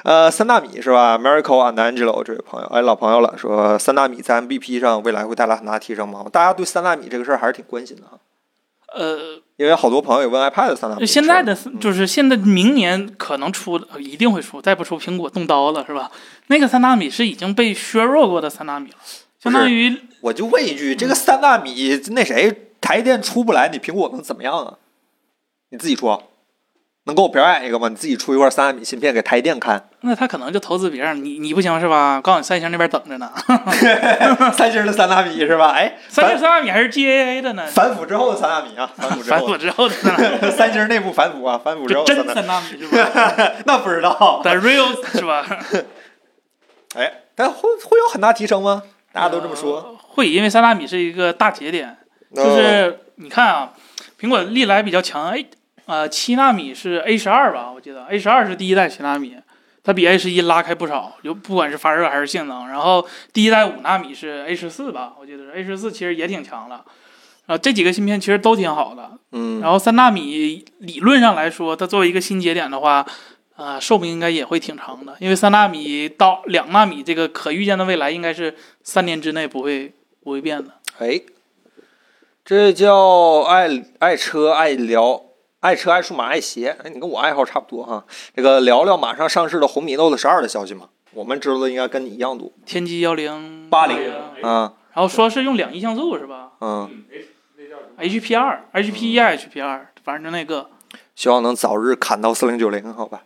呃，三大米是吧？Miracle and Angelo 这位朋友，哎，老朋友了，说三大米在 MVP 上未来会带来很大提升吗？大家对三大米这个事儿还是挺关心的哈，啊
呃，
因为好多朋友也问 iPad 三大米嗯
就
的事儿，
现在的就是现在明年可能出的，呃一定会出，再不出苹果动刀了是吧？那个三纳米是已经被削弱过的三纳米了，相当于
我就问一句，这个三纳米那谁台积电出不来，你苹果能怎么样啊？你自己出，能给我表演一个吗？你自己出一块三纳米芯片给台积电看，
那他可能就投资别人，你你不行是吧？告诉你三星那边等着呢，
[LAUGHS] 三星的三纳米是吧？哎，
三星
反
三纳米还是 GAA 的呢，
反腐之后的三纳米啊，反腐之
反
后
腐之后的三纳米，
的， [LAUGHS] 三星内部反腐啊，反腐之
就
后的
真
三纳
三纳米是吧？
米，那不知道。
但 real 是吧？
哎，但会会有很大提升吗？大家都这么说，
呃会，因为三纳米是一个大节点，呃就是你看啊，苹果历来比较强，A 呃七纳米是 A 十二吧，我记得 A 十二是第一代七纳米，它比 A 十一拉开不少，就不管是发热还是性能。然后第一代五纳米是 A 十四吧，我记得是 A 十四，其实也挺强了。啊，这几个芯片其实都挺好的。
嗯
然后三纳米理论上来说，它作为一个新节点的话，啊、寿命应该也会挺长的，因为三纳米到两纳米这个可预见的未来，应该是三年之内不会不会变的。
哎，这叫爱爱车爱聊。爱车、爱数码、爱鞋，哎，你跟我爱好差不多哈。这个聊聊马上上市的红米 Note 十二的消息嘛，我们知道的应该跟你一样多
天玑幺零
80
然
啊，
后说是用两亿像素是吧
嗯，
[LAUGHS] 嗯，哎那叫什么？
？HP 二、HP 一、HP 二，反正就那个。
希望能早日砍到四零九零，好吧？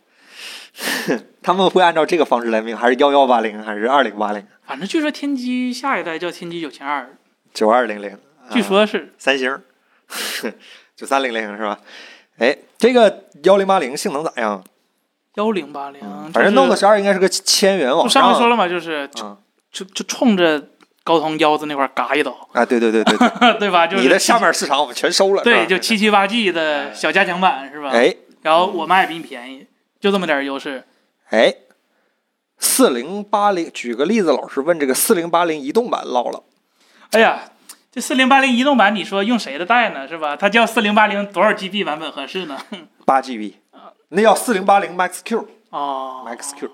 [LAUGHS] 他们会按照这个方式来命，还是幺幺八零，还是二零八零，
反正据说天玑下一代叫天玑九千二，
九二零零？
据说是
三星儿， [LAUGHS] 九三零零是吧？哎，这个幺零八零性能咋样？嗯
幺零八零，
反正
嗯就是
Note 十二应该是个千元往
就上回说
上
了嘛，就是就
啊
就就冲着高通腰子那块儿嘎一刀， [LAUGHS]
啊！对对对对对，
对吧？就是
你的下面市场我们全收了，
对，
是吧
就七七八 G 的小加强版是吧？
哎
然后我卖比你便宜，就这么点儿优势。
哎，四零八零，举个例子，老师问这个四零八零移动版落了，
哎呀，这四零八零移动版，你说用谁的代呢？是吧？它叫四零八零多少 GB 版本合适呢？ [LAUGHS]
八 GB，那
啊
叫四零八零 Max Q，Max
哦
Q，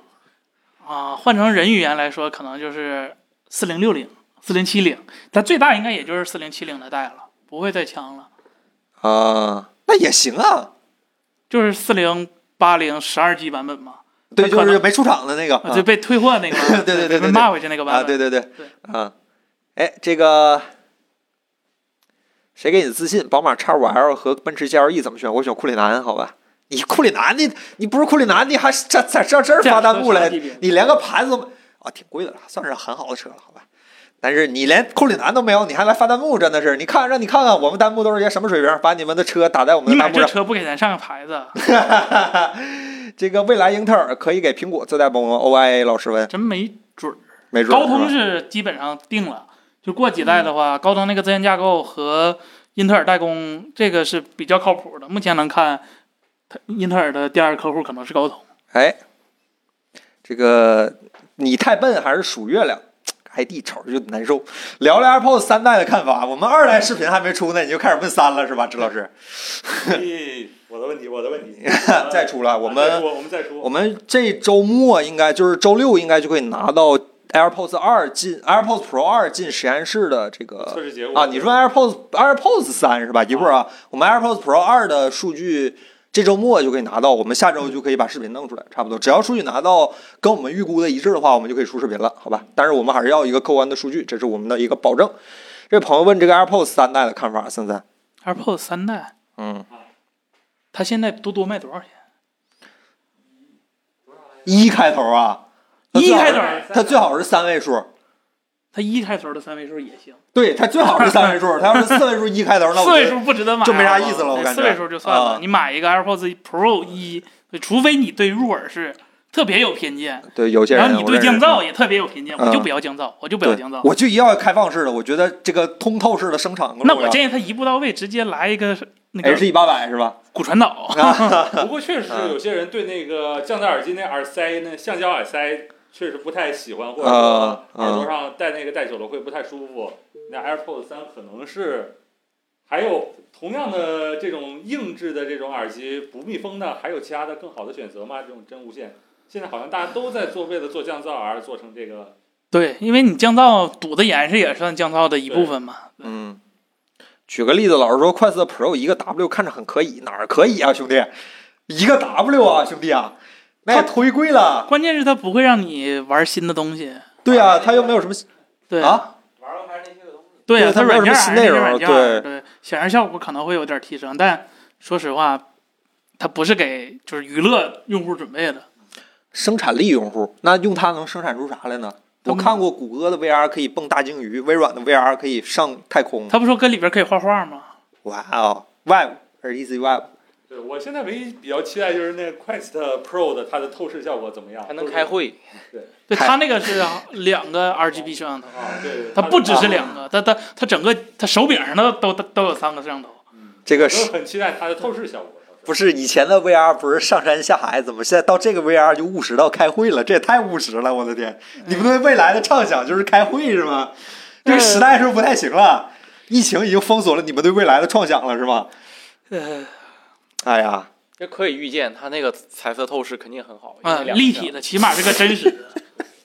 啊，换成人语言来说，可能就是四零六零、四零七零，它最大应该也就是四零七零的代了，不会再强了。
啊，那也行啊。
就是四零八零十二 G 版本嘛，
对，
他
就
可
是
能
没出场的那个，
啊就被退货
[LAUGHS]
那个版本，
对对对对
被
对
骂回去那个版
啊，
本，
对对对
对，
啊，哎，这个谁给你自信？宝马 X 五 L 和奔驰 GLE 怎么选？我选库里南，好吧？你库里南，你你不是库里南，你还在在这这儿
这样
发弹幕
说啥
来
级别，
你连个盘子都没啊，挺贵的了，算是很好的车了，好吧？但是你连库里南都没有，你还来发弹幕，真的是，你看让你看看我们弹幕都是些什么水平，把你们的车打在我们
你
的
买
弹幕
这
上。
车不给咱上个牌子，
[LAUGHS] 这个未来英特尔可以给苹果自带包吗？OIA 老师问，
真没准儿。
没准儿
高通
是吧
是基本上定了，就过几代的
嗯
话，高通那个自研架构和英特尔代工这个是比较靠谱的。目前能看，它英特尔的第二客户可能是高通。
哎，这个你太笨还是数月亮？ID 瞅着就难受。聊聊 AirPods 三代的看法，我们二代视频还没出呢，你就开始问三了是吧，支老师？。
咦哎我的问题，我的问题
[LAUGHS] 再出来，我
啊再
们
出我们再出，
我们这周末应该就是周六应该就可以拿到 AirPods 二进 AirPods Pro 二进实验室的这
测
个
试结果
啊，你说 AirPods AirPods 三是吧？一会儿啊，我们 AirPods Pro 二的数据。这周末就可以拿到，我们下周就可以把视频弄出来，差不多。只要数据拿到跟我们预估的一致的话，我们就可以出视频了，好吧？但是我们还是要一个客观的数据，这是我们的一个保证。这位朋友问这个 AirPods 三代的看法，森森，
AirPods 三代，
嗯，
它现在多多卖多少钱？
一开头啊，它
一
最好
开
是
头，
它最好是三位数，
它一开头的三位数也行，
对他最好是三位数，他要是四位数一开头，那
四
我
位
觉得
数不值得买，
就没啥意思了我
对
感觉
四位数就算了
啊，
你买一个 AirPods Pro 一，除非你对入耳式特别有偏见，
对有些人
然后你
我
对
认识
降噪也特别有偏见，
嗯
我就不要降噪，我就不要
对
降噪。
我就要开放式的，我觉得这个通透式的声场更啊
那
重要。
我建议他一步到位，直接来一个那个
H E 哎八百是吧？
骨传导，
不过确实
嗯
是有些人对那个降噪耳机那耳塞那橡胶耳塞确实不太喜欢，或者说
啊
耳朵上戴那个戴久了会不太舒服。那 AirPods 三可能是还有同样的这种硬质的这种耳机不密封的，还有其他的更好的选择吗？这种真无线现在好像大家都在做，为了做降噪而做成这个。
对，因为你降噪堵得严实也算降噪的一部分嘛。
嗯，举个例子，老实说，快四 Pro 一个 W 看着很可以，哪儿可以啊，兄弟？一个 W 啊，兄弟啊，那也忒贵了。
关键是它不会让你玩新的东西，
对啊，它又没有什么
对
啊，
玩了还是那些个东西。
对呀、
对它
它
没有
软
什么
件还是
新内容
软件
对
儿，对，显示效果可能会有点提升，但说实话，它不是给就是娱乐用户准备的。
生产力用户，那用它能生产出啥来呢？
嗯
我看过谷歌的 VR 可以蹦大鲸鱼，微软的 VR 可以上太空。
它不说搁里边可以画画吗？
哇哦，Web 而 Easy Web，
对我现在唯一比较期待就是那 Quest Pro 的它的透视效果怎么样？
还能开会，
对，
嗨
它那个是两个 RGB 摄像头，
啊？对，对
它不只是
啊
两
哦
个，它它它整个它手柄上的都都都有三个摄像头。
这
我
个
都
是
很期待它的透视效果。
不是以前的 VR 不是上山下海，怎么现在到这个 VR 就务实到开会了？这也太务实了，我的天！
嗯
你们对未来的畅想就是开会是吗？这个时代是不是不太行了？疫情已经封锁了你们对未来的创想了是吗？
嗯
呃，
哎呀，
这可以预见，它那个彩色透视肯定很好，因为
啊，
两
立
张
体。的，起码是个真实的，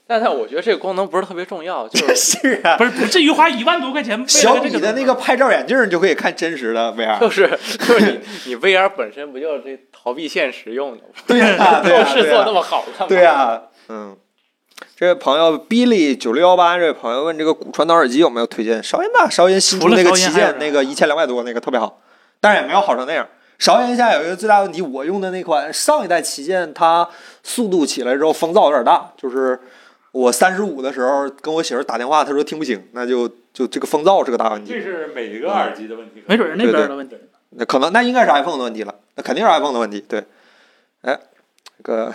但是我觉得这个功能不是特别重要，就
真
是 [LAUGHS]
是啊！
不是不至于花一万多块钱为了
小
这
米
个
的那个拍照眼镜儿你就可以看真实的 VR，
就是就是你你 VR 本身不就是这逃避现实用的吗？
对呀、对
[LAUGHS]
呀、
透视
对呀啊
做那么好干嘛？
对呀、嗯。这位朋友 Billy 九六幺八这位朋友问这个骨传导耳机有没有推荐？韶音吧，韶音新出那个
除了韶音
旗
还有
舰
啥
那个一千两百多那个特别好，但是也没有好成那样。韶音现在有一个最大问题，我用的那款上一代旗舰，它速度起来之后风噪有点大，就是我三十五的时候跟我媳妇儿打电话，她说听不清，那就就这个风噪是个大问题。
这是每一个耳机的问题。
没准儿那
对对
边的问题。
那可能那应该是 iPhone 的问题了，那肯定是 iPhone 的问题。对，哎，这个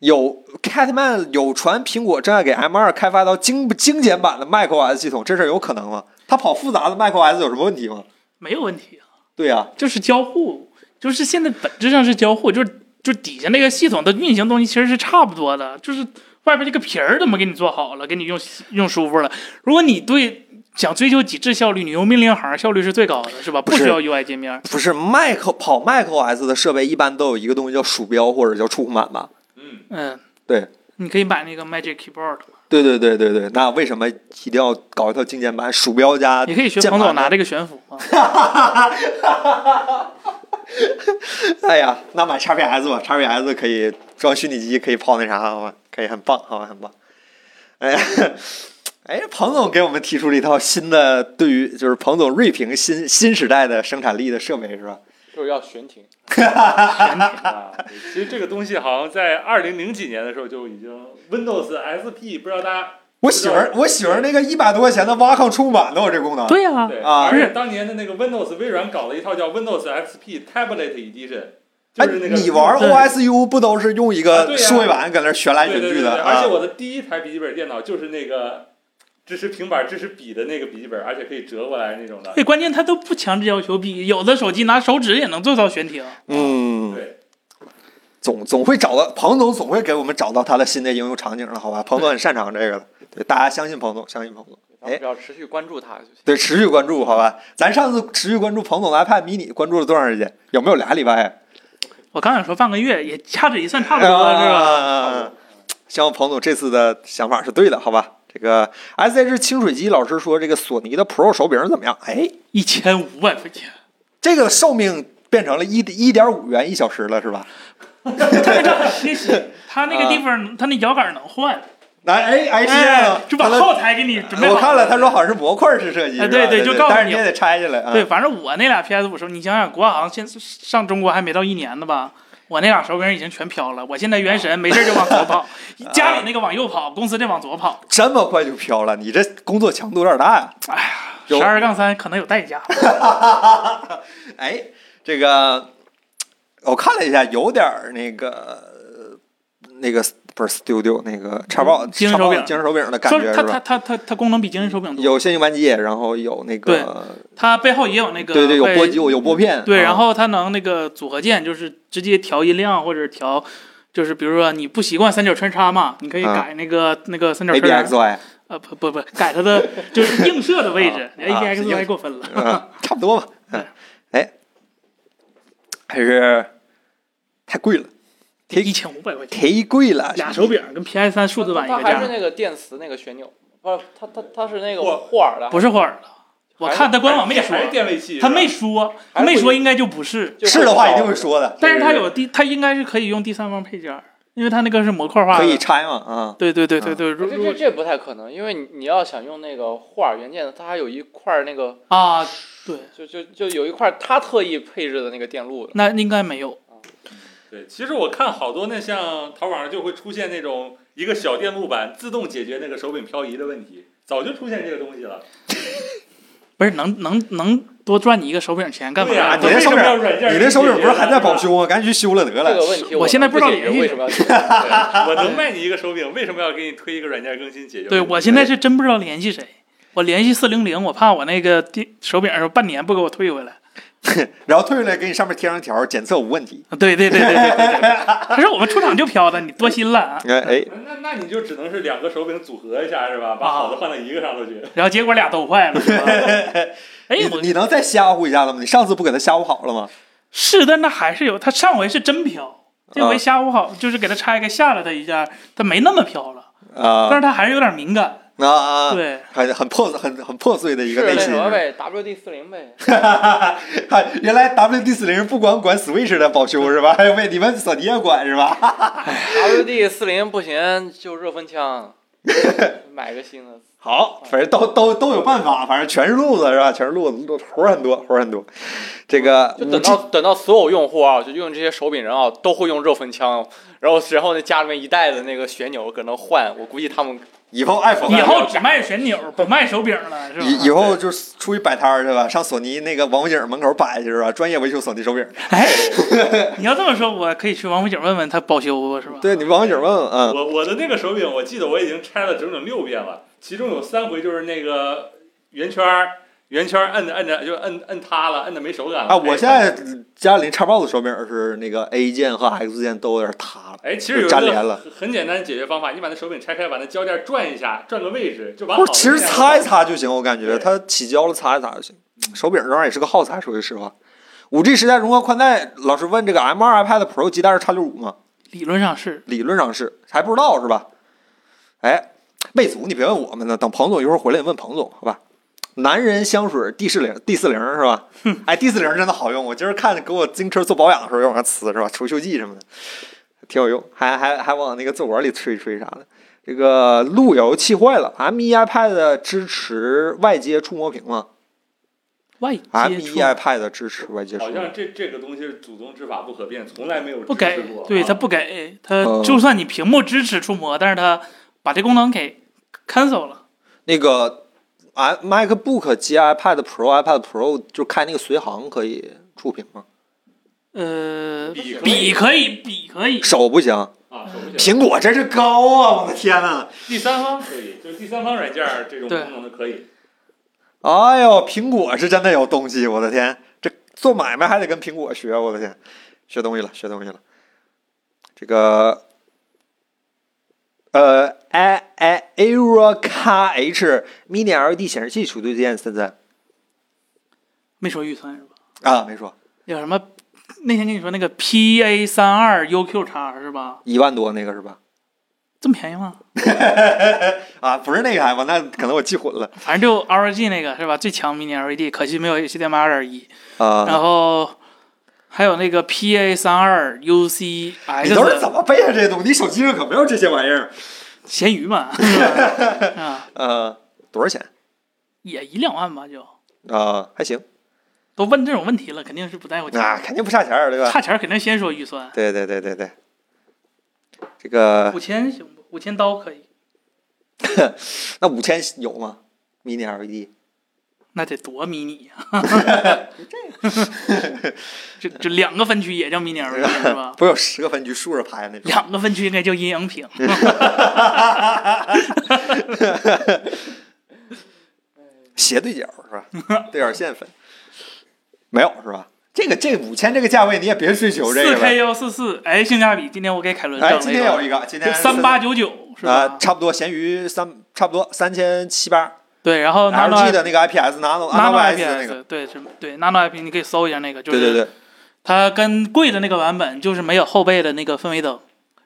有 Catman 有传苹果正在给 M 2开发到精精简版的 macOS 系统，这事儿有可能吗？它跑复杂的 macOS 有什么问题吗？
没有问题啊，
对呀、
就是交互，就是现在本质上是交互，就是就是底下那个系统的运行东西其实是差不多的，就是外边这个皮儿怎么给你做好了，给你用用舒服了。如果你对想追求极致效率，你用命令行效率是最高的，是吧？
不
不需
是
要 UI 界面。
不是 Mac 跑 macOS 的设备一般都有一个东西叫鼠标或者叫触控板吧？
嗯，
嗯，
对，
你可以买那个 Magic Keyboard，
[LAUGHS] 对对对对对，那为什么一定要搞一套精简版？鼠标加
你可以学
键
彭
盘
总
呢
拿这个啊悬浮嘛。
哎呀，那买 XPS 吧，XPS 可以装虚拟机，可以泡那啥，好吧，可以很棒，好吧，很棒。哎呀，哎，彭总给我们提出了一套新的，对于就是彭总锐评新新时代的生产力的设备是吧？
就是要悬停。
啊，其实这个东西好像在二零零几年的时候就已经 Windows SP，不知道大家
我媳妇儿，我媳妇儿那个一百多块钱的挖坑触控板都有这功能。
对呀、
对
啊
而且当年的那个 Windows 微软搞了一套叫 Windows XP Tablet Edition，
哎，
就是那个
你玩
对
OSU 不都是用一
啊对
个
呀
数位板搁那旋来
对
旋
对
去
对对，
的
而
啊
且？我的第一台笔记本电脑就是那个支持平板、支持笔的那个笔记本，而且可以折过来那种的。
对，关键它都不强制要求比有的手机拿手指也能做到悬停。
嗯，
对，
总总会找到彭总总会给我们找到他的新的应用场景的，好吧？彭总很擅长这个的，对大家相信彭总，相信彭总。
咱们只要持续关注它就行。
对，持续关注，好吧？咱上次持续关注彭总的 iPad mini，关注了多长时间？有没有俩礼拜？啊
我刚想说半个月，也掐指一算差不多了，是吧？
啊，希望彭总这次的想法是对的，好吧？这个 S H 清水机老师说，这个索尼的 Pro 手柄怎么样？哎，
一千五百块钱，
这个寿命变成了一一点五元一小时了，是吧？
它那个贴心，它那个地方，它那摇杆能换，
来，哎哎，是这样
哎
的，，
就把
他
耗材给你准备好。
我看了，他说好像是模块式设计，
哎
是吧
对对
对，
就告诉
但是
你
也得拆下来啊。
对，反正我那俩 PS 五手，你想想，国行现上中国还没到一年呢吧？我那俩手柄已经全飘了，我现在原神没事儿就往左跑，家里那个往右跑，公司这往左跑。
这么快就飘了，你这工作强度有点大呀。有
十二杠三可能有代价，
哎，这个我看了一下，有点儿那个呃那个不是 Studio 那个叉 box
嗯精神手柄
精神手柄的感
说
觉
是
是
它
吧
它？它它它功能比精神手柄多，
有线性扳机，然后有那个
它背后也有那个
对对，有
被
拨有有拨片，
嗯对，
啊
然后它能那个组合键，就是直接调音量或者调，就是比如说你不习惯三角穿插嘛，你可以
啊
改那个、那个三角
A B
穿插，
X Y，
呃不不不，改它的就是映射的位置
啊啊
，A
是
B X
映
Y
[LAUGHS]
过分了。
嗯，差不多吧，嗯
对，
哎，还是太贵了，
一千五百块钱，
忒贵了，
俩手柄跟 PS 三数字版一
它
个
还是
价，
那个电磁那个旋钮，不是它它它是那个霍尔的，
不是霍尔的。我看他官网没说
还，是电位器，
他没说，他没说应该就不是，
就是
的话一定会说的，
但是他有第，他应该是可以用第三方配件儿，因为他那个是模块化
可以
的。
拆嘛，啊，
对对对对对，
这
如如
这
果
这不太可能，因为你你要想用那个霍尔元件，它还有一块那个
啊，对，
就就就有一块他特意配置的那个电路的，
那应该没有。
对，其实我看好多那像淘宝上就会出现那种一个小电路板自动解决那个手柄漂移的问题，早就出现这个东西了。
不是能能能多赚你一个手柄钱干嘛
对呀、
啊
呀？
你这手柄
为什么要软件
你这手柄不是
啊
还在保修吗？赶紧去修了得
这
了
个，问题
我现在不知道
能解
联系
决为什么要解决。
对我能卖你一个手柄，为什么要给你推一个软件更新解决？
对我现在是真不知道联系谁，我联系四零零，我怕我那个电手柄儿半年不给我退回来。
然后退回来给你上面贴上条，检测无问题，
啊对对对对对对对对， [LAUGHS] 他说我们出厂就飘的，你多心了啊。
哎哎，
那那你就只能是两个手柄组合一下是吧？把
啊
好的换到一个上头去。
然后结果俩都坏了。
[LAUGHS]
哎，
你
我
你能再吓唬一下他吗？你上次不给他吓唬好了吗？
是，但那还是有，他上回是真飘，这
啊
回下午好，就是给他拆开吓了他一下，他没那么飘了，但
啊
是他还是有点敏感。
啊啊！
对，
很很破很很破碎的一
是
个内
那
心
什。么呗，WD 四零呗，
[LAUGHS] 看原来 WD 四零不光管 Switch 的保修是吧？还为你们索尼也管是吧？ [LAUGHS]
WD 四零不行就热风枪，买个新的。
好，反正都都都有办法，反正全是路子是吧？全是路子，路活儿很多，活儿很多。这个
[LAUGHS] 就等到嗯等到所有用户啊，就用这些手柄人啊，都会用热风枪，然后然后那家里面一带的那个旋钮搁那换，我估计他们
以后 iPhone
以后只卖旋钮，不卖手柄了，是吧？
以以后就是出去摆摊儿去吧，上索尼那个王府井门口摆去是吧？专业维修索尼手柄。
哎，你要这么说，我可以去王府井问问他保修不，是吧？
对你王府井问问，嗯，
我我的那个手柄，我记得我已经拆了整整六遍了，其中有三回就是那个圆圈儿，圆圈儿摁着摁着就摁摁塌了，摁的没手感
啊，
了。哎
我现在家里叉 box 手柄是那个 A 键和 X 键都有点塌了，
哎，其实有一
粘连
个
了
很很简单的解决方法，你把那手柄拆开，把那胶垫转一下，转个位置就把好
不
了。
是，其实擦一擦就行，我感觉
对嗯
它起胶了擦一擦就行。手柄这玩意儿也是个耗材，说句实话。五 G 时代荣光宽带，老师问这个 M2 iPad Pro 基带是叉六五吗？
理论上是
理论上是，还不知道是吧？哎，魅族你别问我们呢，等彭总一会儿回来你问彭总好吧？男人香水 D 四零 D 四零是吧？哎，D 四零真的好用，我今儿看给我自行车做保养的时候要往上呲是吧？除锈剂什么的，挺有用，还还还往那个坐管里吹一吹啥的。这个路由器坏了，M1 啊 E iPad 支持外接触摸屏吗 E
外
啊
接触
？M1 iPad 支持外接触
好
摸屏
像这这个东西是祖宗之法不可变，从来没有
不
支持
给
过，
对
啊
他不给，他
嗯
就算你屏幕支持触摸，但是他把这功能给 cancel 了。
那个 i MacBook 接 iPad Pro、iPad Pro 就开那个随行可以触屏吗？
呃，
笔可以
笔可以，笔可以，
手不行，
啊，手不行。
苹果真是高啊！我的天呐！
第三方可以，就是第三方软件儿这种
对
功能的可以。
哎呦，苹果是真的有东西，我的天，这做买卖还得跟苹果学，我的天，学东西了，学东西了。这个，呃，i i Erica H Mini LED E 显示器求推荐森森
没说预算是吧？
啊，没说
有什么？那天跟你说那个 PA 三二 UQ 叉是吧？
一万多那个是吧？
这么便宜吗？
啊，不是那个还吧？那可能我记混了
反正就 ROG 那个是吧？最强 Mini LED，可 E 惜没有 HDMI 二点一。
啊。
然后还有那个 PA 三二 UCX，
你都是怎么背的哎这些东西？你手机上可没有这些玩意儿。
咸鱼嘛？
[LAUGHS]
是吧啊，
呃，多少钱？
也一两万吧，就
啊、还行
都问这种问题了，肯定是不在乎钱。
啊，肯定不差钱儿，对吧？
差钱肯定先说预算，
对对对对对，这个
五千行不？五千刀可以，
E 那五千有吗？Mini LED
那得多迷你呀、
[LAUGHS]
这这两个分区也叫迷你 LED 是吧？
[LAUGHS] 不是有十个分区竖着排那种？
两个分区应该叫阴阳屏。
斜对角是吧？
[LAUGHS]
对角线分没有是吧？这个这五千这个价位你也别追求这
四
个
K
了。
幺四四，哎，性价比，今天我给凯伦整
哎，
了
今天有一个，今天
三八九九是
啊
吧，？
差不多闲鱼三差不多三千七八
对，然后
LG
Nano
的那个 IPS Nano
Nano
S 那个，
IPS，对，是，对 Nano IPS，你可以搜一下那个，就
对对
是
对，
它跟贵的那个版本就是没有后背的那个氛围灯，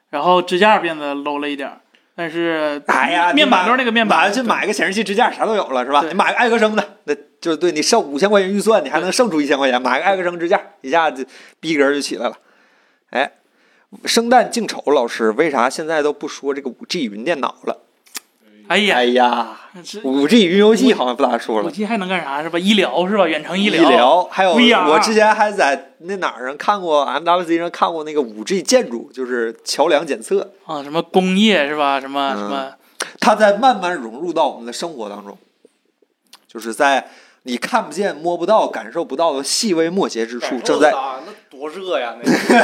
然后支架变得 low 了一点儿，但是
哎呀，
面板
你买
都是那个面
买
板，
去买个显示器支架啥都有了是吧？
对
你买个艾克生的，那就是对你剩五千块钱预算，你还能剩出一千块钱，买个艾克生支架，一下就逼格就起来了。哎，生旦净丑老师，为啥现在都不说这个五 G 云电脑
[LAUGHS]
了？
哎呀
哎，呀，
这
五 G 云游戏好像不咋说
五
了。
G 还能干啥是吧？医疗是吧？远程
医
疗，
疗，还有
VR
我之前还在那哪儿上看过 MWC 上看过那个五 G 建筑，就是桥梁检测，
啊，什么工业是吧？什么
嗯
什么，
它在慢慢融入到我们的生活当中，就是在你看不见、摸不到、感受不到的细微末节之处，正在
那多热呀！ [LAUGHS]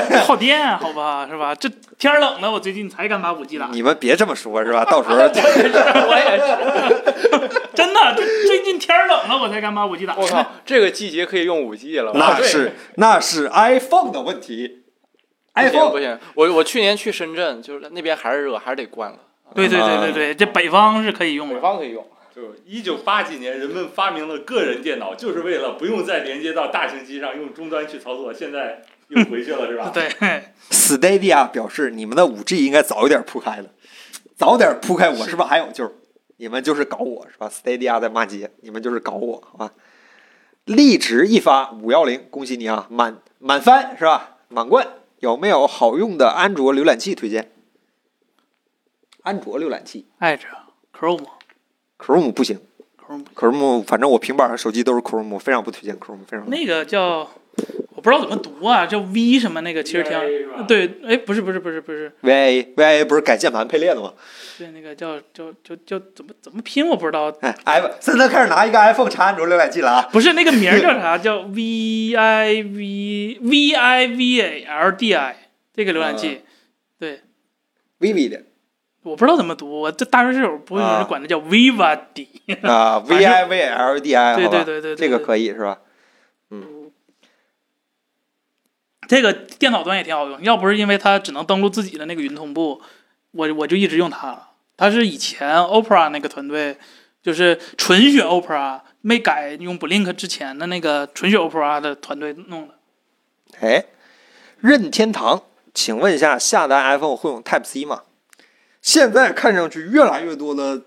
那
耗电啊好吧是吧？这天儿冷了，我最近才敢把五 G 打，
你们别这么说，是吧？到时候
我也是，
真的，这最近天儿冷了，我才敢把五 G 打。[LAUGHS]
我靠，这个季节可以用五 G 了。
那是那是 iPhone 的问题
不行不
，iPhone
行，我我去年去深圳，就是那边还是热，还是得关了。
对对对对对，这北方是可以用
北
的。
方可以用，
就一九八几年，人们发明了个人电脑，就是为了不用再连接到大型机上，用终端去操作。现在又回去了，是吧？
对，
Stadia 表示，你们的 5G 应该早一点铺开了，早点铺开，我是不是还有救？你们就是搞我是吧？Stadia 在骂街，你们就是搞我，好吧？立直一发五幺零，恭喜你啊，满满番是吧？满贯有没有好用的安卓浏览器推荐？安卓浏览器
爱着 Chrome
，Chrome 不行
Chrome
，Chrome 反正我平板儿和手机都是 Chrome，我非常不推荐 Chrome，非常
那个叫我不知道怎么读啊，叫 V 什么那个，其实挺好
VIA 是吧
对，哎，不是不是不是不是，
VIA VIA 不是改键盘配列的吗？
对那个叫叫叫叫怎么怎么拼我不知道，
哎，i 现在开始拿一个 iPhone 插安卓浏览器了啊！
不是那个名儿叫啥？叫 V I V V I V A L D I 这个浏览器，
vivi 的
我不知道怎么读，我这大学室友不会有人管它叫 Vivadi， [LAUGHS]
啊
反
，V
正
I V L D I，
对
好吧
对对对，对
这个可以是吧？
这个电脑端也挺好用，要不是因为它只能登录自己的那个云同步，我我就一直用它了。它是以前 Opera 那个团队，就是纯血 Opera 没改用 Blink 之前的那个纯血 Opera 的团队弄的。
哎，任天堂，请问一下，下单 iPhone 会用 Type C 吗？现在看上去越来越多的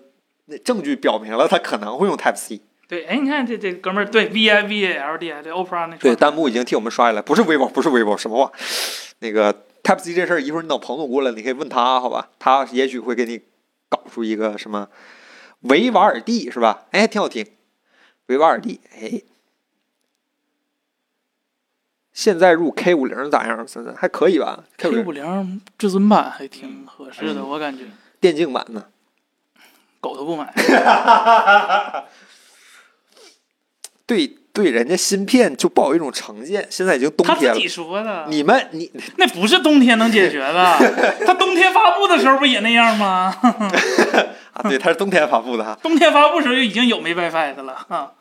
那证据表明了它可能会用 Type C。
对，哎，你看这这哥们儿，对 V I V A L D I 对 Opera 那
对，
对
弹幕已经替我们刷下来，不是 vivo，不是 vivo，什么话？那个 Type C 这事儿，一会儿你等彭总过来，你可以问他，好吧？他也许会给你搞出一个什么维瓦尔第是吧？哎，挺好听，维瓦尔第，哎。现在入 K 五零咋样？森森还可以吧
K
五零
五零至尊版还
嗯
挺合适的，我感觉
电竞版呢？
狗都不买。
对对，人家芯片就抱有一种成见，现在已经冬
他自
天了
己。说的，
你们
[LAUGHS]
你
那不是冬天能解决
[LAUGHS]
的。他冬天发布的时候不也那样吗？ [LAUGHS]
啊，对，它是冬天发布的哈，
冬天发布时候就已经有没 WiFi 的了啊！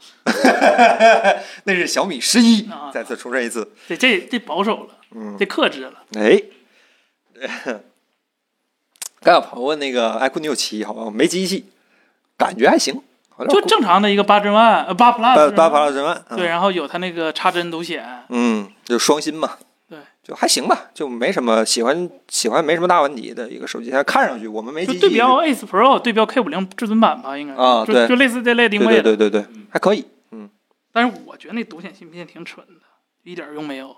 那是小米十一
啊。
再次重申一次，
这这这保守了，
嗯，
这克制了。
哎， [LAUGHS] 刚有朋友问那个 iQOO Neo 七，好吧，我没机器，感觉还行，好像
就正常的一个八针万呃八 plus
八
是
八
吗
八二十万，
对，
嗯
然后有它那个插针独显，
嗯，就双芯嘛，
对，
就还行吧，就没什么喜欢喜欢没什么大问题的一个手机，但看上去我们没
就
机器
对，标 Ace Pro 对标 K 五零至尊版吧，应该
啊
就
对
就类似这类
对
定位
对
了。
对对对，
嗯
还可以。
但是我觉得那独显芯片挺蠢的，一点用没有。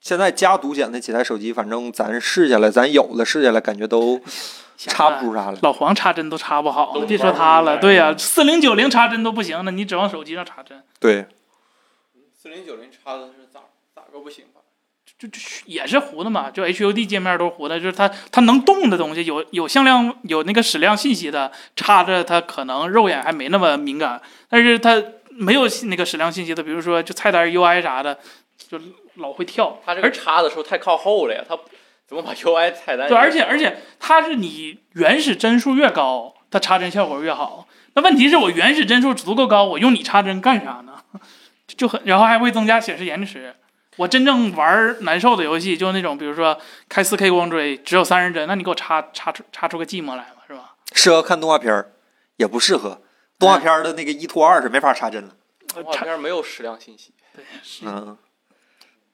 现在加独显那几台手机，反正咱试下来，咱有的试下来，感觉都插不出啥来。
老黄插针都插不好，
都
别说
玩不
它
明
了。
白
对呀、四零九零插针都不行了，你指望手机上插针，
对，
四零九零插的是咋咋个不行吧？
就就也是糊的嘛。就 HUD 界面都是糊的，就是它它能动的东西，有有向量有那个矢量信息的，插着它可能肉眼还没那么敏感，但是它没有信那个矢量信息的，比如说就菜单 UI 啥的，就老会跳。
它这个
而
插的时候太靠后了呀，它怎么把 UI 菜单？
对，而且而且它是你原始帧数越高，它插帧效果越好。那问题是我原始帧数足够高，我用你插帧干啥呢？ [LAUGHS] 就很，然后还会增加显示延迟。我真正玩儿难受的游戏，就那种比如说开 4K 光追，只有三十帧，那你给我插插出插出个寂寞来嘛，是吧？
适合看动画片儿，也不适合。动画片儿的那个一拖二是没法插帧的。
动画片没有矢量信息，
对，是
嗯，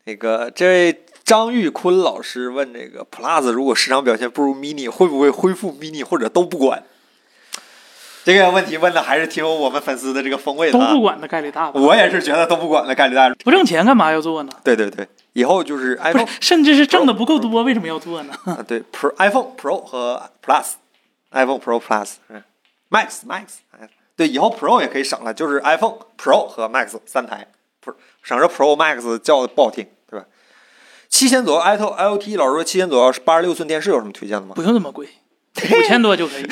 那个这位张玉坤老师问这个 Plus 如果市场表现不如 Mini，会不会恢复 Mini 或者都不管？这个问题问的还是挺有我们粉丝的这个风味
都
的、啊
不。管的概率大吧？
我也是觉得都不管的概率大。
不挣钱干嘛要做呢？
对对对，以后就是哎
不是
iPhone，
甚至是挣的不够多，为什么要做呢？ [LAUGHS]
啊，对，Pro、iPhone Pro 和 Plus，iPhone Pro Plus，嗯，Max Max，哎对，以后 Pro 也可以省了，就是 iPhone Pro 和 Max 三台，Pro 省着 Pro Max 叫的不好听，对吧？七千左右，iPhone IOT 老师说七千左右八十六寸电视有什么推荐的吗？ [LAUGHS]
不用那么贵，五千多就可以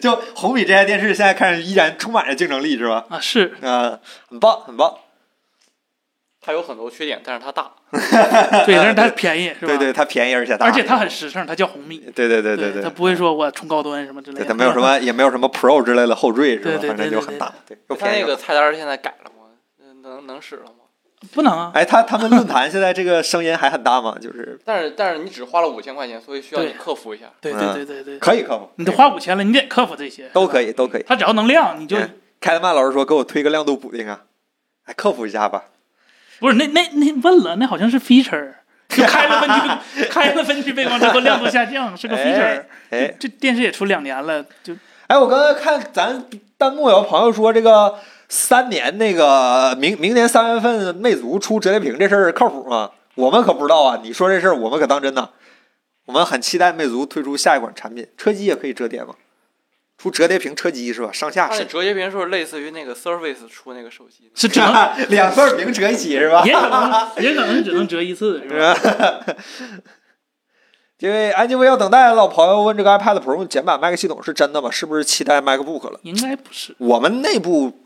就红米这台电视现在看着依然充满着竞争力，是吧？
啊。是，
嗯、很棒，很棒。
它有很多缺点，但是它大。
对，
[LAUGHS]
但是它便宜，是吧？
对对，它便宜而且大，
而且它很实诚，它叫红米，
对对对
对
对
它，不会说我冲高端什么之类
对
的，
它没有什么也没有什么 Pro 之类的后缀，是
对
吧？
对
反正
对
就
对
很
对
大，对，又
它
便宜
那
又
个菜单现在改了吗？能能使了吗？
[LAUGHS] 不能啊，
[LAUGHS] 哎，他他们论坛现在这个声音还很大吗？就是
但是但是你只花了五千块钱，所以需要你
对
克服一下。
对对对对对，
[LAUGHS] 可以克服，
你得花五千了，你得克服这些，
嗯 [LAUGHS] 都可
以，
以都可以。
它只要能亮，你就
嗯开德曼老师说给我推个亮度补丁啊，哎，克服一下吧。
不是那那那问了，那好像是 feature，就
[LAUGHS]
开了分区，开了分区背光之后亮度下降是个 feature，
[LAUGHS] 哎
这电视也出两年了，就
哎，我刚才看咱弹幕有朋友说这个三年那个明明年三月份魅族出折叠屏这事儿靠谱吗？我们可不知道啊，你说这事儿我们可当真呢。我们很期待魅族推出下一款产品，车机也可以折叠吗？出折叠屏车机是吧？上下
它那
是 [LAUGHS]
折叠屏啊是不是类似于那个 Surface 出那个手机？
[LAUGHS]
是只能
两份屏折一起是吧？
也可能也可能只能折一次，是
是 [LAUGHS]
吧？
吧？这位安静微笑等待的老朋友问：这个 iPad Pro 简版 Mac 系统是真的吗？是不是期待 MacBook 了？
应该不是，
我们内部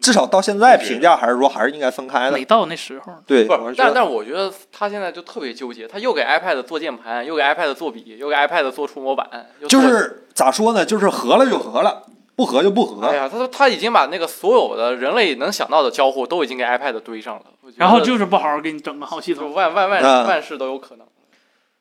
至少到现在评价还是说还是应该分开的
没。到那时候呢。
对，
不
我
是，
是觉
但
得
但我觉得他现在就特别纠结，他又给 iPad 做键盘，又给 iPad 做笔，又给 iPad 做触摸板，又
就
做
是咋说呢？就是合了就合了，不合就不
哎
合。
呀，他说他已经把那个所有的人类能想到的交互都已经给 iPad 堆上了，我觉得
然后就是不好好给你整个好系
就
[LAUGHS]
统，
万万万
嗯
万事都有可能。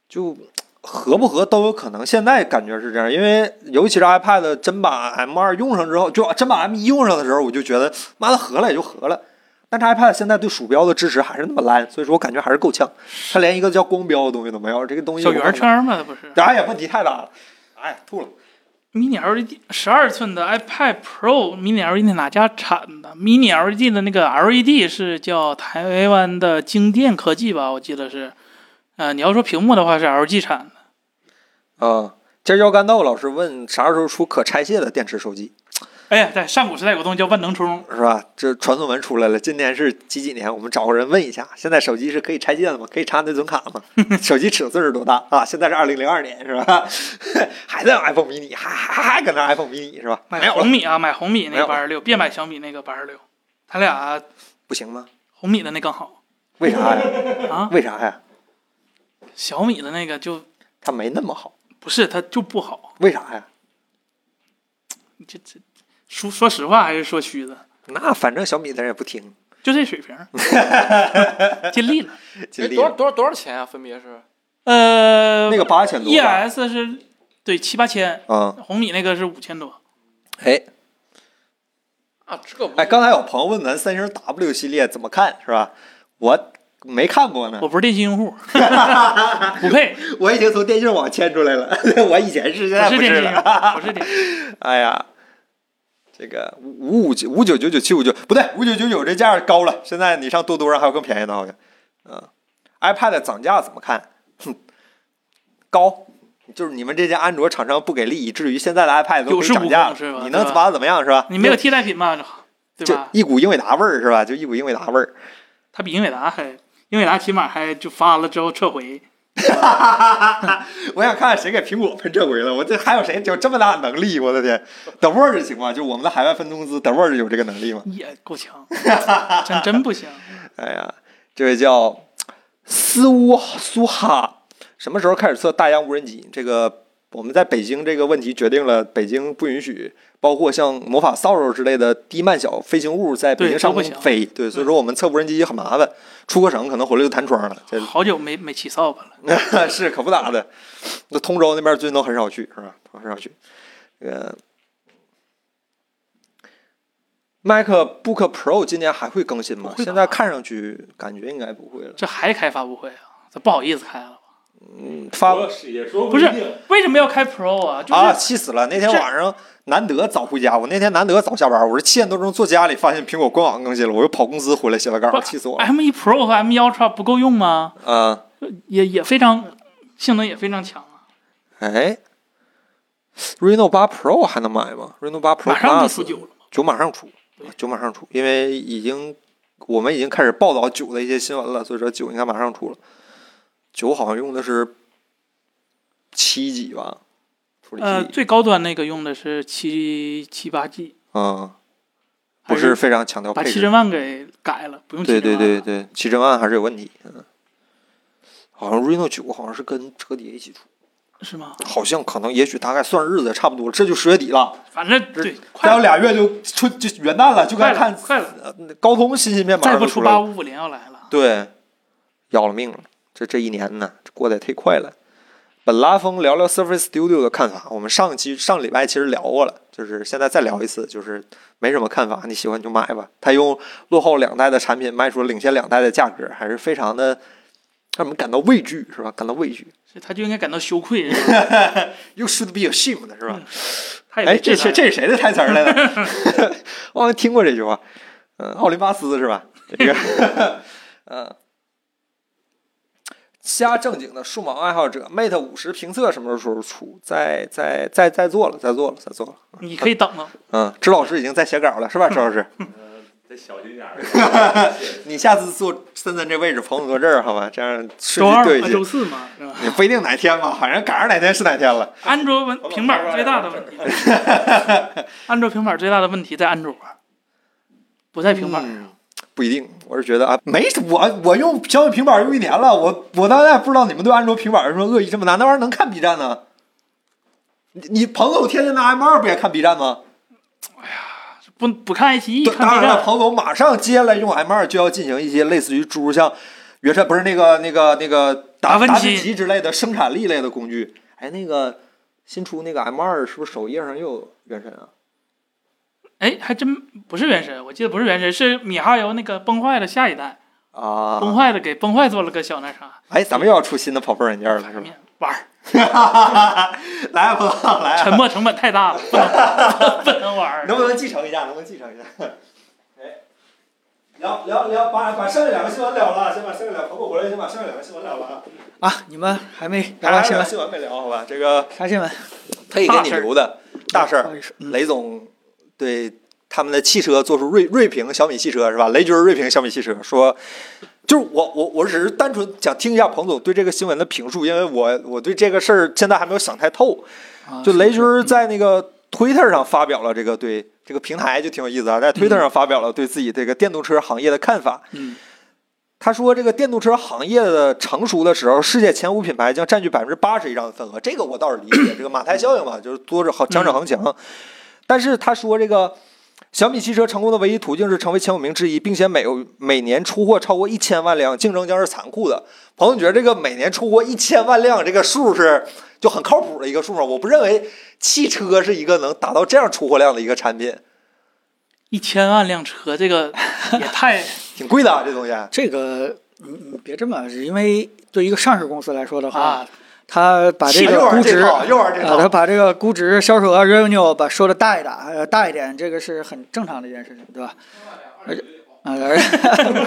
就合不合都有可能。现在感觉是这样，因为 [LAUGHS] 尤其是 iPad 真把 M 二用上之后，就啊真把 M 一用上的时候，我就觉得妈的合了也就合了。但是 iPad 现在对鼠标的支持还是那么烂，所以说我感觉还是够呛。它连一个叫光标的东西都没有，这个东西
小圆，圈嘛，那不是。
哎呀，问题太大了，哎呀，吐了。
Mini LED 十二寸的 iPad Pro Mini LED 哪家产的？Mini LED 的那个 LED 是叫台湾的晶电科技吧，我记得是。呃，你要说屏幕的话是 LG 产的，嗯
啊，今儿腰干豆老师问啥时候出可拆卸的电池手机，
哎呀，在上古时代有个东西叫万能充，
是吧？这传送门出来了，今年是几几年？我们找个人问一下，现在手机是可以拆卸的吗？可以插内存卡
[LAUGHS]
吗？手机尺寸是多大啊？现在是二零零二年，是吧？还在用 iPhone mini，还还还搁那 iPhone mini 是吧？没
买
有
红
了，
米啊，买红米那
没有
个
了
八十六，别买小米那个八十六，他俩
不行吗？
红米的那更好
为啥呀？
啊，
为啥呀？
小米的那个就
它没那么好，
不是它就不好，
为啥呀？
你这这说说实话还是说虚的，
那反正小米的人也不听，
就这水平，
[LAUGHS]
尽力了。
尽
哎
力
多少
了。
多少多少钱啊？分别是
呃，
那个八千多吧，
ES 是对七八千，
嗯，
红米那个是五千多。
哎
啊，这不
哎，刚才有朋友问咱三星 W 系列怎么看，是吧？我没看过呢，
我不是电信
[LAUGHS]
用户，不配，
我已经从电信网迁出来了， [LAUGHS] 我以前是，现
不
在
是
不
电信用
了。
户，不是电信。
哎呀，这个五五九五九九九七五九不对，五九九九这价高了，现在你上多多上还有更便宜的，好像。嗯，iPad 涨价怎么看？哼，高，就是你们这些安卓厂商不给力，以至于现在的 iPad 都
有
可以
恃无
涨价了
恐是吧
你能
对吧
把它怎么样是吧？
你没有替代品嘛？对
就
吧？
一股英伟达味儿是吧？就一股英伟达味儿。
它比英伟达还，英伟达起码还就发了之后撤回，
我想看看谁给苹果喷这回了。我这还有谁有这么大能力？我的天，The Verge 行吗？就我们的海外分公司，The Verge 有这个能力吗？
也够呛，真
[LAUGHS]
真不行。
哎呀，这位叫斯乌苏哈，什么时候开始测大洋无人机？这个我们在北京这个问题决定了，北京不允许，包括像魔法扫帚之类的低慢小飞行物在北京
对
上
都不
空
行
飞。对，所以说我们测无人机很麻烦，出个省可能回来就弹窗了。这
好久没没骑扫把
[LAUGHS]
了，
是可不咋的，那通州那边最近都很少去，是吧？很少去。呃，MacBook Pro 今年还会更新吗
不？会吧
现在看上去感觉应该不会了。
这还开发布会啊？这不好意思开了吧？
嗯，发
我也说
不
一
是
定，
为什么要开 Pro 啊？就
啊，
是
气死了！那天
这
晚上难得早回家，我那天难得早下班，我是七点多钟坐家里，发现苹果官网更新了，我又跑公司回来写了稿，
不哎
气死我了。
M1 Pro 和 M1 Ultra 不够用吗？
啊、
也也非常性能也非常强啊，
哎，Reno 八 Pro 还能买吗？Reno 八 Pro
马上就
Plus
出九了嘛。
九马上出，九马上出，因为已经我们已经开始报道九的一些新闻了，所以说九应该马上出了。九好像用的是七 G 吧，处理
呃，
器，
最高端那个用的是七七八 G，
嗯，
还
不是非常强调
把
配
七
置
千，万给改了，不用
对
七
对
千
对，
万。
对，七帧万还是有问题，嗯，好像 Reno 九好像是跟折叠一起出，
是吗？
好像可能也许大概算日子也差不多了，这就十月底了，
反正对，
再
快
有
了，
俩月就春就元旦了，就
快
该
了
看
快了，
呃那高通新芯片马
再
上
不
就
出
来了
八。五五零要来了。
对，要了命了。这这一年呢，这过得也忒快了。本拉风聊聊 Surface Studio 的看法。我们上期上礼拜其实聊过了，就是现在再聊一次，就是没什么看法，你喜欢你就买吧。他用落后两代的产品卖出了领先两代的价格，还是非常的让我们感到畏惧，是吧？感到畏惧。
所以他就应该感到羞愧，是 [LAUGHS] 吧
You should be ashamed，是吧？
他也
哎，
没
这
制裁
是这是谁的台词儿来着？
[LAUGHS]
我好像听过这句话。嗯，奥林巴斯是吧？这
[LAUGHS]
个，嗯。瞎正经的数码爱好者，Mate 五十评测什么时候出？在在在在做了，在做了，在做了。
你可以等 [LAUGHS] 等，
嗯，支老师已经在写稿了，是吧？支老
[LAUGHS]
师，
呃得小心点儿。
啊
你下次坐森森这位置，彭总坐这儿，好吧？这样
周
顺序
二
对
啊
一
周
下。
四嘛，是吧？
也不一定哪天吧，反正赶上哪天是哪天了。
安 [LAUGHS] 卓文平板最大的问题， [LAUGHS] 安卓平板最大的问题在安卓，啊不在平板上。
嗯不一定，我是觉得啊，没我我用小米平板用一年了，我我到现在不知道你们对安卓平板有什么恶意这么大，那玩意儿能看 B 站呢？你你彭总天天拿 M 二不也看 B 站吗？
不不看爱奇艺，
对
看
当
B
然了，
站。
彭总马上接下来用 M 二就要进行一些类似于诸如像原产不是那个那个那个达
达芬
达
奇
芬奇之类的生产力类的工具。哎，那个新出那个 M 二是不是首页上又有原神啊？
哎，还真不是原神，我记得不是原神，是米哈游那个崩坏的下一代，崩
啊，
坏了给崩坏做了个小那啥，
哎，咱们又要出新的跑步软件了，是吧？
玩儿，
来啊，彭总，来啊！
沉没成本太大了，不能不能 [LAUGHS] 玩儿。
[LAUGHS] 能不能继承一下？能不能继承一下？哎，聊聊聊，把把剩下两个新闻聊了，啊先把剩下两个，我回来先把剩下两个新闻聊了啊。
啊，你们还没
还
聊
有
完新
两个
闻？
新闻没聊，好吧？这个
啥新闻？
特意给你留的大事
不
儿
好，意思，嗯
雷总对他们的汽车做出锐锐评小米汽车是吧？雷军锐评小米汽车说。就是我我我只是单纯想听一下彭总对这个新闻的评述，因为我我对这个事儿现在还没有想太透。
啊
就雷军儿在那个 Twitter 上发表了这个对这个平台就挺有意思啊，在 Twitter 上发表了对自己这个电动车行业的看法。
嗯，
他说这个电动车行业的成熟的时候，世界前五品牌将占据百分之八十以上的份额，这个我倒是理解，这个马太效应嘛，就是多者好强
嗯
者恒强。但是他说这个。小米汽车成功的唯一途径是成为前五名之一，并且每每年出货超过一千万辆，竞争将是残酷的。朋友，你觉得这个每年出货一千万辆这个数是就很靠谱的一个数吗？我不认为汽车是一个能达到这样出货量的一个产品，
一千万辆车，
[LAUGHS]
这个也太
挺贵的、啊、这东西。 [LAUGHS]
这个你你别这么，因为对于一个上市公司来说的话
啊，，
它把这
又
个估
玩这
值
套，又玩这
啊，他
套。
把这个估值、销售额、revenue 把说的大一大，呃，大一点，这个是很正常的一件事情，对吧？而且，啊，而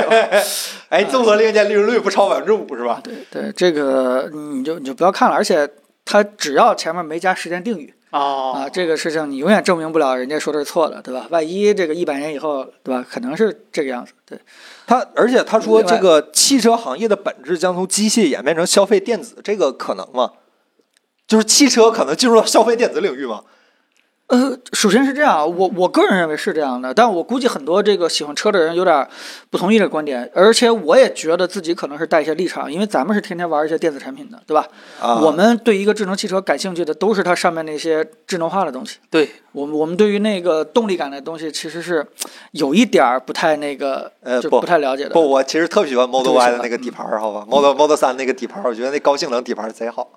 [LAUGHS]
哎，综合链接利润率不超百分之五是吧？
对对，这个你就你就不要看了，而且它只要前面没加时间定语，
哦
啊，这个事情你永远证明不了人家说的是错的，对吧？万一这个一百年以后，对吧？可能是这个样子，对，
他而且他说
另外
这个汽车行业的本质将从机械演变成消费电子，这个可能吗？就是汽车可能进入到消费电子领域吗？
呃，首先是这样，我我个人认为是这样的，但我估计很多这个喜欢车的人有点不同意这个观点，而且我也觉得自己可能是带一些立场，因为咱们是天天玩一些电子产品的，对吧？
啊，
我们对一个智能汽车感兴趣的都是它上面那些智能化的东西，
对
我们我们对于那个动力感的东西其实是有一点儿不太那个，
呃
就
不
不太了解的。
不，我其实特喜欢 Model
特别喜
Y
欢嗯
的那个底盘儿，好吧，Model Model 三那个底盘儿，我觉得那高性能底盘儿贼好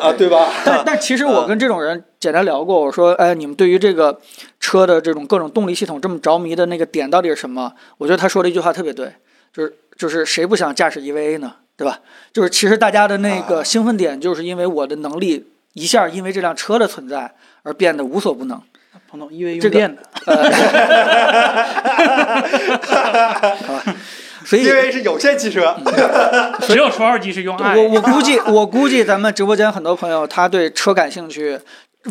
啊，对吧？
但但其实我跟这种人简单聊过，我说，哎，你们对于这个车的这种各种动力系统这么着迷的那个点到底是什么？我觉得他说的一句话特别对，就是就是谁不想驾驶 EVA 呢？对吧？就是其实大家的那
啊
个兴奋点，就是因为我的能力一下因为这辆车的存在而变得无所不能。 [LAUGHS]
啊彭总因为
这
用
个
电的，
所以
[LAUGHS] 因为是有线汽车，
嗯
只有除号机是用爱
我。我估计，我估计咱们直播间很多朋友，他对车感兴趣，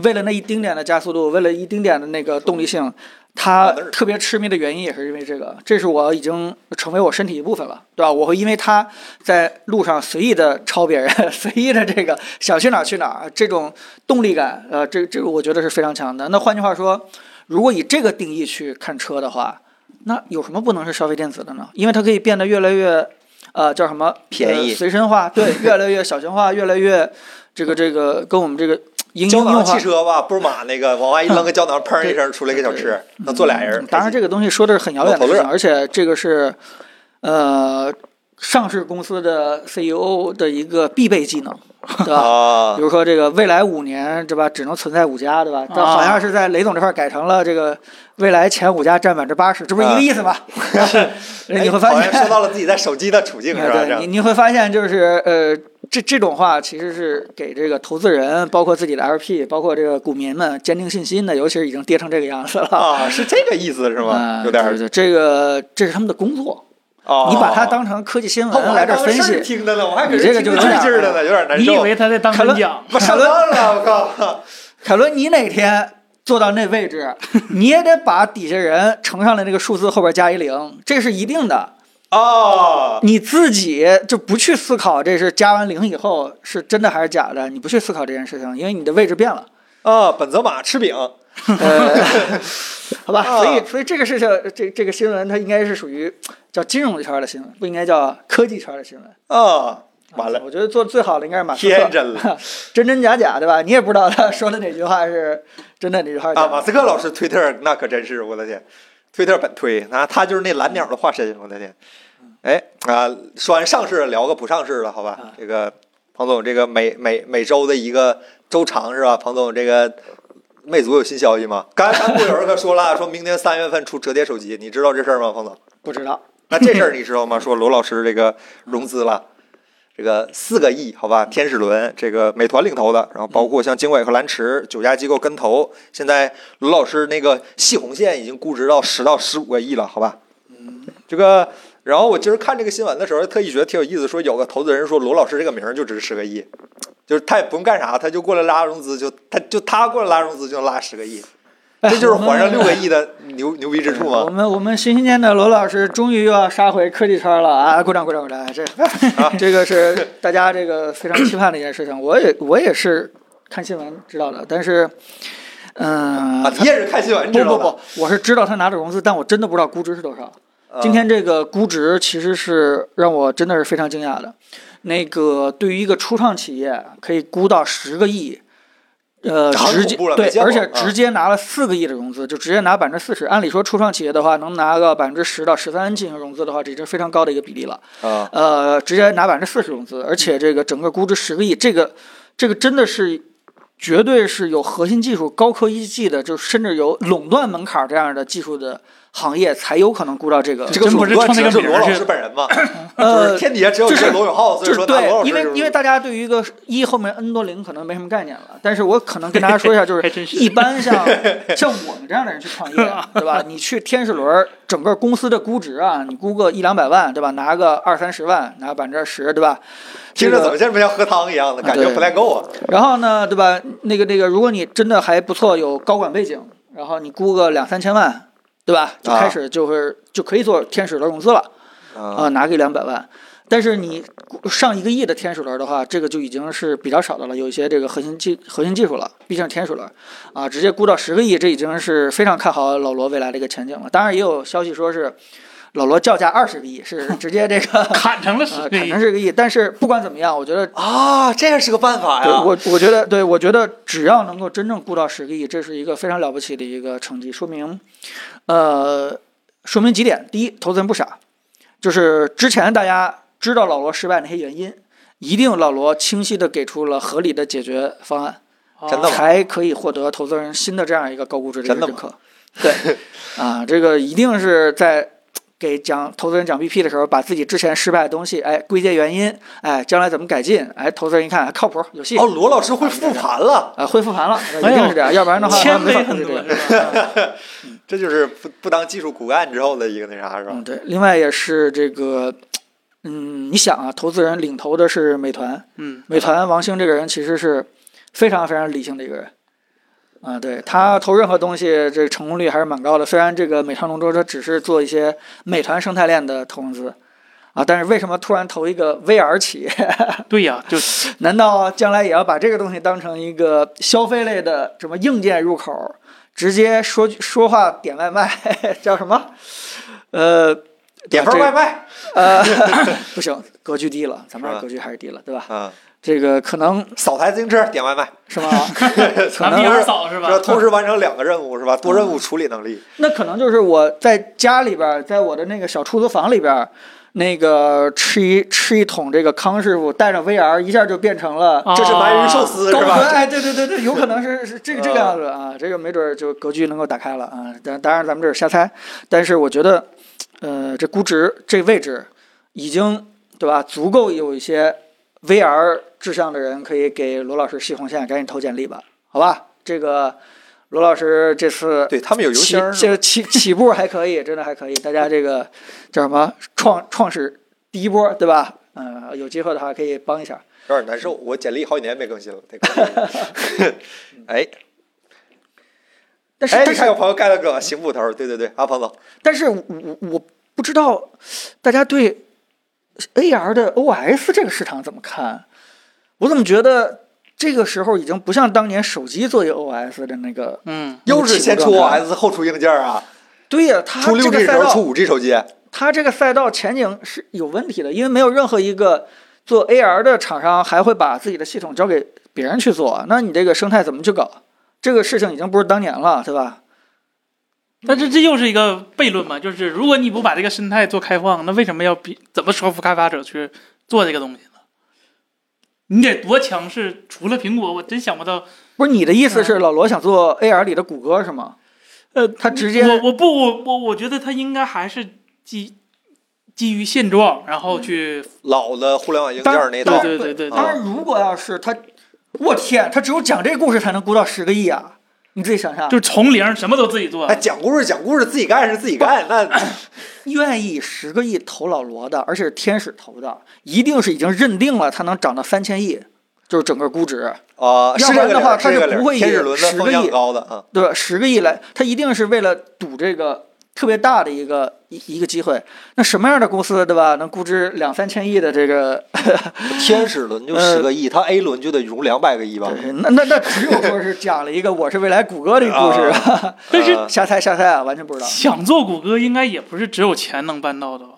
为了那一丁点的加速度，为了一丁点的那个动力性，他特别痴迷的原因也是因为这个。这是我已经成为我身体一部分了，对吧？我会因为他在路上随意的超别人， [LAUGHS] 随意的这个想去哪儿去哪儿，这种动力感，呃，这这个我觉得是非常强的。那换句话说，如果以这个定义去看车的话，那有什么不能是消费电子的呢？因为它可以变得越来越，呃，叫什么？
便宜
呃随身化，对，越来越小型化，越来越这个这个跟我们这个应
胶
用
囊
化
汽。车吧，不是马那个往外一扔个胶囊，砰一声出来一个小吃，能坐俩人
嗯。当然，这
个
个东西说的是很遥远的事
老
情，
头
而且这个是，呃，上市公司的 CEO 的一个必备技能，对吧？
啊
比，如说这个未来五年，对吧？只能存在五家，对吧？但好
啊
像是在雷总这块儿改成了这个未来前五家占百分之八十，这不是一个意
[LAUGHS]
思吗？
啊哎
你会发
好
现
像，说到了自己在手机的处
[LAUGHS]
境是吧？
哎
这
对你
样
你会发现就是呃，这这种话其实是给这个投资人，包括自己的 LP，包括这个股民们坚定信心的，尤其是已经跌成这个样子了。
啊，是这个意思是吗？
嗯
有点
对
儿
对，这个这是他们的工作，
哦，
你把它当成科技新
哦
闻来这儿分析，
听的呢，我还
你这个就
劲
有点
劲儿的呢，有点难
你
受。
以为他在当
凯
真
伦
讲？
我上当了，我
[LAUGHS]
靠！
凯伦，你哪天坐到那
[LAUGHS]
位置，你也得把底下人乘上来那个数字后边加一零，这是一定的。
哦，
你自己就不去思考这是加完零以后是真的还是假的，你不去思考这件事情，因为你的位置变了。
啊，本泽马吃饼，
呃，好吧，
啊
所以所以这个事情，这这个新闻它应该是属于叫金融圈的新闻，不应该叫科技圈的新闻。
啊，完了，
我觉得做最好的应该是马斯克，
天真了
真真假假，对吧？你也不知道他说的哪句话是真的，哪句话是假
啊！
的。
马斯克老师推特那可真是，我的天，推特本推，那、他就是那蓝鸟的化身，我的天！哎啊，说完上市聊个不上市了，好吧？这个彭总，这个每每每周的一个周长是吧？彭总这个。魅族有新消息吗？刚才咱们有人可说了，说明年三月份出折叠手机，你知道这事儿吗，彭总？
不知道，
那这事儿你知道吗？说罗老师这个融资了，这个四个亿，好吧，天使轮，这个美团领投的，然后包括像经纬和蓝驰九家机构跟投，现在罗老师那个细红线已经估值到十到十五个亿了，好吧，这个。然后我今儿看这个新闻的时候，特意觉得挺有意思，说有个投资人说罗老师这个名儿就值十个亿，就是他也不用干啥，他就过来拉融资，就他就他过来拉融资就拉十个亿，这就是
哎
环上六个亿的牛牛逼之处
[LAUGHS] 我
吗？
们我们新新建的罗老师终于又要杀回科技圈
[LAUGHS]
了啊！鼓掌鼓掌鼓掌！这、 [LAUGHS] 这个是大家这个非常期盼的一件事情。我也我也是看新闻知道的，但是，嗯、
啊，你也是看新闻
[LAUGHS] 不
知道
不
的。
不，我是知道他拿的融资，但我真的不知道估值是多少。
啊
呃今天这个估值其实是让我真的是非常惊讶的。那个对于一个初创企业，可以估到十个亿，呃，
很
直接
恐怖了
对
没，见过
而且
啊
直接拿了四个亿的融资，就直接拿百分之四十。按理说，初创企业的话，能拿个百分之十到十三进行融资的话，这已经非常高的一个比例了。
啊，
呃，直接拿百分之四十融资，而且这个整个估值十个亿，这个这个真的是绝对是有核心技术、高科技的，就是甚至有垄断门槛这样的技术的行业才有可能顾到这个
这个
真不是
垄断
冲那
指的是
个名
罗
儿
老
去
师本人
[LAUGHS]
嘛？就
呃
是，天底下只有一
就是
个罗永浩，所
就
以
是
说拿罗老
对，
师
因为因为大家对于一个一后面 n 多零可能没什么概念了，但是我可能跟大家说一下，就
[LAUGHS] 还
是
真是
一般像像我们这样的人去创业，啊对吧？你去天使轮儿，整个公司的估值啊，你估个一两百万，对吧？拿个二三十万，拿百分之二十，对吧？
听着
这
怎
个
么像不像喝汤一样的，
啊
感觉
对
不太够啊。
然后呢，对吧？那个那个，如果你真的还不错，有高管背景，然后你估个两三千万，对吧？就
啊
开始就会、就可以做天使轮融资了啊、
啊，
拿个两百万。但是你上一个亿的天使轮的话，这个就已经是比较少的了，有一些这个核心技核心技术了，毕竟是天使轮啊，直接估到十个亿，这已经是非常看好老罗未来的一个前景了。当然也有消息说是老罗叫价二十个亿，是直接这个 [LAUGHS]
砍成
呃
了十个
砍
亿
成，是个亿。但是不管怎么样，我觉得
啊，这样是个办法
对
呀。
我我觉得，对我觉得只要能够真正顾到十个亿，这是一个非常了不起的一个成绩，说明，呃，说明几点：第一，投资人不傻，就是之前大家知道老罗失败那些原因，一定老罗清晰的给出了合理的解决方案，
真的吗
才可以获得投资人新的这样一个高估值的一
真的
个认
吗
可。对，啊，这个一定是在给讲投资人讲 BP 的时候，把自己之前失败的东西，哎，归结原因，哎，将来怎么改进，哎，投资人一看靠谱，有戏。
哦，罗老师会复盘了，
啊，恢复盘了，一
哎呦
定是这样，要不然的话
谦
没
卑
法
很
控制这
多
个。
是吧？
这就是不不当技术骨干之后的一个那啥是吧
嗯，？对。另外也是这个，嗯，你想啊，投资人领头的是美团，
嗯，
美团王兴这个人其实是非常非常理性的一个人。啊，对他投任何东西，这个成功率还是蛮高的。虽然这个美团龙舟它只是做一些美团生态链的投资，啊，但是为什么突然投一个 VR 企业？
对呀，就是
难道将来也要把这个东西当成一个消费类的什么硬件入口，直接说说话点外卖 [LAUGHS] 叫什么？呃
点份外卖
呃， [LAUGHS] 不行，格局低了，咱们这儿格局还是低了，对吧？
啊，
这个可能
扫台自行车点外卖，
是吗？
拿
能
B 二扫是吧
是？吧？同时完成两个任务是吧？多任
嗯
务处理能力，
那可能就是我在家里边儿，在我的那个小出租房里边儿，那个吃一吃一桶这个康师傅，带上 VR，一下就变成了
啊
这是鳗鱼寿司
高
是
分，
吧？
哎，对对对对，有可能是是这个这个样子啊，这个没准儿就格局能够打开了啊。当当然咱们这是瞎猜，但是我觉得，呃，这估值这位置已经对吧，足够有一些 VR 志向的人可以给罗老师系红线，赶紧投简历吧，好吧？这个罗老师这次
对他们有邮
起
箱儿是吧
这起起步还可以，真的还可以。大家这个叫什么创创始第一波对吧？嗯，有机会的话可以帮一下。
有点难受，我简历好几年没更新了。这个
[LAUGHS]
哎，
但是
哎，
但是
还有朋友盖了个邢捕头，对对对，阿鹏总，
但是我我我不知道大家对 AR 的 OS 这个市场怎么看？我怎么觉得这个时候已经不像当年手机作为 OS 的那个？
嗯，
又是先出
那个起
OS 后出硬件啊，
对呀、它
出
这
六
个
G 时
赛
候出
道，
五 G 手机，
它这个赛道前景是有问题的，因为没有任何一个做 AR 的厂商还会把自己的系统交给别人去做，那你这个生态怎么去搞？这个事情已经不是当年了，对吧？
那这这又是一个悖论嘛，就是如果你不把这个生态做开放，那为什么要比怎么说服开发者去做这个东西呢？你得多强势！除了苹果，我真想不到。
不是你的意思是老罗想做 AR 里的谷歌是吗？
呃，
他直接
我我不我我我觉得他应该还是基基于现状，然后去
老的互联网硬
当
件那
对
套
对对对
当
对，
然，如果要是他，我天，他只有讲这个故事才能估到十个亿啊！你自己想想，
就是从零什么都自己做
哎，，讲故事讲故事自己干是自己干，那
[CLEARS THROAT] 愿意十个亿投老罗的，而且是天使投的，一定是已经认定了他能涨到三千亿，就是整个估值，
啊，
要
是
不
这
然
个
的
理
话
儿
他
是这
就
个理
不
儿
会以
天使轮的
10个
风向
亿
高的啊，
对吧？十个亿来，他一定是为了赌这个特别大的一个一一个机会。那什么样的公司，对吧？能估值两三千亿的这个，
天使轮就
呃
十个亿，他 A 轮就得融两百个亿吧？
对那那那只有说是讲了一个我是未来谷歌的一个故事，
但是
呃
[LAUGHS] 瞎猜瞎猜啊，完全不知道。
想做谷歌，应该也不是只有钱能办到的吧？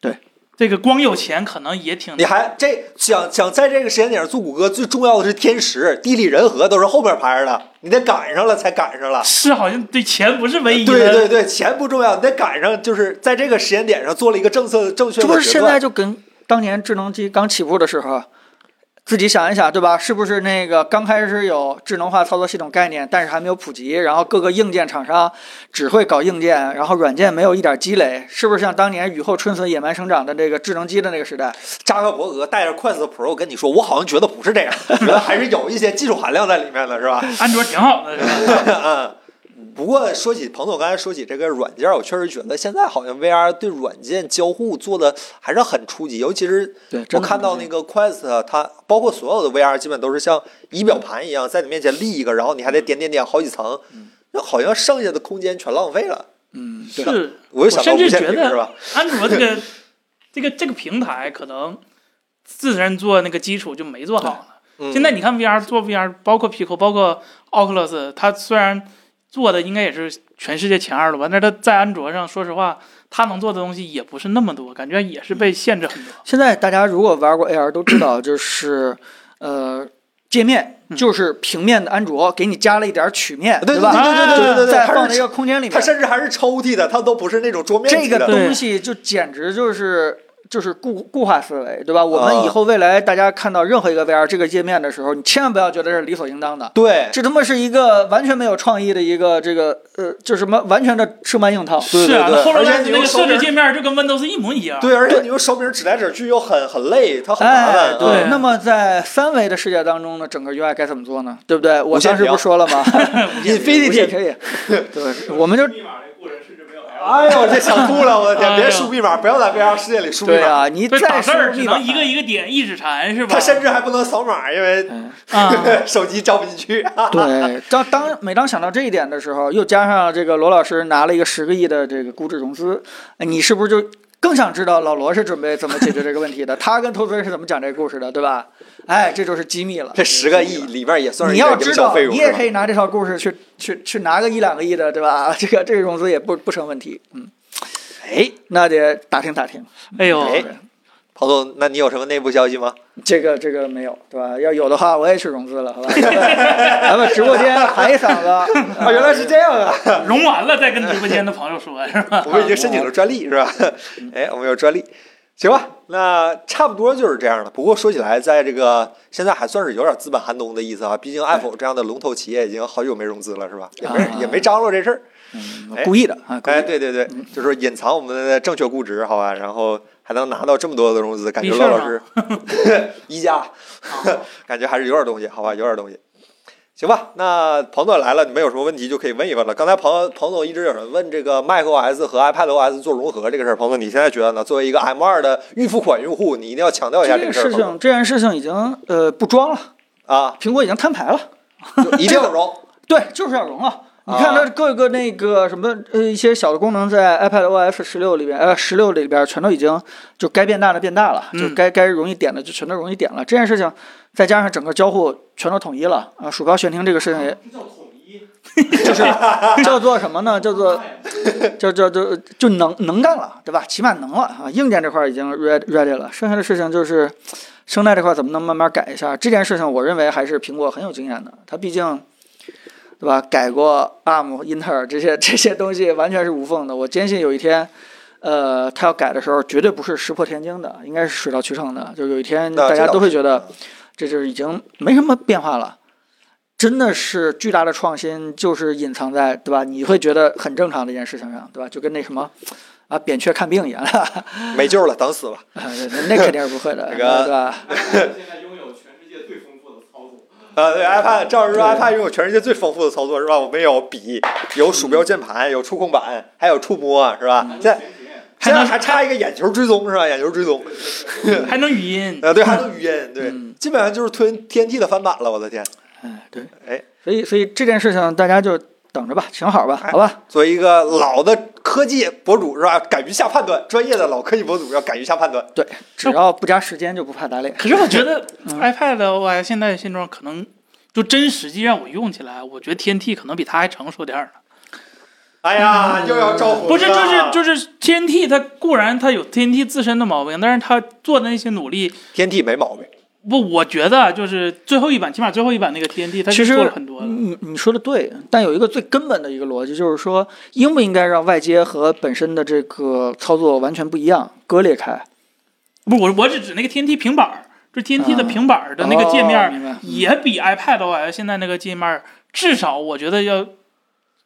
对，
这个光有钱可能也挺
你还这想想在这个时间点做谷歌，最重要的是天时、地利、人和都是后边排着的，你得赶上了才赶上了。
是好像对钱不是唯一的，
对对对，钱不重要，你得赶上，就是在这个时间点上做了一个政策正确
这
的
不是
决
现在
断。
就跟当年智能机刚起步的时候，啊自己想一想，对吧？是不是那个刚开始有智能化操作系统概念，但是还没有普及，然后各个硬件厂商只会搞硬件，然后软件没有一点积累，是不是像当年雨后春笋野蛮生长的这个智能机的那个时代？
扎克伯格带着 Quest Pro 跟你说，我好像觉得不是这样，觉得还是有一些技术含量在里面的，是吧？
安卓挺好的，是吧？
嗯，不过说起彭总刚才说起这个软件，我确实觉得现在好像 VR 对软件交互做的还是很初级，尤其是
对，
我看到那个 Quest，它包括所有的 VR 基本都是像仪表盘一样，在你面前立一个，然后你还得点点点好几层
嗯，
那好像剩下的空间全浪费了。
嗯，对，
是
我就想到
我
无
甚至
线
觉
屏
得
是吧？
安卓这个 [LAUGHS] 这个这个平台可能自身做那个基础就没做好呢。
嗯
现在你看 VR 做 VR，包括 Pico，包括 Oculus，它虽然做的应该也是全世界前二了吧，但是它在安卓上，说实话，它能做的东西也不是那么多，感觉也是被限制很多。
现在大家如果玩过 AR 都知道，就是呃界面
嗯
就是平面的安卓，给你加了一点曲面，
对
吧？
对对对对对对，
再
它
放在
是
一个空间里
它
面，
甚至还是抽屉的，它都不是那种桌面
这
级的。
个
对
东西就简直就是。就是固固化思维，对吧？我们
啊
以后未来大家看到任何一个 VR 这个界面的时候，你千万不要觉得这是理所应当的，
对
这他妈是一个完全没有创意的一个这个呃，就是什么完全的生搬硬套。
对
是啊，
对对
那后
而且
来
你
那
用
个
手
设置
柄
界面就跟 Windows 一模一样。
对，而且你用手柄指来指去又很很累，它很麻
哎
烦。，
对
嗯。
那么在三维的世界当中呢，整个 UI 该怎么做呢？对不对？
[LAUGHS]
我
无线
当时
屏
不说了吗？ [LAUGHS] 无线
Infinity，
可以，对，我们就
密码那过程甚至没有 L。
哎呦，我这想吐了，我的天！
哎呦
别输密码，不要在 VR 世界里输密
对
码。
啊，你
对，
再
打字
输
儿只
密码
能一个一个点，一指禅是吧？
它甚至还不能扫码，因为
嗯
啊，
[LAUGHS] 手机照不进去。
[LAUGHS] 对，当当每当想到这一点的时候，又加上这个罗老师拿了一个十个亿的这个估值融资，哎你是不是就更想知道老罗是准备怎么解决这个问题的？ [LAUGHS] 他跟投资人是怎么讲这个故事的，对吧？哎，这就是机密了。
这十个亿里面也算是
你
一个
要
营
知
销
道
费，用
你
是
也
吧
可以拿这套故事去去去拿个一两个亿的，对吧？ [LAUGHS] 这个这个融资也不不成问题。嗯，哎，那得打听打听。
[LAUGHS]
哎呦，
哎彭总，那你有什么内部消息吗？
这个这个没有，对吧？要有的话，我也去融资了，好吧？ [LAUGHS] 咱们直播间喊一嗓子。啊，原来是这样啊！
融完了再跟直播间的朋友说，是吧？
[LAUGHS] 我们已经申请了专利，是吧？ [LAUGHS] 哎，我们有专利，行吧？那差不多就是这样了。不过说起来，在这个现在还算是有点资本寒冬的意思啊，毕竟 Apple 这样的龙头企业已经好久没融资了，是吧？也没人、
啊
也没张罗这事儿。
嗯
哎
故意的啊，故意
哎，
的。
对对对，就是隐藏我们的正确估值，好吧？然后还能拿到这么多的融资，感觉
你
乐
是
老
啊
吗
师 [LAUGHS] 一加，感觉还是有点东西，好吧？有点东西。行吧，那彭总来了，你们有什么问题就可以问一问了。刚才彭彭总一直有人问这个 macOS 和 iPadOS 做融合这个事儿，彭总你现在觉得呢？作为一个 M 2的预付款用户，你一定要强调一下
这
这个
件
事儿，
事
彭总
情，这件事情已经呃不装了，
啊，
苹果已经摊牌了。
就一定要融。
对，就是要融啊！你
啊
看它各个那个什么呃一些小的功能，在 iPad OS 十六里边，呃十六里边全都已经就该变大的变大了，
嗯
就该该容易点的就全都容易点了。这件事情再加上整个交互全都统一了啊，鼠标悬停这个事情也
这叫统一。
就是
啊
叫做什么呢？叫做
哎
叫叫就就能能干了，对吧？起码能了啊！硬件这块儿已经 ready ready 了，剩下的事情就是生态这块儿怎么能慢慢改一下。这件事情我认为还是苹果很有经验的，它毕竟对吧改过 ARM、英特尔这些这些东西完全是无缝的。我坚信有一天。呃，它要改的时候，绝对不是石破天惊的，应该是水到渠成的。就有一天
那
大家
这倒
都会
是
觉得，这就是已经没什么变化了。真的是巨大的创新，就是隐藏在对吧？你会觉得很正常的一件事情上，对吧？就跟那什么啊扁鹊看病一样， [LAUGHS] 啊
没救了，等死吧。
那肯定是不会的，
[LAUGHS] 那个
对吧？
[LAUGHS]
iPhone 现在拥有全世界最丰富的操作，
啊，对，iPad，赵老师说
对
iPad 拥有全世界最丰富的操作是吧？我们有笔，有鼠标键盘，有触控板，还有触摸是吧？现
全
在
体验
现
嗯还
在
能嗯
还差一个眼球追踪是吧？眼球追踪，
还能语音，
啊，对，还能语音，对，
嗯
基本上就是吞 TNT 的翻版了，我的天！
哎，对，
哎，
所以所以这件事情大家就等着吧，请好吧，
哎
好吧，
作为一个老的科技博主是吧？敢于下判断，专业的老科技博主要敢于下判断。
只要不加时间就不怕打脸。
[LAUGHS] 可是我觉得
嗯
iPad OS 现在现状可能就真实际让我用起来，我觉得 TNT 可能比它还成熟点儿呢。
哎呀，又要招魂了！啊
不是，就是就是 TNT 它固然它有 TNT 自身的毛病，但是它做的那些努力，
TNT 没毛病，
不，我觉得就是最后一版，起码最后一版那个 TNT 它
其
是
实
做了很多的。
你你说的对，但有一个最根本的一个逻辑，就是说应不应该让外接和本身的这个操作完全不一样，割裂开？
不，我我只指那个 TNT 平板儿，这 TNT 的
嗯
平板儿的那个界面
哦
儿
明白
也比 iPadOS 现在那个界面儿，至少我觉得要要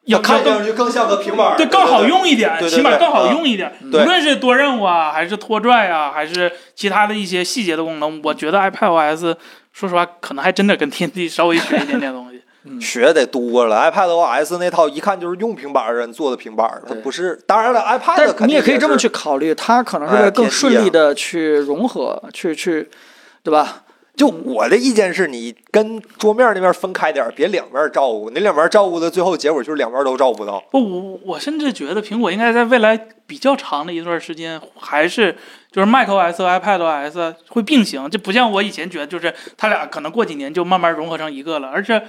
要看
要
上去更像个平板儿，
对
对，
更好。用一点，
对对
起码
对
更好
嗯
用一点。无
对
论是多任务啊，还是拖拽啊，还是其他的一些细节的功能，我觉得 iPadOS 说实话可能还真的跟 TNT 稍微学一点点东西。
学得多了，iPadOS 那套一看就是用平板儿人做的平板儿，它
对
不是。当然了，iPad 肯定
但你也可以这么
是
去考虑，它可能是为
哎
了更
天气
顺利
啊
的去融合，去去，对吧？
就我的意见是，你跟桌面那边分开点儿，别两边照顾。你两边照顾的最后结果就是两边都照顾不到。
不，我我甚至觉得苹果应该在未来比较长的一段时间，还是就是 macOS 和 iPadOS 会并行，这不像我以前觉得，就是它俩可能过几年就慢慢融合成一个了，而且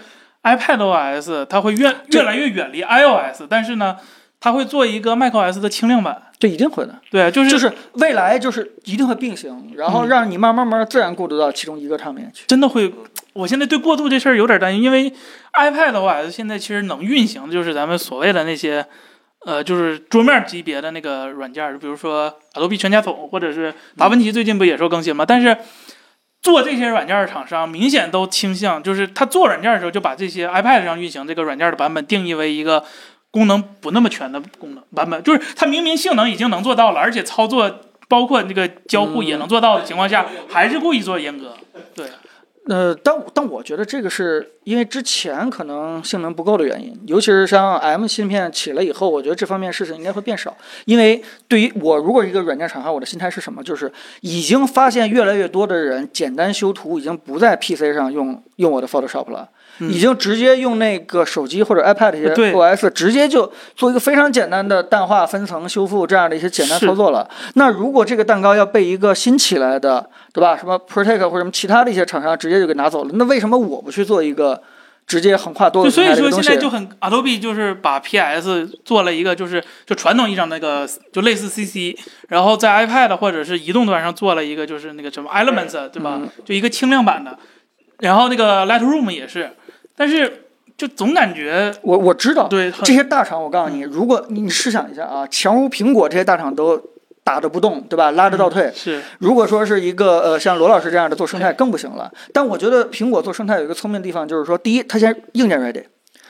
iPadOS 它会越越来越远离 iOS，但是呢，它会做一个 macOS 的轻量版。
这一定会的，
对，就是
就是未来就是一定会并行，然后
嗯
让你慢慢慢慢自然过渡到其中一个上面去。
真的会，我现在对过渡这事儿有点担心，因为 iPad 的话，现在其实能运行的就是咱们所谓的那些，呃，就是桌面级别的那个软件儿，比如说 Adobe 全家桶，或者是达芬奇最近不也说更新吗？但是做这些软件儿的厂商明显都倾向，就是他做软件儿的时候就把这些 iPad 上运行这个软件儿的版本定义为一个。功能不那么全的功能版本，就是它明明性能已经能做到了，而且操作包括那个交互也能做到的情况下，还是故意做阉割。
呃，但但我觉得这个是因为之前可能性能不够的原因，尤其是像 M 芯片起了以后，我觉得这方面事情应该会变少。因为对于我如果一个软件厂商，我的心态是什么？就是已经发现越来越多的人简单修图已经不在 PC 上用用我的 Photoshop 了，
嗯呃
已经直接用那个手机或者 iPad 这些
对
OS 直接就做一个非常简单的淡化、分层、修复这样的一些简单
是
操作了。那如果这个蛋糕要被一个新起来的，对吧？什么 Protect 或者什么其他的一些厂商直接就给拿走了，那为什么我不去做一个直接横跨多
对，
个
所
平台
以
的一个
说
东
现
西？
在就很 Adobe 就是把 PS 做了一个就是就传统意义上那个就类似 CC，然后在 iPad 或者是移动端上做了一个就是那个什么 Elements 对吧？
嗯
就一个轻量版的，然后那个 Lightroom 也是，但是就总感觉
我我知道，
对很
哦这些大厂，我告诉你，如果你你试想一下啊，强如苹果这些大厂都打着不动，对吧？拉着倒退，
是
如果说是一个呃像罗老师这样的做生态更不行了。但我觉得苹果做生态有一个聪明的地方，就是说，第一，它先硬件 ready；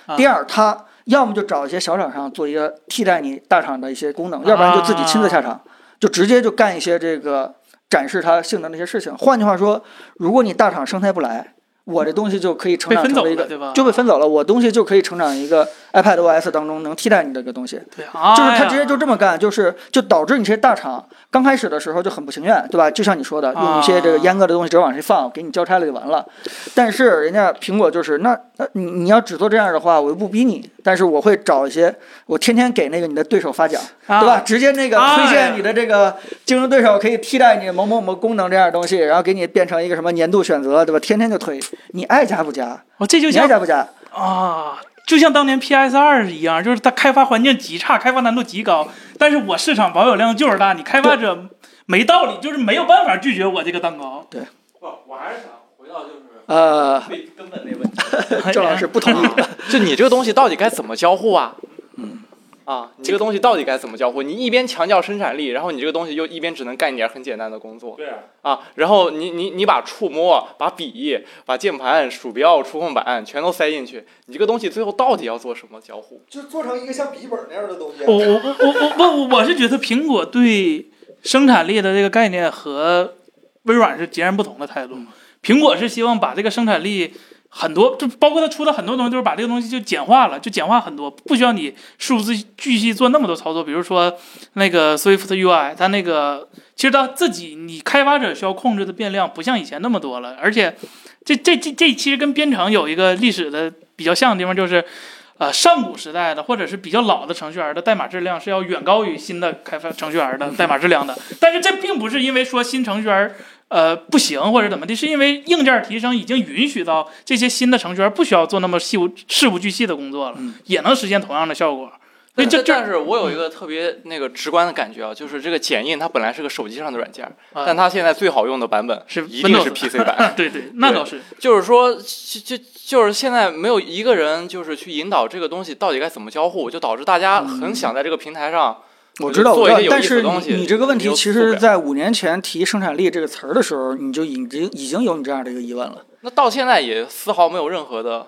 啊
第二，它要么就找一些小厂商做一个替代你大厂的一些
啊
功能，要不然就自己亲自下场，就直接就干一些这个展示它性能的一些事情。换句话说，如果你大厂生态不来，我这东西就可以成
被
长
分
成
走
为一
了
个。
对吧？
就被分走了，我东西就可以成长一个 iPad OS 当中能替代你的一个东西。
对啊，
就是他直接就
这
这么干，就是就导致你这些大厂刚开始的时候就很不情愿，对吧？就像你说的，用一些
啊
这个阉割的东西直接往上一放，给你交差了就完了。但是人家苹果就是，那那你你要只做这样的话，我又不逼你，但是我会找一些，我天天给那个你的对手发奖，
啊
对吧？？直接那个
哎呀
推荐你的这个竞争对手可以替代你某某某功能这样的东西，然后给你变成一个什么年度选择，对吧？天天就推，你爱加不加？
我这就
你
像
爱加不加？
啊，就像当年 PS 二一样，就是它开发环境极差，开发难度极高，但是我市场保有量就是大，你开发者没道理，就是没有办法拒绝我这个蛋
[LAUGHS]
糕。
不，我还是想回到就是
呃，
最根本那问题。
哎
郑老师不同意。
就你这个东西到底该怎么交互啊？
嗯
啊，你这个东西到底该怎么交互？你一边强调生产力，然后你这个东西又一边只能干一点很简单的工作
对啊，
啊，然后你你你把触摸、把笔、把键盘、鼠标、触控板全都塞进去，你这个东西最后到底要做什么交互？
就做成一个像笔记本那样的东西
我我我我我我是觉得苹果对生产力的这个概念和微软是截然不同的态度。苹果是希望把这个生产力很多，就包括它出的很多东西，就是把这个东西就简化了，就简化很多，不需要你数字巨细做那么多操作。比如说那个 Swift UI，它那个其实它自己你开发者需要控制的变量不像以前那么多了，而且这这这这其实跟编程有一个历史的比较像的地方，就是呃，上古时代的或者是比较老的程序员的代码质量是要远高于新的开发程序员的代码质量的。但是这并不是因为说新程序员呃不行或者怎么地，是因为硬件提升已经允许到这些新的程序员不需要做那么细无事无巨细的工作了，也能实现同样的效果。所以这
这
这
但是我有一个特别那个直观的感觉啊，就是这个剪映它本来是个手机上的软件儿，
啊
但它现在最好用的版本
是
一定是
Windows
PC [LAUGHS] 版。
对对，那倒是
就是说，就就就是现在没有一个人就是去引导这个东西到底该怎么交互，就导致大家很想在这个平台上
我知道，
做
我
一
知道
些有，
但
意思
是
的东
你
西
你这个问
你
题，
又
其
做不
实，
了
在五年前提“生产力”这个词儿的时候，你就已经已经有你这样的一个疑问了。
那到现在也丝毫没有任何的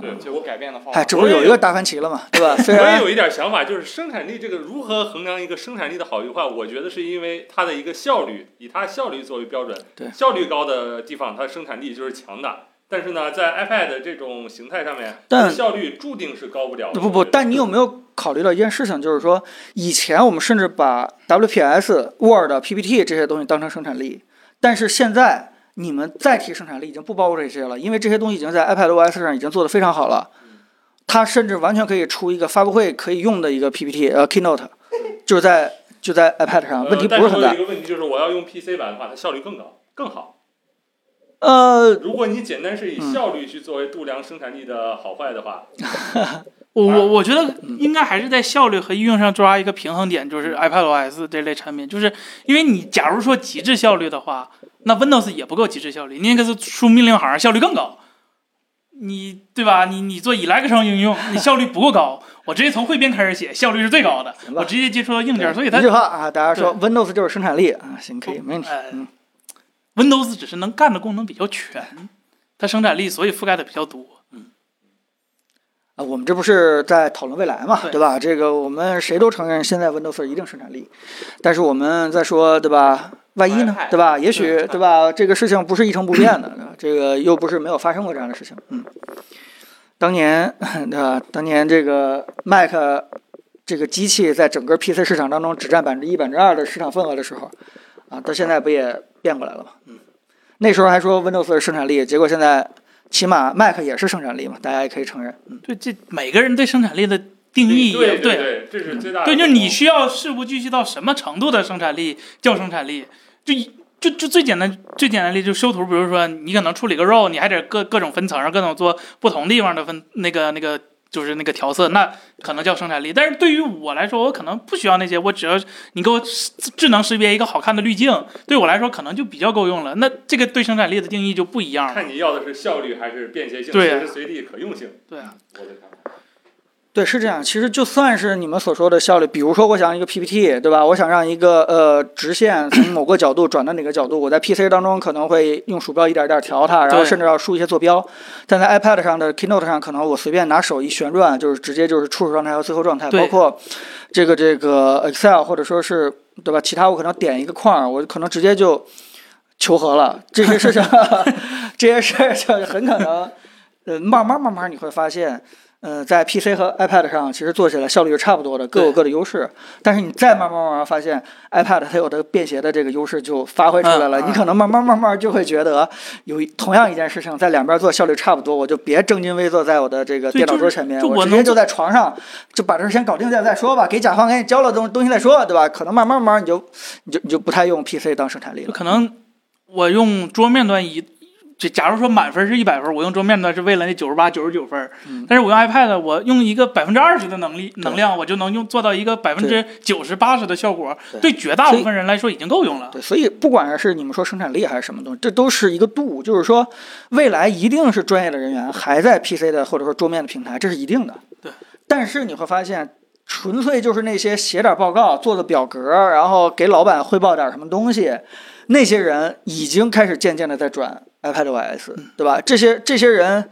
对，
就改变的方法
哎，。啊这不是有一个达芬奇了嘛，对
[LAUGHS]
啊吧？虽
我也
然
有一点想法，就是生产力这个如何衡量一个生产力的好与坏？我觉得是因为它的一个效率，以它效率作为标准，
对
效率高的地方，它生产力就是强的。但是呢，在 iPad 这种形态上面，
但
效率注定是高不了的。
不
我
不，
觉得
但你有没有考虑到一件事情，就是说，以前我们甚至把 WPS、Word、PPT 这些东西当成生产力，但是现在你们再提生产力，已经不包括这些了，因为这些东西已经在 iPadOS 上已经做得非常好了。
嗯
它甚至完全可以出一个发布会可以用的一个 PPT，呃，Keynote，就是在就在 iPad 上，问题不
呃
是很
但
大
我。有一个问题就是，我要用 PC 版的话，它效率更高，更好。
呃，
如果你简单是以
嗯
效率去作为度量生产力的好坏的话，
我
啊
我我觉得应该还是在效率和应用上抓一个平衡点，就是 iPadOS 这类产品，就是因为你假如说极致效率的话，那 Windows 也不够极致效率，你那个输命令行效率更高，你对吧？你你做 Electron 应用，你效率不够高，我直接从汇编开始写，效率是最高的，
行吧
我直接接触到硬件，所以它
呃一句话啊，大家说 Windows 就是生产力啊，行，可以，没问题。
呃
嗯
Windows 只是能干的功能比较全，它生产力所以覆盖的比较多。
啊，我们这不是在讨论未来嘛，
对
对吧？这个我们谁都承认现在 Windows 一定生产力，但是我们在说，对吧？万一呢
外派，
对吧？也许
嗯，
对吧？这个事情不是一成不变的，对吧这个又不是没有发生过这样的事情。嗯，当年，对吧？当年这个 Mac 这个机器在整个 PC 市场当中只占百分之一、百分之二的市场份额的时候，啊，到现在不也变过来了吗？嗯，那时候还说 Windows 是生产力，结果现在起码 Mac 也是生产力嘛，大家也可以承认。嗯。
对，这每个人对生产力的定义也
对对对，这是最大的
对，
不同。
就是你需要事无巨细到什么程度的生产力叫生产力？就一就就最简单最简单的例子就修图，比如说你可能处理个肉，你还得各各种分层，各种做不同地方的分那个那个就是那个调色，那可能叫生产力。但是对于我来说，我可能不需要那些，我只要你给我识智能识别一个好看的滤镜，对我来说可能就比较够用了。那这个对生产力的定义就不一样了。
看你要的是效率还是便携性，
对
啊
随时随地可用性。
对啊，
我的看法。
对，是这样。其实就算是你们所说的效率，比如说我想一个 PPT，对吧？我想让一个呃直线从某个角度转到哪个角度，我在 PC 当中可能会用鼠标一点一点调它，然后
对
甚至要输一些坐标。但在 iPad 上的 Keynote 上，可能我随便拿手一旋转，就是直接就是初始状态和最后状态，
对
包括这个这个 Excel 或者说是对吧？其他我可能点一个框儿，我可能直接就求和了。这些事情， [LAUGHS] 这些事情很可能，呃，慢慢慢慢你会发现，呃，在 PC 和 iPad 上其实做起来效率是差不多的，各有各的优势。但是你再慢慢慢慢发现，iPad 它有的便携的这个优势就发挥出来了。
嗯嗯
你可能慢慢慢慢就会觉得，有一同样一件事情在两边做效率差不多，我就别正襟危坐在我的这个
对
电脑
就是
桌前面，
就我
我直
能
接就
做
在床上就把这事先搞定再再说吧，给甲方给你交了东东西再说，对吧？可能慢慢慢慢你就你就你就不太用 PC 当生产力
就
了。
可能我用桌面端一，就假如说满分是一百分，我用桌面端是为了那九十八、九十九分。
嗯
但是我用 iPad，我用一个百分之二十的能力能量，我就能用做到一个百分之九十八十的效果，
对
对绝大部分人来说已经够用了。
对，所以不管是你们说生产力还是什么东西，这都是一个度，就是说未来一定是专业的人员还在 PC 的或者说桌面的平台，这是一定的。
对，
但是你会发现，纯粹就是那些写点报告、做的表格，然后给老板汇报点什么东西，那些人已经开始渐渐的在转 iPadOS，对吧？这些这些人，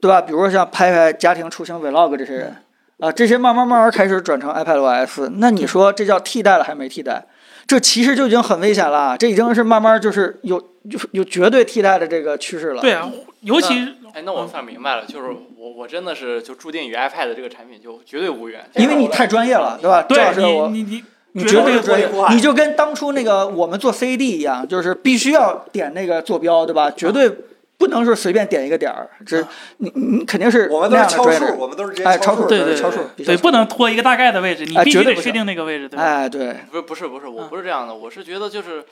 对吧？比如说像拍拍家庭出行 vlog 这些人。啊，这些慢慢慢慢开始转成 iPadOS，那你说这叫替代了还没替代？这其实就已经很危险了，这已经是慢慢就是有有有绝对替代的这个趋势了。
对啊，尤其
哎，那我算明白了，就是我我真的是就注定与 iPad 这个产品就绝对无缘，
因为你太专业了，对吧？周老师，
对
我
你你
你
你绝
绝
对
对专业
活，化
你就跟当初那个我们做 CD 一样，就是必须要点那个坐标，对吧？绝对不能是随便点一个点儿，这
啊
你你你肯定是
我们
那
都是
样的
超
专业的
数，
人。
我们都是直接
哎，
超
超
数，
数，
对
对
对
超数，必须
对，不能拖一个大概的位置，你
哎
必
绝
须
对
得
不
确
行
定那个位置，对吧？
哎，对，
不是不是不是，我
嗯
不是这样的，我是觉得就是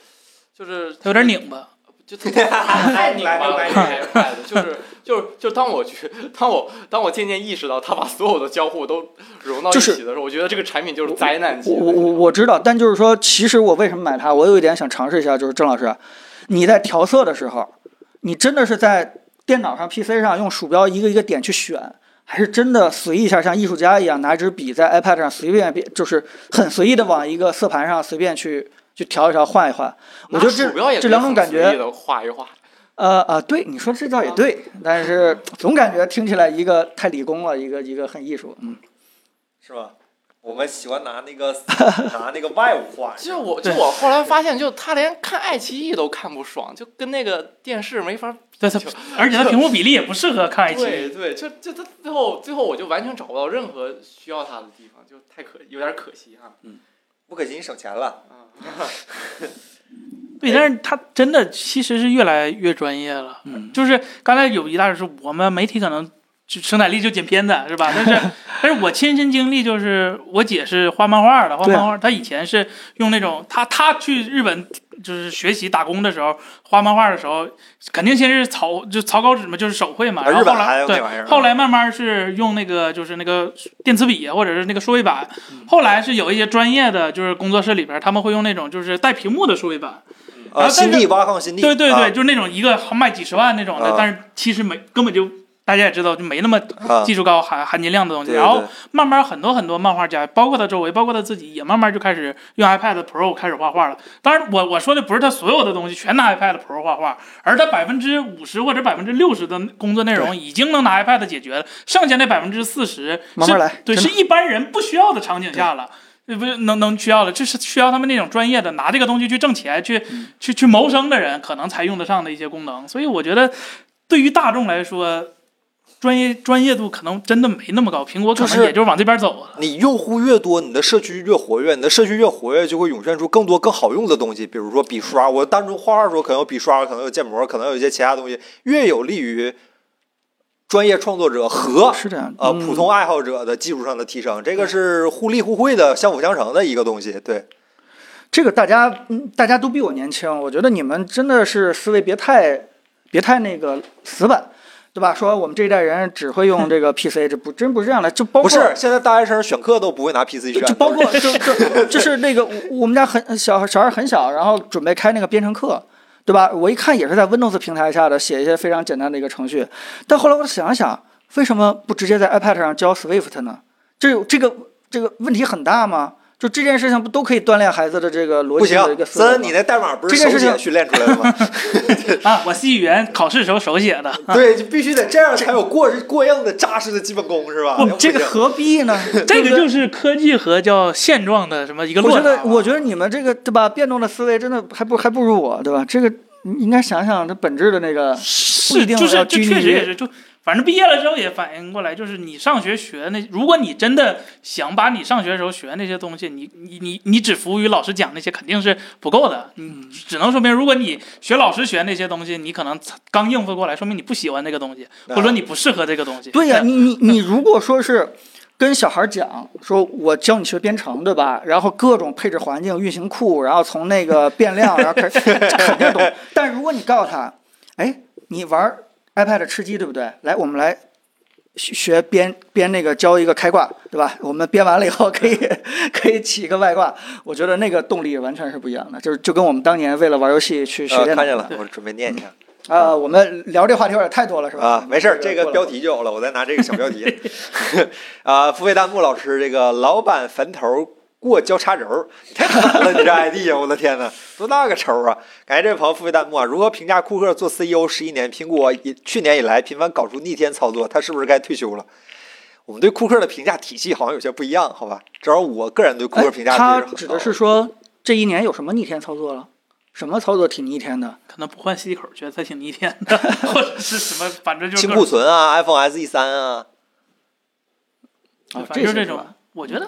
就是
它有点拧巴。
就特别
哎
太拧巴了，
来
太拧巴了就是就是就是当我去当我当我渐渐意识到它把所有的交互都融到一
就是
起的时候，我觉得这个产品就是灾难级
我
的。
我我我知道，但就是说，其实我为什么买它？我有一点想尝试一下，就是郑老师，你在调色的时候，你真的是在电脑上、PC 上用鼠标一个一个点去选，还是真的随意一下，像艺术家一样拿一支笔在 iPad 上随便变，就是很随意的往一个色盘上随便去去调一调、换一换。我觉得
鼠标也
这这
可以
两种
很
感
随
觉
意地嗯画一画，
呃啊，对，你说这倒也对，但是总感觉听起来一个太理工了，一个一个很艺术。嗯，
是吧？我们喜欢拿那个拿那个外物画，
就我就我后来发现，就他连看爱奇艺都看不爽，就跟那个电视没法
对它，而且它屏幕比例也不适合看爱奇艺。
对对，就就他最后最后我就完全找不到任何需要他的地方，就太可有点可惜哈。
不可惜你省钱了。
啊，
对，但是它真的其实是越来越专业了。
嗯
就是刚才有一大是我们媒体可能就生产力就剪片子是吧？
[LAUGHS]
但是但是我亲身经历就是我姐是画漫画的，画
对啊
漫画，她以前是用那种她她去日本就是学习打工的时候画漫画的时候，肯定先是草就草稿纸嘛，就是手绘嘛，
啊
然后
日本
后
还
来
有
对
那。玩意儿，啊
后来慢慢是用那个就是那个电子笔啊或者是那个数位板，
嗯
后来是有一些专业的就是工作室里边儿他们会用那种就是带屏幕的数位板，
啊，
啊
新
但
地挖矿新地，
对对对，
啊
就是那种一个卖几十万那种的，
啊
但是其实没根本就大家也知道，就没那么
啊，
技术高含含金量的东西。
对对
然后慢慢很多很多漫画家，包括他周围，包括他自己，也慢慢就开始用 iPad Pro 开始画画了。当然我，我说的不是他所有的东西全拿 iPad Pro 画画，而他百分之五十或者百分之六十的工作内容已经能拿 iPad 解决了，剩下那百分之四十
慢慢来，
对，
真
是
的
一般人不需要的场景下了。呃不是能能需要的，这是需要他们那种专业的拿这个东西去挣钱、去、
嗯
去去谋生的人，可能才用得上的一些功能。所以我觉得，对于大众来说，专业专业度可能真的没那么高。苹果可
就是
能也就是往这边走了。
你用户越多，你的社区越活跃，你的社区越活跃，就会涌现出更多更好用的东西，比如说笔刷。我单纯画画的时候，可能有笔刷，可能有建模，可能有一些其他东西，越有利于专业创作者和
是这样的。
呃
嗯
普通爱好者的技术上的提升，这个是互利互惠的、相辅相成的一个东西。对，
这个大家，嗯，大家都比我年轻，我觉得你们真的是思维别太，别太那个死板，对吧？说我们这一代人只会用这个 PC，这不真不是这样的，就包括
不是现在大学生选课都啊不会拿 PC
就
选的，
就包括就就就是那个我我们家很小小孩很小，然后准备开那个编程课，对吧？我一看也是在 Windows 平台下的，写一些非常简单的一个程序。但后来我想了想，为什么不直接在 iPad 上教 Swift 呢？这有这个这个问题很大吗？就这件事情不都可以锻炼孩子的这个逻
不
辑
行
的一个，思维
森，
吗
你？那代码不是
这件
手
事情
写训练出来的
[LAUGHS]
吗？
啊，我 C 语言考试时候手写的，
对，就必须得这样才有过过硬的扎实的基本功，
哎
是吧？哎要不
哦这个
行
何必呢？
[LAUGHS] 这个
对不对
就是科技和叫现状的什么一个啊
我
落
觉
差
得
吧。，
我觉得你们这个对吧，变动的思维真的还不还不如我，对吧？这个你应该想想这本质的那个，不
是
一定
就
要
是这
拘泥
确实
于
也是就。反正毕业了之后也反应过来，就是你上学学那，如果你真的想把你上学的时候学那些东西，你你你你只服务于老师讲那些肯定是不够的，
嗯
你只能说明，如果你学老师学那些东西，你可能刚应付过来，说明你不喜欢这个东西，或者说你不适合这个东西。
[LAUGHS]
对呀、你你你如果说是跟小孩讲说，我教你学编程，对吧？然后各种配置环境、运行库，然后从那个变量，然
[LAUGHS]
后开始这肯定懂。但如果你告诉他，哎，你玩 iPad 吃鸡对不对？来，我们来。学学编编那个教一个开挂，对吧？我们编完了以后可以 [LAUGHS] 可以起一个外挂，我觉得那个动力完全是不一样的，就是就跟我们当年为了玩游戏去学
呃
电脑
看见了，
对
我准备念一下
啊。我们聊这话题有点太多了，是吧？
啊，没事儿，这
过
个
了
标题就有了，我再拿这个小标
[LAUGHS]
题。啊，付费弹幕老师，这个老板坟头过交叉轴儿，太狠了，你这 ID 呀，我的天呐，多大个仇啊！感谢这位朋友付费弹幕啊，如何评价库克做 CEO 十一年，苹果也去年以来频繁搞出逆天操作，他是不是该退休了？我们对库克的评价体系好像有些不一样，好吧？至少我个人对库克评价
哎他
很高
指的是说这一年有什么逆天操作了？什么操作挺逆天的？啊
可能不换 C 口，觉得他挺逆天的， [LAUGHS] 或者是什么，反正就是
清
[LAUGHS]
库存啊，iPhone SE 三啊，
啊，
反正就是
些
这
是
种
吧。
我觉得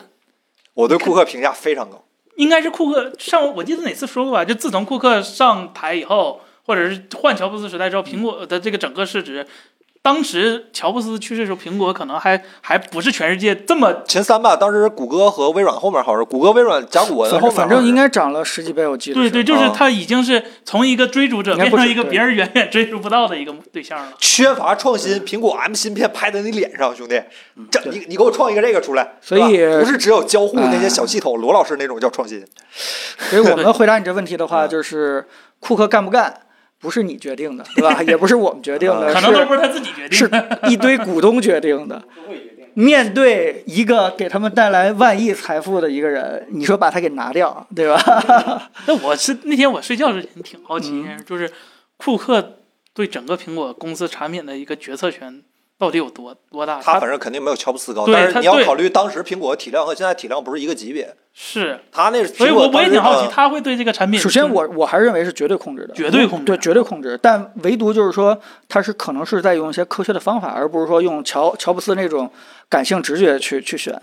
我对库克评价非常高。
应该是库克上，我记得哪次说过吧？就自从库克上台以后，或者是换乔布斯时代之后，苹果呃的这个整个市值，当时乔布斯去世的时候，苹果可能还还不是全世界这么
前三吧，当时谷歌和微软后面好像是谷歌、微软、甲骨文后面好像
反正
是，
反正应该涨了十几倍，我记得
对
是。
对，就是
啊
他已经是从一个追逐者
应该
变
不
成
是
一个
对
别人远远追逐不到的一个对象了。
缺乏创新，苹果 M 芯片拍在你脸上，兄弟，这你你给我创一个这个出来，
嗯所以哎
是吧不是只有交互那些小系统，罗
啊
老师那种叫创新，
[LAUGHS] 嗯
所以我们回答你这问题的话，就是库克干不干？不是你决定的，对吧？ [LAUGHS] 也不是我们决定的，
嗯可能都不是他自己决定
是
的。
是一堆股东决定的。
不会决定。
面对一个给他们带来万亿财富的一个人，你说把他给拿掉，对吧？
那我是那天我睡觉之前挺好奇，就是库克对整个苹果公司产品的一个决策权到底有多多大？
他反正肯定没有乔布斯高，
对
但是
他
你要
对
考虑当时苹果体量和现在体量不是一个级别，
是，
他那
所以我我也挺好奇，
他
他会对这个产品。
首先我，我还是认为是绝对控制的，
绝对控制
对，绝对控制。但唯独就是说，他是可能是在用一些科学的方法，而不是说用乔乔布斯那种感性直觉去去选。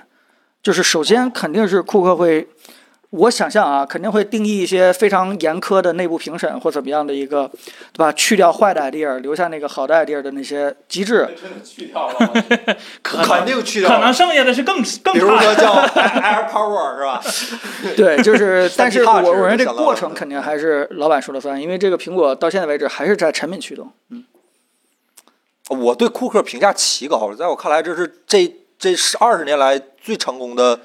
就是首先肯定是库克会，我想象啊，肯定会定义一些非常严苛的内部评审或怎么样的一个，对吧？去掉坏的 idea，留下那个好的 idea 的那些机制。
真的去掉了吗？
可
肯
能
定去掉
可
了，
能剩下的是更更
比如
差
说
的。 [LAUGHS]
叫 Air Power 是吧？
对，就是，但是我
三级踏
我
实
认为这
想到
过
了
程肯定还是老板说了算，因为这个苹果到现在为止还是在产品驱动。
我对库克评价奇高了，在我看来，这是这这是二十年来最成功的、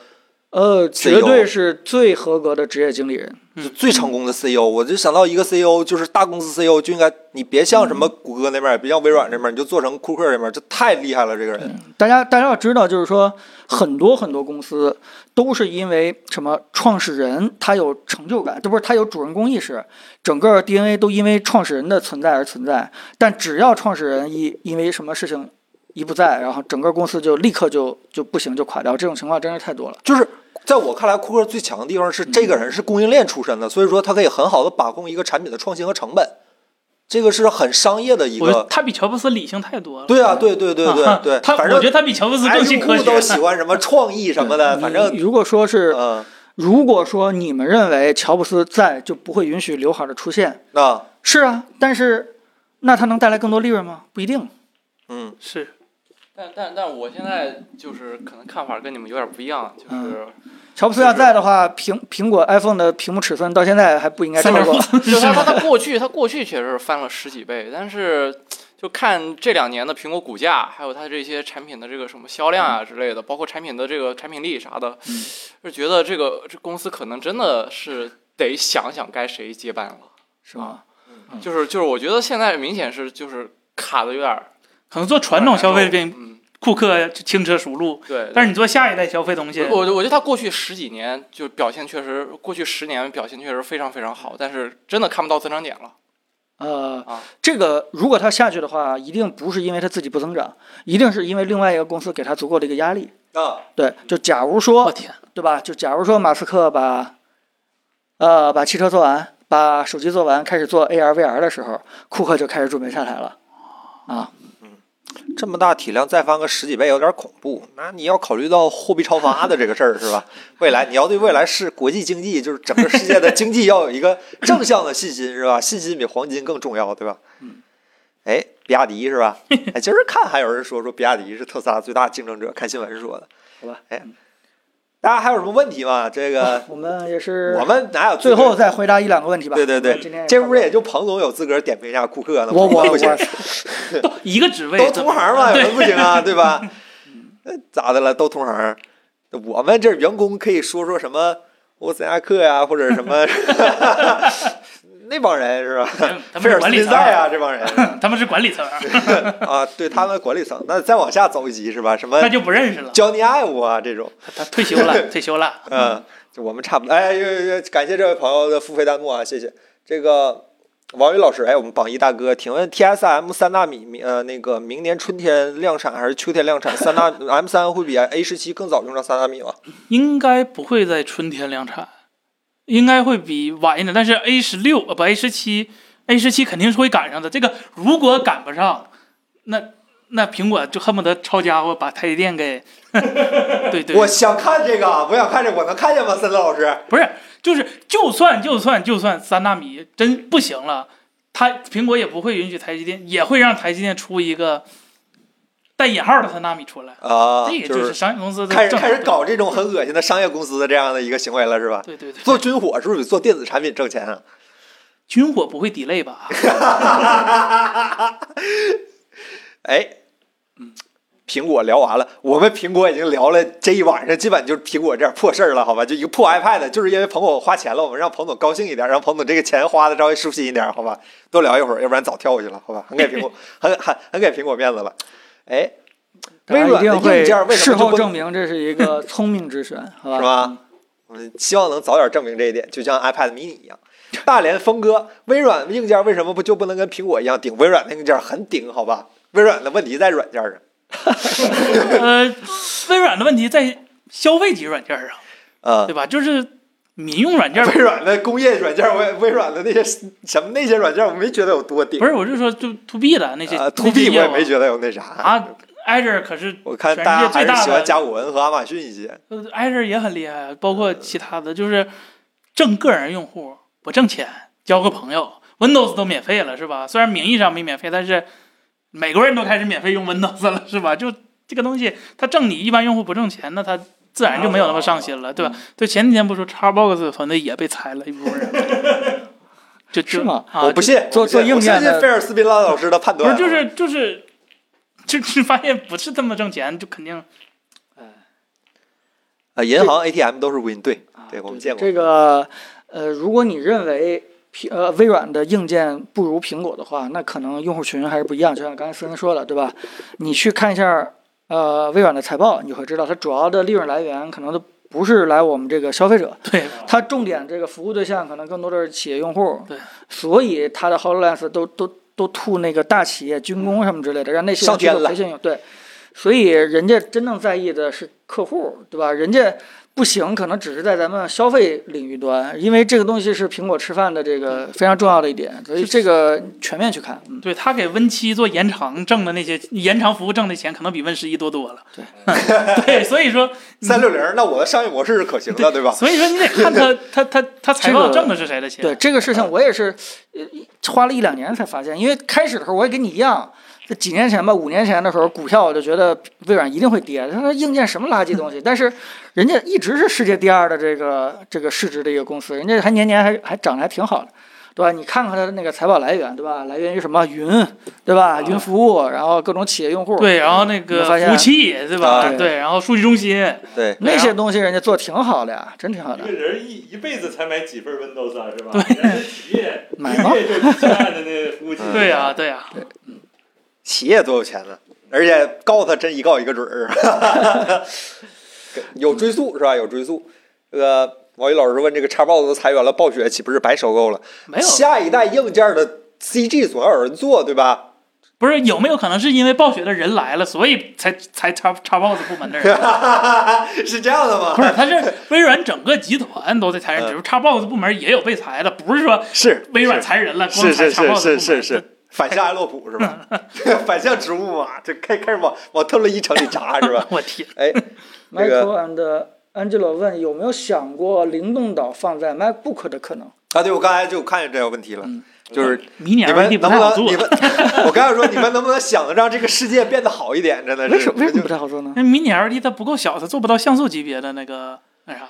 呃，
自
绝对
由
是最合格的职业经理人。
嗯
最成功的 CEO。我就想到一个 CEO，就是大公司 CEO 就应该，你别像什
嗯
么谷歌那边，也别像微软这边，你就做成库克这边，这太厉害了，这个人。
大家大家要知道，就是说很多很多公司都是因为什么创始人他有成就感，这不是他有主人公意识，整个 DNA 都因为创始人的存在而存在。但只要创始人一因为什么事情一不在，然后整个公司就立刻就就不行就垮掉，这种情况真是太多了。
就是在我看来，库克最强的地方是这个
嗯
人是供应链出身的，所以说他可以很好的把控一个产品的创新和成本，这个是很商业的一
我觉得
个。
他比乔布斯理性太多了。
对啊，对对对对对，
他
反
我觉
正
得他比乔布斯
哎
更信
用
科
户都喜
学。
欢什么创意什么
[LAUGHS]
的，
嗯
你
反正
如果说是
嗯，
如果说你们认为乔布斯在就不会允许刘海儿的出现，
那
是啊，但是那它能带来更多利润吗？不一定。
嗯，
是，
但但但我现在就是可能看法跟你们有点不一样，就是
嗯
乔布斯要在的话，苹苹果 iPhone 的屏幕尺寸到现在还不应该超过。
[LAUGHS] 就是他他他过去他过去确实是翻了十几倍，但是就看这两年的苹果股价，还有它这些产品的这个什么销量啊之类的，包括产品的这个产品力啥的，
嗯
就觉得这个这公司可能真的是得想想该谁接班了。
[LAUGHS] 是吗？
就是就是，我觉得现在明显是就是卡的有点儿
可能做传统消费品，
嗯，
库克就轻车熟路，
对。
但是你做下一代消费东西，
我我觉得他过去十几年就表现确实，过去十年表现确实非常非常好，但是真的看不到增长点了。
呃
啊，
这个如果它下去的话，一定不是因为它自己不增长，一定是因为另外一个公司给它足够的一个压力。
啊，
对，就假如
我
说，
天，
对吧？就假如说马斯克把，呃，把汽车做完，把手机做完，开始做 AR、VR 的时候，库克就开始准备下台了。啊，
这么大体量再翻个十几倍有点恐怖。那你要考虑到货币超发的这个事儿是
[LAUGHS]
吧？未来你要对未来是国际经济，就是整个世界的经济要有一个正向的信心是吧？信心比黄金更重要，对吧？嗯。哎，比亚迪是
[LAUGHS]
吧？哎，今儿看还有人说说比亚迪是特斯拉最大竞争者，看新闻说的。
好吧，嗯
哎，大家还有什么问题吗？这个
我们也是，
我们哪有
最后再回答一两个问题吧。
对对对
今天
这屋
也
也就彭总有资格点评一下库克呢。
我我
彭总
我
不行
都一个职位，
都
怎
同
么
行嘛，有
对
人不行啊，对
[LAUGHS]
吧？那咋的了？都同行，我们这员工可以说说什么沃森亚克呀，或者什
[LAUGHS]
么 [LAUGHS] 那帮人是吧？
他
菲
们是
尔
管
斯
理
宾
层，
塞啊，这帮人
他们是管理层，
啊，对他们管理层。那再往下走一级是吧？什么
那就不认识了。
Johnny Ive 啊这种，
他退休
[LAUGHS]
了，退休了。
嗯，就我们差不多。哎，呦呦感谢这位朋友的付费弹幕啊，谢谢这个。王宇老师，哎，我们榜一大哥，请问 TSM 三纳米明呃那个明年春天量产还是秋天量产？三纳 [LAUGHS] M 三会比 A 十七更早用上三纳米吗？
应该不会在春天量产，应该会比晚一点。但是 A 十六呃不 A 十七，A 十七肯定是会赶上的。这个如果赶不上，那那苹果就恨不得抄家伙把台积电
[LAUGHS]
给， [LAUGHS] 对对，
我想看这个，我想看这个，我能看见吗？森森老师，
不是就是就算就算就算三纳米真不行了，它苹果也不会允许台积电，也会让台积电出一个带引号的三纳米出来。
啊，
这个
就是
商业公司的
开始
正
开始
常
搞这种很恶心的商业公司的这样的一个行为了，是吧？
对对对，
做军火是不是比做电子产品挣钱啊？
军火不会 delay 吧？
哎，苹果聊完了，我们苹果已经聊了这一晚上，基本就是苹果这点破事儿了，好吧？就一个破
嗯
iPad，就是因为彭总花钱了，我们让彭总高兴一点，让彭总这个钱花的稍微舒心一点，好吧？多聊一会儿，要不然早跳过去了，好吧？很给苹
[LAUGHS]
果，很很很给苹果面子了。哎，微
大家一
软的
定
硬件
会
为什
事
么就
后
不
证明这是
[LAUGHS]
一个聪明之选，好吧？
是吧？嗯，希望能早点证明这一点，就像 iPad mini 一样。大连峰哥，微软硬件为什么不就不能跟苹果一样顶？微软的硬件很顶，好吧？微软的问题在软件上。
呃，微软的问题在消费级软件上，
啊、
对吧？就是民用软件
微软的工业软件，微微软的那些什么那些软件，我没觉得有多顶。
不是，我是说就 to B 的那些
啊
to
，to B 我
业
也
务
没觉得有那啥。
啊，Azure 可是
我看
全世界
大家还
最大
是
的
喜欢甲骨文和亚马逊一些。
呃 Azure 也很厉害，包括其他的，就是挣个人用户不挣钱，交个朋友，Windows 都免费了是吧？虽然名义上没免费，但是美国人都开始免费用 Windows 了是吧？就这个东西，它挣你一般用户不挣钱，那它自然就没有那么上心了，对吧？对，前几天不说 Xbox 团队也被裁了一部分人，就是就
吗？
啊，
我不信，
做
我不信
做硬
我
件
相信
的
菲尔斯宾拉老师的判
不
断。
是就是就是就是发现不是这么挣钱，就肯定
啊，银行 ATM 都是 Win 对，
啊
对我们见过
这个呃，如果你认为苹呃微软的硬件不如苹果的话，那可能用户群还是不一样。就像刚才思恩说了，对吧？你去看一下呃微软的财报，你会知道它主要的利润来源可能都不是来我们这个消费者，
对
它重点这个服务对象可能更多的是企业用户，
对，
所以它的 HoloLens 都都都吐那个大企业、军工什么之类的，让那些
上
人去做
天了
培训用对，所以人家真正在意的是客户，对吧？人家不行，可能只是在咱们消费领域端，因为这个东西是苹果吃饭的这个非常重要的一点，所以这个全面去看，嗯，
对他给 Win 七做延长挣的那些延长服务挣的钱，可能比 Win 十一多多了。嗯
对
对，所以
[LAUGHS]
说
三六零，那我的商业模式是可行的，对吧？
所以说你得看他他他他财报
这个
挣的是谁的钱。
对这个事
嗯
情，我也是呃一花了一两年才发现，因为开始的时候我也跟你一样，在几年前吧，五年前的时候，股票我就觉得微软一定会跌，他说硬件什么垃圾东
[LAUGHS]
西，但是人家一直是世界第二的这个这个市值的一个公司，人家还年年还还涨得还挺好的。对吧？你看看它的那个财报来源，对吧？来源于什么云，对吧？云服务，然后各种企业用户，
啊对然后那个
你发现
服务器对吧？
啊嗯
对，然后数据中心，
对，
那
啊
些东西人家做挺好的呀，真挺好
[LAUGHS] 一
的
个。人一一辈子才买几份 Windows 啊，是吧？人家企业
买
一
吗
[LAUGHS]
个月就几千万的那服务器。
对
啊
呀、对啊呀、
企业多有钱呢，而且告他真一告一个准儿， [LAUGHS] 有追溯是吧？有追溯。这个王宇老师问这个叉 box 都裁员了，暴雪岂不是白收购了？
没有，
下一代硬件的 CG 总要有人做，对吧？
不是有没有可能是因为暴雪的人来了，所以才才插插 box 部门的 [LAUGHS] 人？
是这样的吗？
不是，他是微软整个集团都在裁人，只是插 box 部门也有被裁的，不是说
嗯是
微软裁人了，光
是
裁
是
插 box
是
部
是
门
是是，反向爱洛普是
[LAUGHS]
吧？反向植物嘛，这开开始往往特洛伊城里扎是吧？
[LAUGHS] 我天，
哎，这个
Michael and Angelo 问有没有想过灵动岛放在 MacBook 的可能？
啊，对我刚才就看见这个问题了，
嗯
就是
迷你
你们
LED
能不
不太好
能
做
你。们，
[LAUGHS]
我刚才说你们能不能想让这个世界变得好一点？真的是
为什么为什么
就
不太好 [LAUGHS] 做呢？
那迷你 LED 它不够小，它做不到像素级别的那个那啥。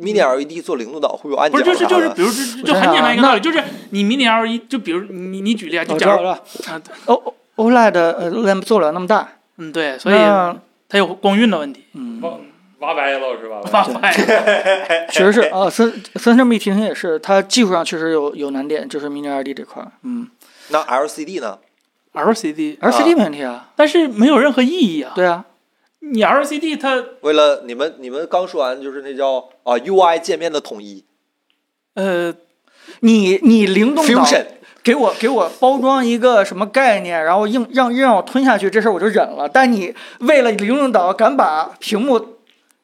mini LED 做零度岛会有啊按
不
键
是，就是
啥的 [LAUGHS]
就是，比如就就
我想
很
想啊
简单一个
那
道理，就是你迷你 LED，就比如你你举例啊，就
我知
假
道
如
了哦
啊，对
，O OLED 呃 lamp 做不了那么大，
嗯对，所以
那
它有光晕的问题，
嗯，
挖挖白了
[LAUGHS]
是吧？
[LAUGHS] 发
[LAUGHS]
白。
确实是啊，森森这么一听也是，它技术上确实有有难点，就是 Mini LED 这块儿，嗯
那 LCD 呢？
LCD，
，LCD 没问题啊，
但是没有任何意义啊。
对啊，
你 LCD 它
为了你们你们刚说完就是那叫啊 UI 界面的统一
呃，
你你灵动岛
fusion，
给我给我包装一个什么概念，然后硬让硬让我吞下去，这事儿我就忍了。但你为了灵动岛敢把屏幕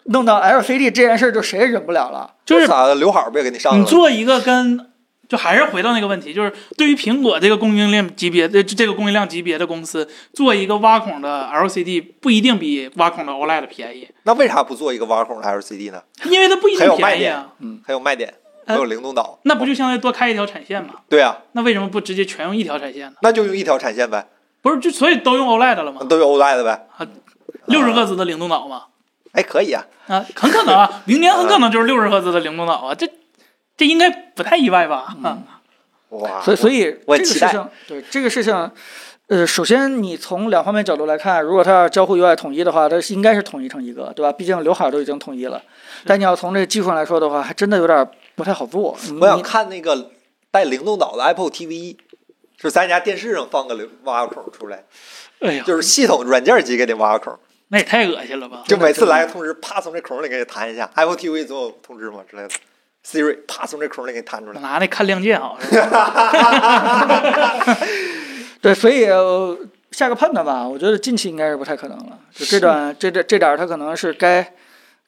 弄到 LCD 这件事儿，就谁也忍不了了。
就是
咋的刘海儿不也给你上
你
了？
做一个跟，就还是回到那个问题，就是对于苹果这个供应链级别的呃这个供应量级别的公司，做一个挖孔的 LCD 不一定比挖孔的 OLED 便宜，
那为啥不做一个挖孔的 LCD 呢？
因为它不一
还
定
有卖
便宜
点
啊。
还有卖点，还
呃
有灵动岛。
那不就相当于多开一条产线吗？
对啊，
那为什么不直接全用一条产线呢？
那就用一条产线呗，
不是，就所以都用 OLED 了吗？
都有 OLED 呗。
六十赫兹的灵动岛吗？
哎，可以啊。
啊，很可能啊，明年很可能就是六十赫兹的灵动岛啊，这这应该不太意外吧？啊，
哇，
所以所以
我
这个
期
事
待
情，对这个事情，呃，首先你从两方面角度来看，如果它要交互 UI 统一的话，它是应该是统一成一个，对吧？毕竟刘海都已经统一了。但你要从这个技术上来说的话，还真的有点不太好做。
我想
你
看那个带灵动岛的 Apple TV，就是咱家电视上放个流挖个孔出来，
哎呀，
就是系统软件级给你挖个孔，
那也太恶心了吧！
就每次来个通知，啪从这孔里给你弹一下，Apple TV 总有通知嘛之类的，Siri 啪从这孔里给你弹出来。
拿那看亮剑好像，
对，所以、呃下个判断吧，我觉得近期应该是不太可能了。就这段这这这点，儿，它可能是该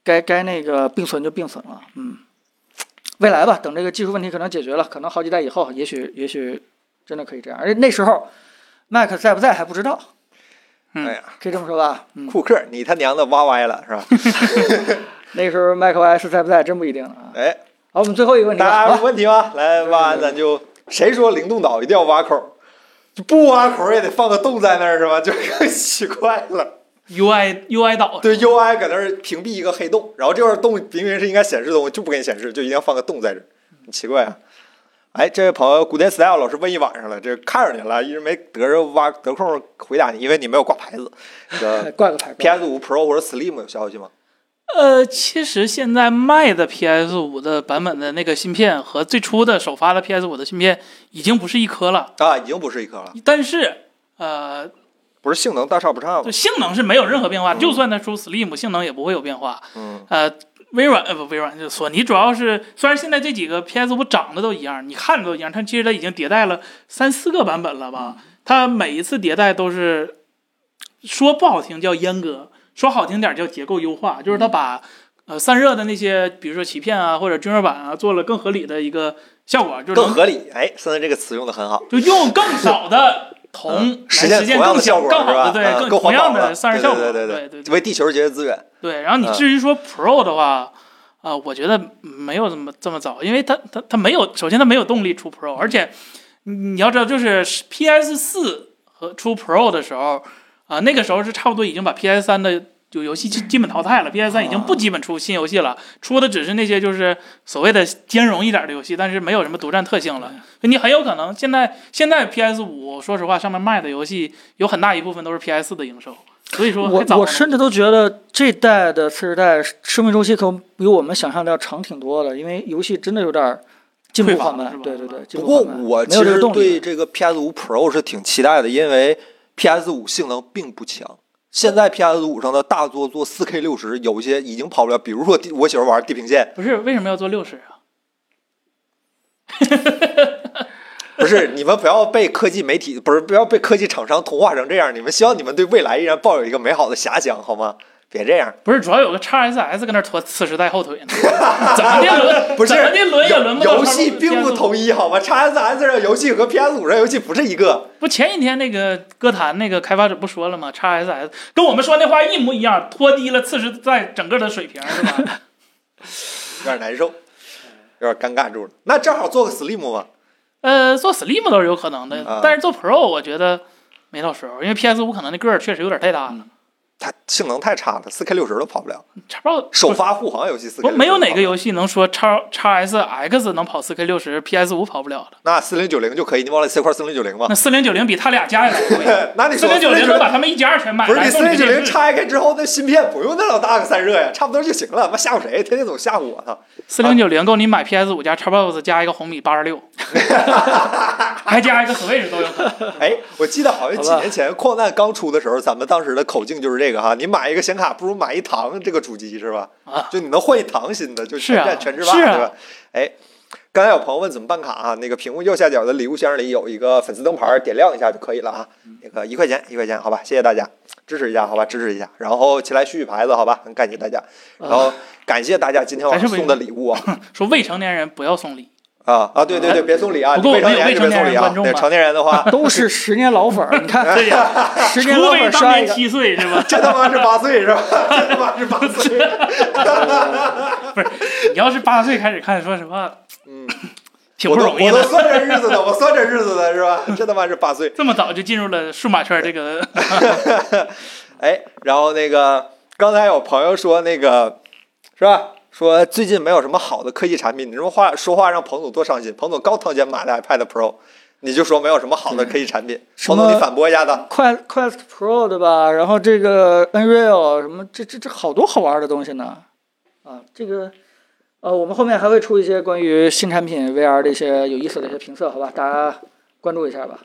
该该那个并存就并存了。嗯，未来吧，等这个技术问题可能解决了，可能好几代以后，也许也许真的可以这样。而且那时候 Mac 在不在还不知道，
嗯
哎呀，
可以这么说吧？嗯，
库克，你他娘的挖歪了是吧？ [LAUGHS]
那时候 macOS 在不在真不一定了啊。
哎，
好，我们最后一个问题
[LAUGHS]
吧。
大家有
啊
问题吗？来挖完咱就谁说灵动岛一定要挖孔？就不挖孔也得放个洞在那儿是吧？就 [LAUGHS] 更奇怪了。
UI UI 岛
对 UI 搁那儿屏蔽一个黑洞，然后这块洞明明是应该显示的，我就不给你显示，就一定要放个洞在这儿，很奇怪啊。哎，这位朋友，古典 style 老师问一晚上了，这看着你了，一直没得着挖得空回答你，因为你没有挂牌子。
哎
[LAUGHS] 呃
挂个牌吧。
PS 五 Pro 或者 Slim 有消息吗？
呃，其实现在卖的 PS 五的版本的那个芯片和最初的首发的 PS 五的芯片已经不是一颗了，
啊，已经不是一颗了，
但是呃，
不是性能大差不差吗
就？性能是没有任何变化，就算它出 Slim，性能也不会有变化。
嗯，
呃，微软呃不微软，就索尼主要是虽然现在这几个 PS 五长得都一样，你看着都一样，但其实它已经迭代了三四个版本了
嗯
吧？它每一次迭代都是说不好听叫阉割，说好听点叫结构优化，就是
嗯
它把呃散热的那些，比如说鳍片啊或者均热板啊，做了更合理的一个效果，就是
更
能
合理。哎，现在这个词用的很好。
就用更少的。铜
嗯
来
实
实
现
现
同样
更
的效
小、
果
更好
是吧
的，对，
嗯更
同
环
样
保
的
了
散热
对
效果，
对对对
对对
为地球节约资源，
对，然后你
嗯
至于说 Pro 的话，啊、我觉得没有这么这么早，因为它它它没有，首先它没有动力出 Pro，而且你你要知道，就是 PS 四和出 Pro 的时候，啊、那个时候是差不多已经把 PS 三的就游戏基基本淘汰了，PS 三已经
啊
不基本出新游戏了，出的只是那些就是所谓的兼容一点的游戏，但是没有什么独占特性了。你很有可能现在现在 PS 五，说实话，上面卖的游戏有很大一部分都是 PS 四的营收，所以说还
我
早
我
呢
甚至都觉得这代的次世代生命周期可能比我们想象的要长挺多的，因为游戏真的有点儿进步
退化
缓
了
慢
是。吧
对对对，进
不
步
过
缓慢
我
没
其
有这个
实
动力
对
了。，
这个 PS 五 Pro 是挺期待的，因为 PS 五性能并不强。现在 PS 五上的大作做 4K 六十，有一些已经跑不了，比如说地我喜欢玩《地平线
不是为什么要做六十啊？》，
不是你们不要被科技媒体，不是不要被科技厂商同化成这样。你们希望你们对未来依然抱有一个美好的遐想，好吗？别这样，
不是，主要有个 x SS 跟那儿拖次时代后腿呢， [LAUGHS] 怎么的轮？
不是
怎么的轮也轮不到
游戏并不
同。
统一，好吗？XSS 上游戏和 PS 五上游戏不是一个，
不，前几天那个歌坛那个开发者不说了吗？x SS 跟我们说那话一模一样，拖低了次时代整个的水平，是吧？ [LAUGHS]
有点难受，有点尴尬住了。那正好做个 Slim 吧。
呃，做 Slim 都是有可能的，
啊
但是做 Pro 我觉得没到时候，因为 PS 五可能那个儿确实有点太大
嗯
了，
它性能太差了，4 K 六十都跑不了。
差不多。
首发护航游戏4 K
不，
六十
没有哪个游戏能说 x x SX 能跑 4K 六十，PS 五跑不了的。
那四零九零就可以，你往里塞块四零九零吧
那。四零九零比他俩加起来贵。
[LAUGHS] 那你
[LAUGHS] 四
说
零九零能
4090
把他们一家全买
不是
来
你四
送你
零九
电
零
视。
拆开之后，那芯片不用那老大个散热呀，差不多就行了。妈吓唬谁？天天总吓唬我操！
四零九零够你买 PS 五加 Xbox 加一个红米八
[LAUGHS]
十六，还加一个 Switch 都有可能。
哎，我记得好像几年前矿难刚出的时候，咱们当时的口径就是这个哈，你买一个显卡不如买一堂这个主机是吧？
啊，
就你能换一堂新的，就是全
啊
站全制霸
是啊
对吧？哎。刚才有朋友问怎么办卡啊？那个屏幕右下角的礼物箱里有一个粉丝灯牌，点亮一下就可以了啊。
嗯
那个一块钱，一块钱，好吧，谢谢大家支持一下，好吧，支持一下。然后起来续续牌子，好吧，很感谢大家。
啊
然后感谢大家今天晚上
咱是不是
送的礼物啊
[LAUGHS] 说未成年人不要送礼，
啊啊！对对对，别送礼啊，
哎不过
未成
我们
年
有
就别送
未成年
礼
人
啊
观，众
对
吧
成年人的话
都是十年老粉儿，
[LAUGHS]
你看，
哎
十年老
除
粉
非
儿
当
刷一
年
个，
七岁是吧？
这他妈是八岁是吧？ [LAUGHS] 这他妈是八岁。
[LAUGHS] 你要是八岁开始看，说实话
嗯，
挺
我
不
都
容易
我都
的。
算这日子的，我算这日子的是吧？这他妈是八岁。
这么早就进入了数码圈这个，
哎，然后那个刚才有朋友说那个是吧？说最近没有什么好的科技产品，你这么话说话让彭总多伤心。彭总刚掏钱买的 iPad Pro，你就说没有什么好的可以产品。
什
王
么
总，你反驳一下他。
Quest Quest Pro 对吧？然后这个 Unreal 什么，这这这好多好玩的东西呢。啊，这个呃，我们后面还会出一些关于新产品 VR 的一些有意思的一些评测，好吧？大家关注一下吧。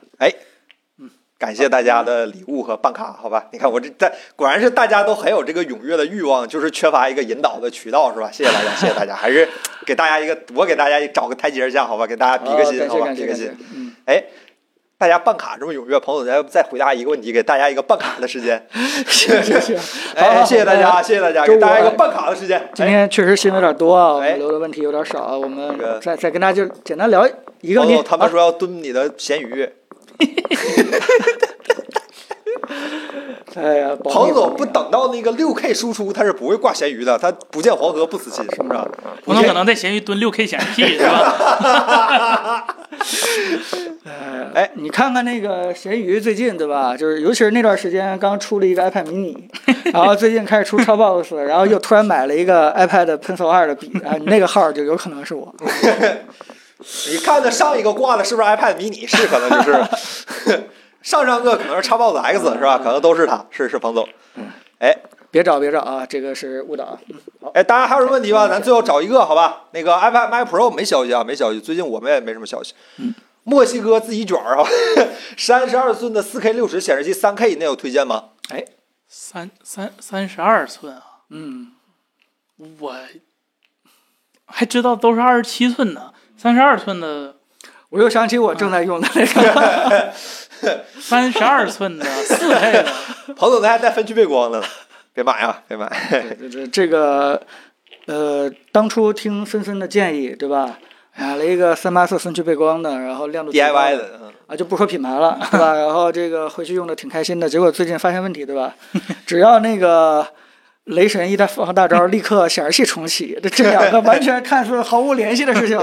感谢大家的礼物和办卡，好
嗯
吧？你看我这在，果然是大家都很有这个踊跃的欲望，就是缺乏一个引导的渠道，是吧？谢谢
[LAUGHS]
大家，谢谢大家，还是给大家一个，我给大家找个台阶下，好吧？给大家比个心，
啊
好吧？
感
比
谢
个
感谢
心
感。谢，嗯，
大家办卡这么踊跃，彭总再再回答一个问题，给大家一个办卡的时
[LAUGHS]
间。[LAUGHS]
谢谢嗯谢谢。好好
哎，
好
谢谢大
大
家，谢谢大家，
周
给
五
大家一个
哎
办卡的时间。
今
哎
天确实新闻有点多啊，我
哎
们留的问题有点少啊，我
这个
们再再跟大家就简单聊一个
彭
问题
总，。他们说要蹲你的咸鱼，
哎呀，保密
彭总
保密
不等到那个六 K 输出，他是不会挂咸鱼的，他不见黄河不死心，是不是啊？
我总可能在闲鱼蹲六 K 显示器
[LAUGHS]
是吧？
哎， [LAUGHS] 你看看那个闲鱼最近对吧？就是尤其是那段时间刚出了一个 iPad mini，然后最近开始出 Xbox，然后又突然买了一个 iPad Pencil 二的笔啊，你那个号就有可能是我。
你看的上一个挂的是不是 iPad mini？是，可能就是 [LAUGHS] 上上个可能是 Xbox X 是吧？可能都是他，是是彭总。
别找别找啊，这个是误导啊。
哎，大家还有什么问题吗？咱最后找一个好吧？那个 iPad Mac Pro 没消息啊，没消息，最近我们也没什么消息。墨西哥自己卷儿啊，三十二寸的四 K 六十显示器三 K 以内有推荐吗？
三三三十二寸啊，
嗯，
我还知道都是二十七寸呢，三十二寸的，
我又想起我正在用的那个，
三十二寸的四 K 的，
彭总他还带分区背光的呢，别买啊，别买。
这 [LAUGHS] 这这个呃，当初听森森的建议对吧？买了一个三八四分区背光的，然后亮度最高
DIY 的，嗯
啊，就不说品牌了，对
[LAUGHS]
吧？然后这个回去用的挺开心的，结果最近发现问题，对吧？只要那个雷神一旦放大招，立刻显示器重启，这这两个完全看似毫无联系的事
[LAUGHS]
情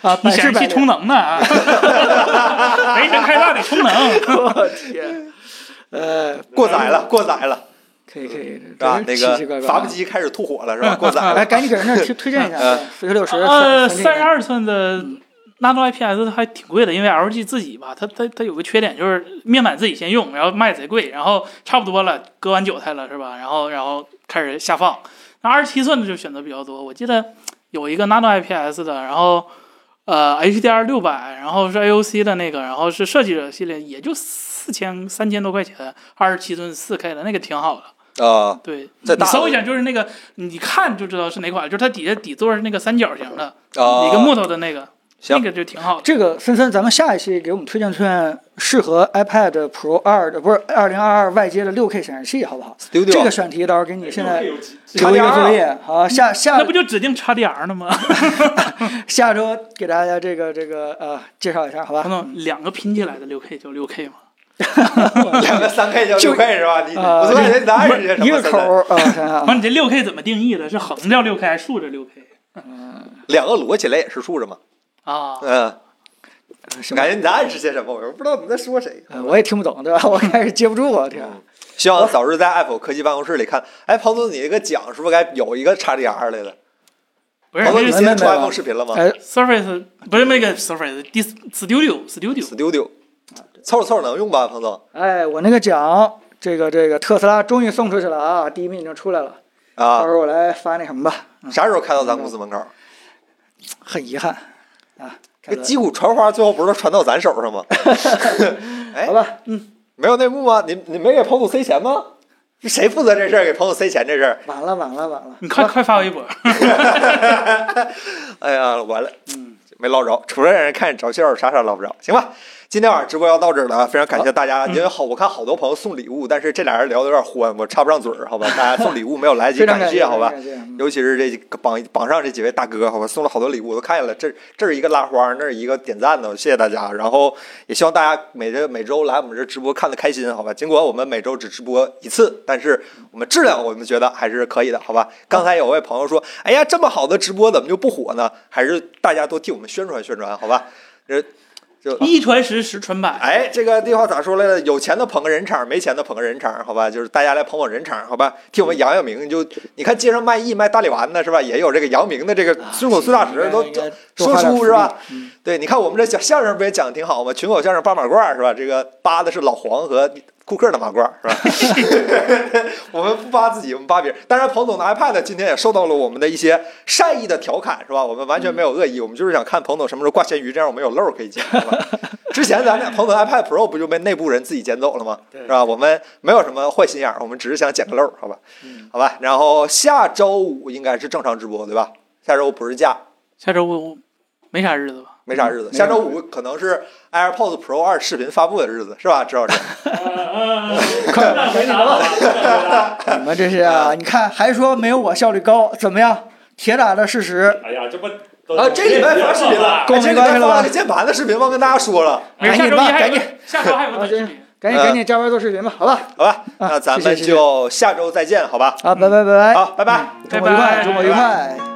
啊，百
你
试
显示
百
器
灵
充能呢啊？雷神开大得充能。
[LAUGHS] 我天，呃，
嗯过载了，过载了，
可以可以，
嗯
是吧？
真
那
是奇奇
个
怪怪
阀
啊
幕。机开始吐火了，是吧？过载了。
哎，赶紧给人家推推荐一下，
嗯
呃
啊四十六十，30
呃，三十二寸的
嗯
Nano IPS 还挺贵的，因为 LG 自己吧，它它它有个缺点就是面板自己先用，然后卖贼贵，然后差不多了，割完韭菜了是吧？然后然后开始下放。那二十七寸的就选择比较多，我记得有一个 Nano IPS 的，然后呃 HDR 六百，然后是 AOC 的那个，然后是设计者系列，也就四千三千多块钱，二十七寸四 K 的那个挺好的。
啊，
对，
再
你
大
搜
的
一下，就是那个你看就知道是哪款，就是它底下底座是那个三角形的。
啊，
哦
一个木头的那个，
行
那个就挺好的。
这个森森，咱们下一期给我们推荐推荐适合 iPad Pro 二的，不是二零二二外接的六 K 显示器，好不好？
丢
这
丢
个，选题到时候
哎
给你现在
有几
留一个作业。
嗯
好，下下
那不就指定 XDR 呢吗？
下周给大家这个这个呃介绍一下，好吧
王？总，两个拼起来的六 K 叫六 K 吗？
[LAUGHS]
两个三 K 叫
就
六 K 是吧？你
呃
我昨天你答案是些什么？
一个口儿啊，想想
[LAUGHS]
完，
啊
你这六 K 怎么定义的？是横着六 K 还是竖着六 K
两个摞起来也是竖着嘛。
啊？
嗯，
什么
感觉你在暗示些什么？我不知道你在说
[LAUGHS]
谁。
呃我也听不懂，对吧？ [LAUGHS] 我开始接不住，我天！
嗯希望早日在 Apple 科技办公室里看。哎，彭总，你这个奖是不是该有一个 XDR 来的？
不是
彭总，
那
你
个
今天出
没有
iPhone 视频了吗
哎，
Surface，不是那个 Surface，Dis Studio Studio，
？Studio，凑合凑合能用吧，彭总
哎，我那个奖，这个这个特斯拉终于送出去了啊，第一名已经出来了，到
啊
时？候我来发那什么吧。
啥时候开到咱公司门
嗯
口？
很遗憾啊，
这击鼓传花，最后不是传到咱手上吗？哎
好吧，
没有内幕吗？你你没给彭总塞钱吗？
[LAUGHS]
是谁负责这事儿？给彭总塞钱这事儿？
晚了晚了晚了，
你快快发微博，
哎呀，完了，嗯，没捞着，除了让人看着着笑，啥啥捞不着，行吧。今天晚上直播要到这儿了啊，非常感谢大家，因为好，我看好多朋友送礼物，但是这俩人聊的有点欢，我插不上嘴儿，好吧？大家送礼物没有 [LAUGHS] 来得及
非常
感
感
谢，
谢，
好吧
非？常感谢嗯
尤其是这几个榜榜上这几位大哥，好吧，送了好多礼物，我都看见了。这这是一个拉花，那是一个点赞的，谢谢大家。然后也希望大家每这每周来我们这直播看的开心，好吧？尽管我们每周只直播一次，但是我们质量我们觉得还是可以的，好吧？刚才有位朋友说，哎呀，这么好的直播怎么就不火呢？还是大家多替我们宣传宣传，好吧？这就
一传十，十传百。
哎，这个地方咋说来着？有钱的捧个人场，没钱的捧个人场，好吧？就是大家来捧捧人场，好吧？替我们扬扬名，就你看街上卖艺卖大力丸的是吧？也有这个扬名的这个
啊
孙口孙大
应该
石都
应该多
说
花点
书
福
是吧
利？嗯
对，你看我们这讲相声不也讲的挺好吗？群口相声八马褂儿是吧？这个扒的是老黄和库克的马褂儿是吧？我们不扒自己，我们扒别人。当然，彭总的 iPad 今天也受到了我们的一些善意的调侃是吧？我们完全没有恶意，我们就是想看彭总什么时候挂咸鱼，这样我们有漏儿可以讲是吧？ [LAUGHS] 之前咱俩彭总 iPad Pro 不就被内部人自己捡走了吗？
对
是吧？我们没有什么坏心眼儿，我们只是想捡个漏儿，好吧？
嗯
好吧。然后下周五应该是正常直播对吧？下周五不是假，
下周五没啥日子吧？
没啥日子。
嗯
下周五可能是 AirPods Pro 二视频发布的日子，是吧？知 [LAUGHS] 道这？
啊快回答吧，
你们这些啊，你看还说没有我效率高，怎么样？铁打的事实，
哎呀，这不
啊，这礼拜发视频了，
够
哎这礼
明白
拜
了吧
发了个键盘的视频，忘跟大家说了，
没事，
赶
下
紧啊
周
吧
一还
赶
有个，下周还有个短视频。
赶紧赶紧加班做视频吧，好吧？
好吧？
啊
那咱
谢
们
谢谢谢
就下周再见，好吧？哎
啊，拜拜拜拜，
好，拜拜。
周末愉快，
拜拜
周末愉快。